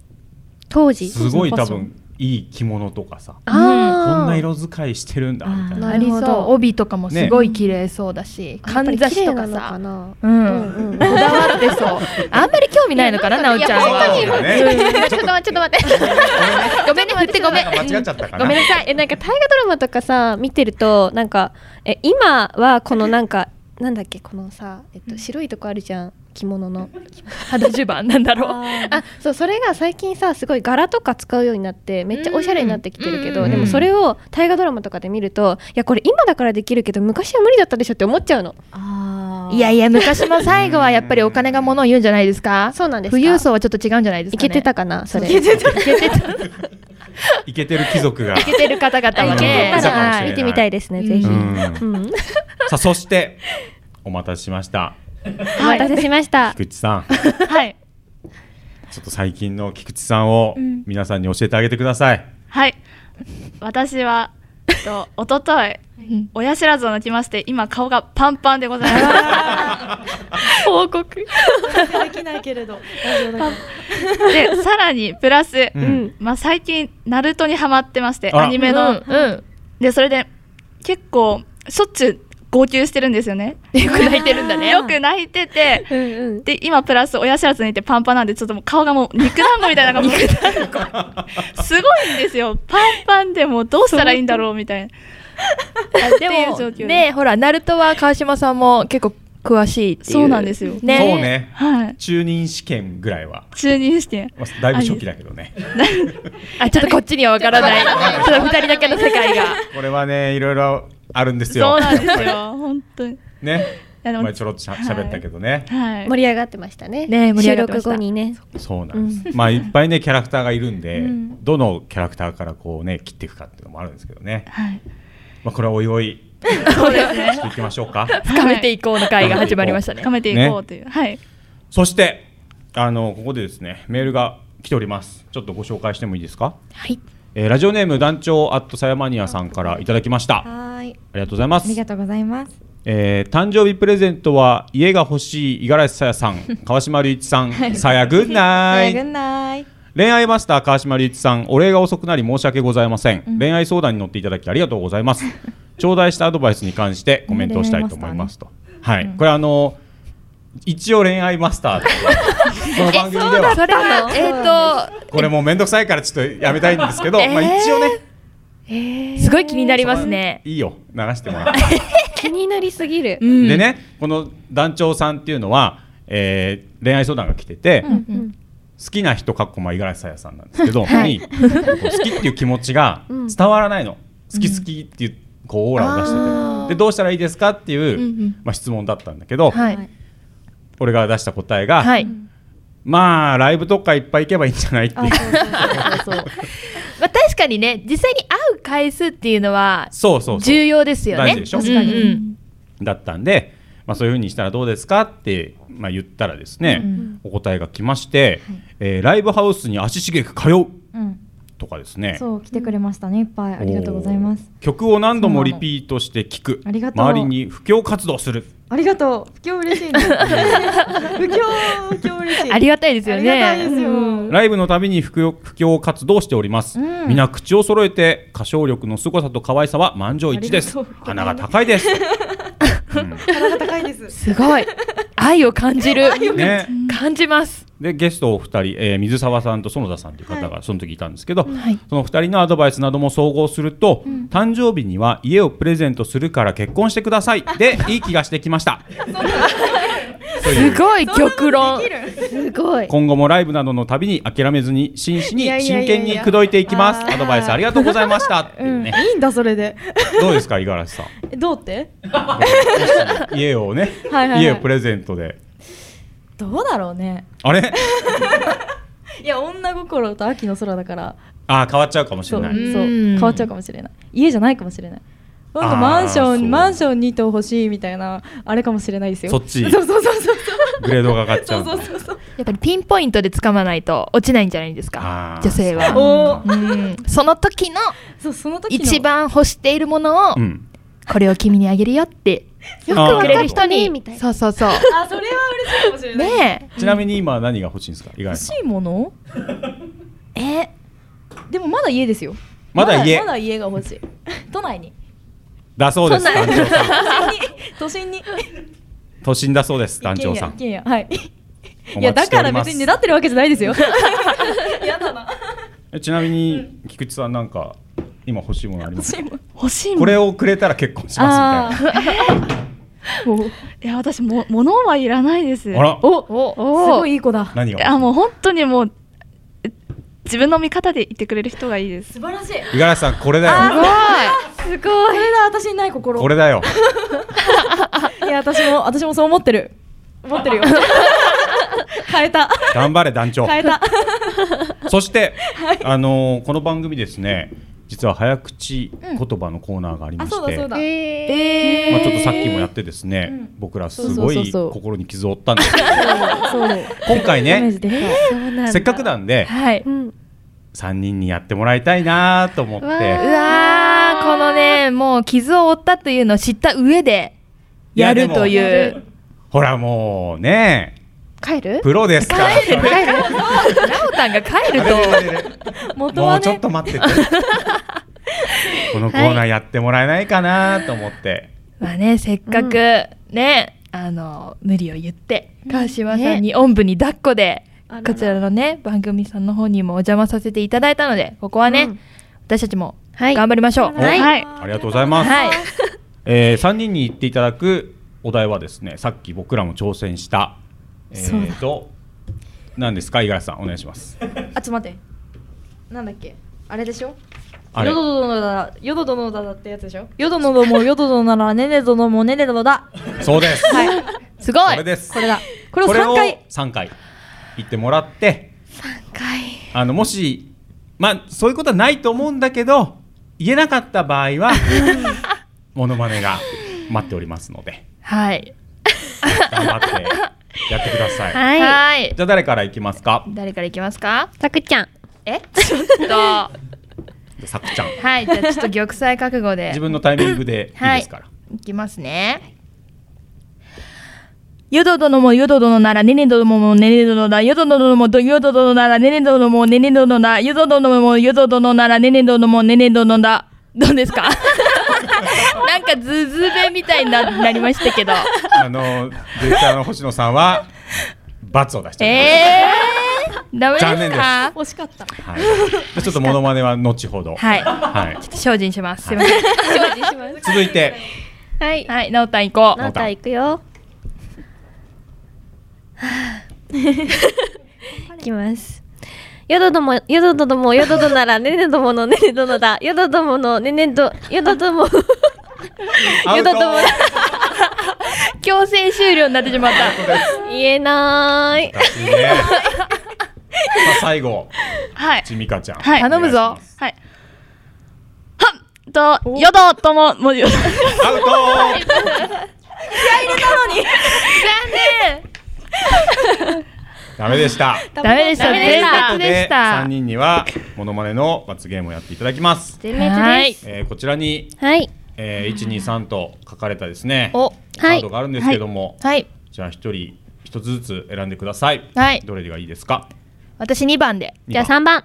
Speaker 5: 当時
Speaker 2: すごい
Speaker 5: 当
Speaker 2: 多
Speaker 5: 時のファッション
Speaker 2: 分いい着物とかさこん
Speaker 4: あー
Speaker 2: な色使いしてるんだみたいな
Speaker 4: ありそう帯とかもすごい綺麗そうだし、かんざしとかさうんこだわってそうあんまり興味ないのかななおちゃんは
Speaker 5: 本当に本当にちょっと待ってちょっと待ってごめんね振ってごめん
Speaker 2: 間違っちゃったかな
Speaker 5: ごめんなさいえなんか大河ドラマとかさ見てるとなんかえ今はこのなんかなんだっけこのさ、えっと、白いとこあるじゃん着物の肌襦袢なんだろうあそうそれが最近さすごい柄とか使うようになってめっちゃおしゃれになってきてるけど、
Speaker 24: うん
Speaker 5: でもそれを大河ドラマとかで見るといやこれ今だからできるけど昔は無理だったでしょって思っちゃうの
Speaker 4: いやいや昔の最後はやっぱりお金が物を言うんじゃないですか
Speaker 5: そうなんですか
Speaker 4: 富裕層はちょっと違うんじゃないですか、ね、
Speaker 5: いけてたかなそれ
Speaker 4: いけてたいけてた
Speaker 2: イケてる貴族が
Speaker 4: いけてる方々は
Speaker 5: あいけて
Speaker 4: ね
Speaker 5: たら見てみたいですね、ぜひ、
Speaker 2: うん
Speaker 5: うん
Speaker 2: さあそしてお待たせしました
Speaker 5: お待たせしました
Speaker 2: 菊池さん
Speaker 6: はい
Speaker 2: ちょっと最近の菊池さんを
Speaker 6: うん
Speaker 2: 皆さんに教えてあげてください、
Speaker 6: はい私はえっ と一昨日親知らずを抜きまして今顔がパンパンでござい ます報告
Speaker 1: できないけれ ど大丈夫だよ
Speaker 6: でさらにプラス、
Speaker 1: うん
Speaker 6: まあ、最近ナルトにハマってまして
Speaker 1: あら
Speaker 6: アニメの、
Speaker 1: うんうん
Speaker 6: でそれで結構しょっちゅう号泣してるんですよねよく泣いてるんだねよく泣いててで今プラス親知らずにいてパンパンなんでちょっともう顔がもう肉団子みたいなのがもうすごいんです よパンパンでもうどうしたらいいんだろうみたいな
Speaker 4: あでもねほらナルトは川島さんも結構詳しいっていう
Speaker 6: そうなんですよ
Speaker 4: ね
Speaker 2: そうね、
Speaker 6: はい、
Speaker 2: 中任試験ぐらいは、
Speaker 6: 中任試験
Speaker 2: まあだいぶ初期だけどね
Speaker 4: あちょっとこっちにはわからない ちょっと二人だけの世界が
Speaker 2: これはねいろいろあるんですよ
Speaker 6: そうな んですよ
Speaker 2: やっぱ
Speaker 6: 本当に
Speaker 2: りね
Speaker 6: いやでも
Speaker 2: 前ちょろっとしゃ喋ったけどね、
Speaker 6: はい、
Speaker 5: 盛り上がってましたね
Speaker 4: ね盛り上がってまし
Speaker 5: 収
Speaker 4: た
Speaker 5: 録後にね
Speaker 2: そうなんです、まあいっぱいねキャラクターがいるんで、
Speaker 5: うん
Speaker 2: どのキャラクターからこうね切っていくかっていうのもあるんですけどね、
Speaker 6: はい
Speaker 2: まあこれはおいおい
Speaker 4: そうですね
Speaker 2: していきましょうか
Speaker 4: 深めていこうの会が始まりましたね
Speaker 2: 深めていこうという
Speaker 6: はい
Speaker 2: そしてあのここでですねメールが来ておりますちょっとご紹介してもいいですか
Speaker 4: はい、
Speaker 2: えーラジオネーム団長アットサヤマニアさんからいただきましたあ
Speaker 1: はい
Speaker 2: りがとうございます
Speaker 1: ありがとうございます
Speaker 2: えー誕生日プレゼントは家が欲しい五十嵐さやさん川島隆一さんさやぐんな
Speaker 1: さや
Speaker 2: い
Speaker 1: ぐんない
Speaker 2: 恋愛マスター川島隆一さんお礼が遅くなり申し訳ございません、
Speaker 1: うん
Speaker 2: 恋愛相談に乗っていただきありがとうございます頂戴したアドバイスに関してコメントをしたいと思いますと、はい、これあの一応恋愛マスターというこの番組では
Speaker 4: それはえっ、と
Speaker 2: これもうめんどくさいからちょっとやめたいんですけ ど、
Speaker 4: えー
Speaker 2: まあ一応ね
Speaker 4: すごい気になりますね
Speaker 2: いいよ流してもらって
Speaker 5: 気になりすぎる、
Speaker 2: でねこの団長さんっていうのは、えー恋愛相談が来てて、
Speaker 5: うんうん
Speaker 2: 好きな人かっこまあ五十嵐さやさんなんですけど、
Speaker 5: はい
Speaker 2: に こう好きっていう気持ちが
Speaker 5: うん
Speaker 2: 伝わらないの、好き好きっていうこうオーラを出してて、でどうしたらいいですかっていう、
Speaker 4: うんうん
Speaker 2: まあ、質問だったんだけど、
Speaker 4: はい
Speaker 2: 俺が出した答えが、
Speaker 4: はい
Speaker 2: まあライブとかいっぱい行けばいいんじゃないっていう
Speaker 4: まあ確かにね実際に会う回数っていうのは
Speaker 2: そうそうそう
Speaker 4: 重要ですよ
Speaker 2: 大
Speaker 4: ね
Speaker 2: 事でしょ
Speaker 4: 確かに、うん
Speaker 2: だったんで、まあ、そういうふうにしたらどうですかって、まあ、言ったらですね、
Speaker 4: うん
Speaker 2: お答えが来まして、えーライブハウスに足しげく通う
Speaker 1: うん
Speaker 2: とかですね
Speaker 1: そう来てくれましたねいっぱいありがとうございます
Speaker 2: 曲を何度もリピートして聴く
Speaker 1: ありがとう
Speaker 2: 周りに布教活動する
Speaker 1: ありがとう不況嬉しい ね不況不況嬉しい
Speaker 4: ありがたいですよね
Speaker 1: ありがたいですよ、
Speaker 2: ライブのたびに布教布教活動をしております、
Speaker 1: うん
Speaker 2: 皆口を揃えて歌唱力の凄さと可愛さは満場一致です鼻が高い です
Speaker 1: 鼻が高いです
Speaker 4: すごい愛を感じる
Speaker 2: ね
Speaker 4: 感じます
Speaker 2: でゲストお二人、えー水沢さんと園田さんという方がその時いたんですけど、
Speaker 4: はい
Speaker 2: その二人のアドバイスなども総合すると、
Speaker 4: うん
Speaker 2: 誕生日には家をプレゼントするから結婚してくださ いでいい気がしてきました
Speaker 4: すごい極論
Speaker 5: すごい
Speaker 2: 今後もライブなどのたびに諦めずに真摯に
Speaker 1: いやいやいや
Speaker 2: 真
Speaker 1: いや
Speaker 2: 剣に口説いていきます
Speaker 1: あー
Speaker 2: アドバイスありがとうございました
Speaker 1: うん、いいんだそれで
Speaker 2: どうですか五十嵐さん
Speaker 1: えど うって
Speaker 2: 家をね、
Speaker 1: はいはいはい
Speaker 2: 家をプレゼントで
Speaker 1: どうだろうね
Speaker 2: あれ
Speaker 1: いや女心と秋の空だから
Speaker 2: あー変わっちゃうかもし
Speaker 1: そ
Speaker 2: れな
Speaker 1: う
Speaker 2: い
Speaker 1: そう変わっちゃうかもしれない家じゃないかもしれないなん
Speaker 2: あ
Speaker 1: か
Speaker 2: ー
Speaker 1: マンショ
Speaker 2: そう
Speaker 1: ンマンション2棟欲しいみたいなあれかもしれないですよ
Speaker 2: そっち
Speaker 1: そうそうそうそう
Speaker 2: グレードが上がっちゃうんだ
Speaker 1: そうそう
Speaker 4: やっぱりピンポイントで掴まないと落ちないんじゃないですか女性は
Speaker 1: お
Speaker 4: うんその時の
Speaker 1: そうその時の
Speaker 4: 一番欲しているものを
Speaker 2: うん
Speaker 4: これを君にあげるよってよ
Speaker 2: よくわかっ
Speaker 4: くく
Speaker 2: てね
Speaker 4: れる人にそうそうそう
Speaker 1: あそれは嬉しいかもしれない
Speaker 4: ね
Speaker 2: ちなみに今何が欲しいんですか五十
Speaker 1: 欲
Speaker 2: 嵐
Speaker 1: し
Speaker 2: さん
Speaker 1: い ものえでもまだ家ですよ
Speaker 2: まだ家
Speaker 1: まだ家が欲しい都内に
Speaker 2: だそうです団長さん
Speaker 1: 都心に
Speaker 2: 都心だそうです団
Speaker 1: 都心
Speaker 2: 長
Speaker 1: に
Speaker 2: さん
Speaker 1: 一軒家一軒家は
Speaker 2: お
Speaker 1: い
Speaker 2: 待ちしております
Speaker 1: いやだから別にねだってるわけじゃない ですよ
Speaker 2: えちなみに菊池さんなんか今欲しいものありますか
Speaker 1: 欲しいもの
Speaker 2: これをくれたら結婚しますみたいな
Speaker 1: あー
Speaker 6: いや私も物はいらないです。
Speaker 2: あら
Speaker 1: おおすごいいい子だ。
Speaker 2: 何
Speaker 6: い
Speaker 2: が
Speaker 6: やもう本当にもうえ自分の味方でいてくれる人がいいです。
Speaker 1: 素晴らしい。
Speaker 2: 五十嵐さんこれだよ
Speaker 1: すごい。これだ私にない心。
Speaker 2: これだよ
Speaker 1: いや私も私もそう思ってる。思ってるよ。 変えた。
Speaker 2: 頑張れ団長
Speaker 1: 変えた。
Speaker 2: そして、あのーこの番組ですね実は早口言葉のコーナーがありま
Speaker 1: あ
Speaker 2: して、
Speaker 1: そうだそう
Speaker 2: ま
Speaker 1: だ。え
Speaker 2: あ、ちょっとさっきもやってですね、僕らすご
Speaker 1: そうそう
Speaker 2: い
Speaker 1: そうそう
Speaker 2: 心に傷を負ったんですけど
Speaker 1: そうだ。
Speaker 2: 今回
Speaker 1: イメー
Speaker 2: ね
Speaker 1: ジできた
Speaker 2: せっかくなんで、
Speaker 4: はい。
Speaker 2: 三3人にやってもらいたいなと思って
Speaker 4: うわーこのねもう傷を負ったというのを知った上でやるとい
Speaker 2: やで
Speaker 4: う
Speaker 2: ほらもうね
Speaker 4: 帰る
Speaker 2: プロですから
Speaker 4: 帰る帰るラオタンが帰ると
Speaker 1: 元
Speaker 2: もうちょっと待っ ててこのコーナーやってもらえないかなと思って、
Speaker 4: まあねせっかくね、あの無理を言って川島さんにおんぶに抱っこで、こちらのね番組さんの方にもお邪魔させていただいたのでここはね、私たちも頑張りましょう。
Speaker 2: はいありがとうございます、
Speaker 4: はい
Speaker 2: えー、3人に言っていただくお題はですねさっき僕らも挑戦したえ
Speaker 1: そうだ
Speaker 2: ー、と何ですか五十嵐さんお願いします
Speaker 1: あちょっと待って。なんだっけあれでしょ。
Speaker 2: あれ
Speaker 1: よどどのだよどどのだだってやつでしょ。よどのどもよどどならねねどのもねねどのだ。
Speaker 2: そうです
Speaker 1: はい。すごい。
Speaker 2: これです
Speaker 1: これだ。これを
Speaker 2: こ
Speaker 1: 三
Speaker 2: れを
Speaker 1: 回。
Speaker 2: 三回言ってもらって3回あのもしまあそういうことはないと思うんだけど言えなかった場合はモノマネが待っておりますので
Speaker 4: はい
Speaker 2: 頑張ってやってくださ い
Speaker 4: はいはい
Speaker 2: じゃあ誰からいきますか
Speaker 4: 誰からいきますか
Speaker 5: さくちゃん
Speaker 4: えちょっとは
Speaker 2: さくちゃん
Speaker 4: いじゃあちょっと玉砕覚悟で
Speaker 2: 自分のタイミング でいいですから、
Speaker 4: いきますね。よどどのもよどどのならねねどどももねねどどだよどどのもどよどどのならねねどどもねねどどだよどどのもよどどのならねねどどもねねどどだどうですかなんかズズベみたいにななりましたけど
Speaker 2: あのディレクターの星野さんは罰を出しております
Speaker 4: えー、ダメ
Speaker 2: 残
Speaker 4: です
Speaker 2: 念です
Speaker 4: か惜しかった
Speaker 2: はい、じゃあちょっとモノマネは後ほど
Speaker 4: はい
Speaker 2: はい
Speaker 4: ちょっと精進しますすいません精進しま
Speaker 2: 続いて
Speaker 4: はいはいなおたん行こう
Speaker 5: なおたん行くよいきます。よどども、よどどども、よどどなら、ねねどものねねどのだ、よどどものねねど、よどども、よどども、
Speaker 4: 強制終了になってしまった
Speaker 5: 言えない。
Speaker 2: いいねさあ最後
Speaker 6: はい
Speaker 2: ちみかちゃん
Speaker 6: はい。
Speaker 2: お願いします
Speaker 6: はい。はっとよどとももうよど。
Speaker 2: アウト ダメでした
Speaker 4: ダメでした
Speaker 5: ダメでした
Speaker 4: 全滅でした
Speaker 2: 3人にはモノマネの罰ゲームをやっていただきます
Speaker 5: 全滅です
Speaker 2: えーこちらに、
Speaker 5: はい
Speaker 2: えー、123と書かれたですね
Speaker 5: お
Speaker 2: カ
Speaker 5: はい
Speaker 2: ードがあるんですけども、
Speaker 4: はい
Speaker 2: じゃあ一人一つずつ選んでください、
Speaker 4: はい
Speaker 2: どれがいいですか
Speaker 4: 私2番で
Speaker 2: じゃあ
Speaker 4: 3番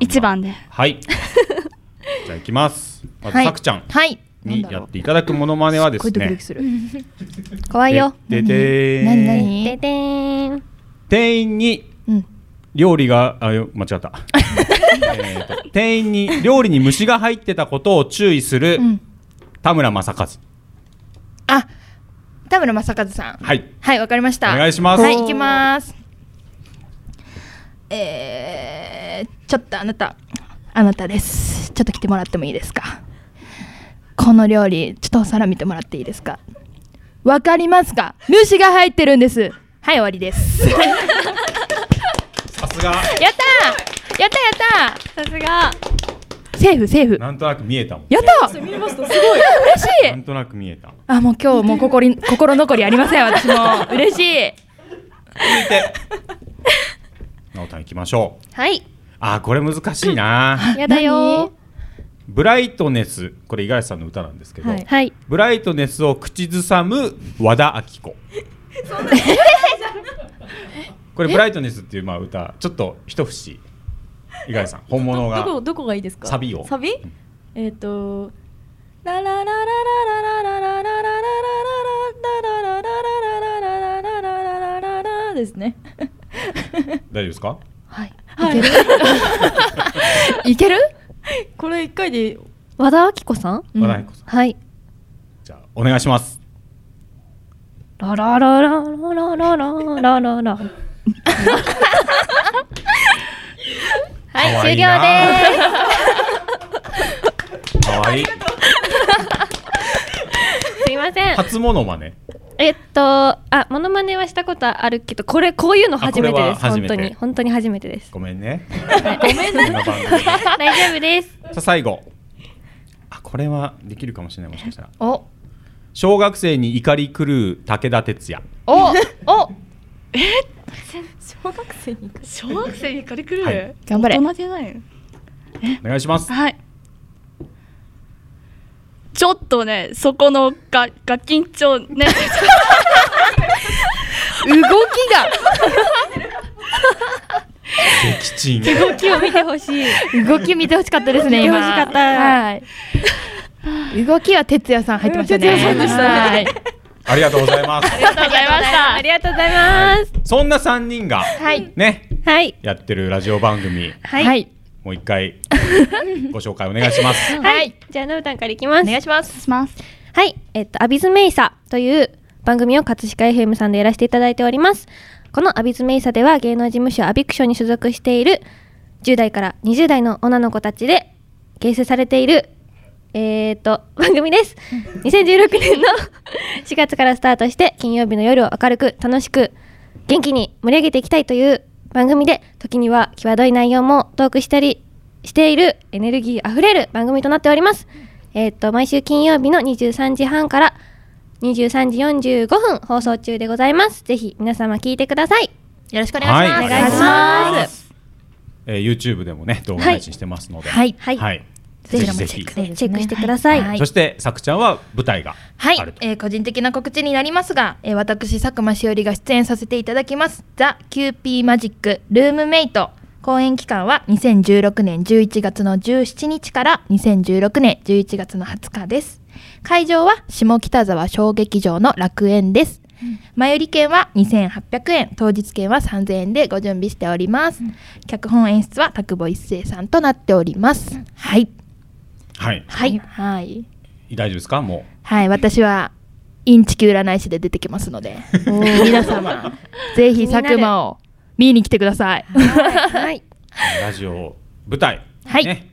Speaker 6: 一番で。
Speaker 2: はいじゃあいきますまず
Speaker 4: はい
Speaker 2: さくちゃん
Speaker 4: はい
Speaker 2: にやっていただくモノマネはですね
Speaker 4: る
Speaker 5: 怖いよ。
Speaker 2: でで
Speaker 5: 何
Speaker 2: で
Speaker 5: 何ででーん。
Speaker 2: 店員に料理が、あよ間違ったえーと店員に料理に虫が入ってたことを注意する
Speaker 4: うん
Speaker 2: 田村正和
Speaker 4: 田村正和さん
Speaker 2: はい
Speaker 4: はい、わかりました。
Speaker 2: お願いします
Speaker 4: はい、行きます。えー、ちょっとあなた、あなたです。ちょっと来てもらってもいいですか。この料理、ちょっとお皿見てもらっていいですか。わかりますか。主が入ってるんです。はい、終わりです。やった
Speaker 2: さすが
Speaker 4: ー、やったー、やったー。さすが。セーフ、セーフ。
Speaker 2: なんとなく見えたもん
Speaker 4: やったー。
Speaker 1: 見ましたすごい。
Speaker 4: 嬉しい。
Speaker 2: なんとなく見えた
Speaker 4: あ、もう今日もう心に心残りありません。私も嬉しい。
Speaker 2: 直太行きましょう
Speaker 5: はい。
Speaker 2: あーこれ難しいな
Speaker 5: やだよ
Speaker 2: ブライトネスこれ五十嵐さんの歌なんですけど、
Speaker 5: はいはい
Speaker 2: ブライトネスを口ずさむ和田アキ子これブライトネスっていうまあ歌ちょっと一節五十嵐さん本物が
Speaker 1: どこどこがいいですか。
Speaker 2: サビを
Speaker 1: サビ？えっと。ララララララララララララララララララララララですね。
Speaker 2: 大丈夫ですか
Speaker 4: いける？
Speaker 1: これ一回で
Speaker 5: 和田アキ子さん
Speaker 2: 和田アキ子さん
Speaker 5: はい。
Speaker 2: お願いします
Speaker 5: ラララララララララララ。はい、終了です。
Speaker 2: かわいい。
Speaker 5: すいません。
Speaker 2: 初モノマネ。
Speaker 5: えっと、あ、モノマネはしたことあるけど、これこういうの初めてです。
Speaker 2: あこれは初
Speaker 5: 本
Speaker 2: めて
Speaker 5: 当に本当に初めてです。
Speaker 2: ごめんね。
Speaker 5: ごめん
Speaker 2: ね
Speaker 5: 大丈夫です。
Speaker 2: さあ最後。あこれはできるかもしれないもしかしたら。
Speaker 5: お、
Speaker 2: 小学生に怒り狂う武田鉄矢。
Speaker 5: お、 お、
Speaker 6: え
Speaker 10: 小学生に
Speaker 6: 小学生に怒り狂う、
Speaker 2: はい
Speaker 6: 頑張れ大人じゃないの
Speaker 2: お願いします。
Speaker 6: はいちょっとねそこのがが緊張ね動き
Speaker 2: 激鎮。
Speaker 5: 動きを見てほしい。
Speaker 4: 動き見てほしかったですね。
Speaker 5: 見て
Speaker 4: 今
Speaker 5: ほしかった
Speaker 4: はい。動きは哲也さん入ってましたね。
Speaker 5: うん哲也さんでした
Speaker 4: はい
Speaker 2: ありがとうございます。
Speaker 5: ありがとうございました。ありがとうございます。
Speaker 2: そんな三人が
Speaker 5: はい。
Speaker 2: ね
Speaker 5: はい。
Speaker 2: やってるラジオ番組
Speaker 5: はい。
Speaker 2: もう一回ご紹介お願いします。
Speaker 5: はい。じゃあ、のぶたんからいきます。お願い
Speaker 4: します。
Speaker 6: します。
Speaker 5: はい。えっと、アビズメイサという番組を葛飾 FM さんでやらせていただいております。このアビズメイサでは芸能事務所アビクションに所属している10代から20代の女の子たちで形成されているえー、と番組です2016年の4月からスタートして金曜日の夜を明るく楽しく元気に盛り上げていきたいという番組で時には際どい内容もトークしたりしているエネルギーあふれる番組となっておりますえー、と毎週金曜日の23時半から23時45分放送中でございますぜひ皆様聞いてくださいよ ろしくお願いします、
Speaker 2: はい
Speaker 5: お願いします
Speaker 2: えー YouTube でもね動画配信してますので、
Speaker 5: はいはい
Speaker 2: ぜひぜ
Speaker 5: チ
Speaker 2: ひ
Speaker 5: ェッ。クチェックしてください、
Speaker 4: はい
Speaker 2: そしてさくちゃんは舞台が
Speaker 4: はい
Speaker 2: ある、
Speaker 4: えー個人的な告知になりますが、えー私佐久間しおりが出演させていただきます「ザ・キューピーマジック・ルームメイト」公演期間は2016年11月の17日から2016年11月の20日です会場は下北沢小劇場の楽園です前売り券は2800円当日券は3000円でご準備しております、脚本演出は田久保一生さんとなっております、はい
Speaker 2: はい
Speaker 4: はいはい
Speaker 2: 大丈夫ですかも
Speaker 4: はい、私はインチキ占い師で出てきますので、皆様ぜひ佐久間を見に来てください。
Speaker 5: はい、
Speaker 2: うラジオ舞台
Speaker 4: はい
Speaker 2: ね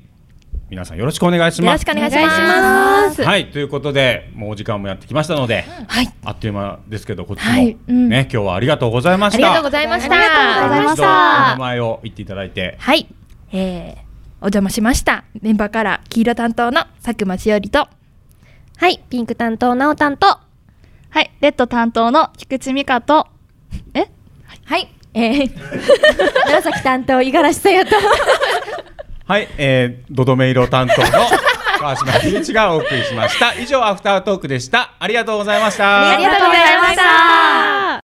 Speaker 2: 皆さんよろしくお願いし
Speaker 4: よろ
Speaker 2: ま
Speaker 4: し
Speaker 2: す
Speaker 4: くお願いし
Speaker 5: お願
Speaker 4: ま。
Speaker 5: いします
Speaker 2: はいということでもうお時間もやってきましたので、
Speaker 4: はい
Speaker 2: あっという間ですけどこっちも、
Speaker 4: はいうん
Speaker 2: ね今日はありがとうございま
Speaker 4: あ
Speaker 2: し
Speaker 4: り
Speaker 2: た
Speaker 4: がとうございました。
Speaker 2: 一度お名前を言っていただいて
Speaker 4: はい、えー、お邪魔しました。メンバーから黄色担当の佐久間しおりと、
Speaker 5: はい、ピンク担当なお担当、
Speaker 6: はいレッド担当の菊池美香と
Speaker 10: はい、えー、紫担当五十嵐さやと
Speaker 2: はい、えー、どどめ色担当の川島秀一がお送りしました以上アフタートークでしたありがとうございました
Speaker 10: ありがとうございました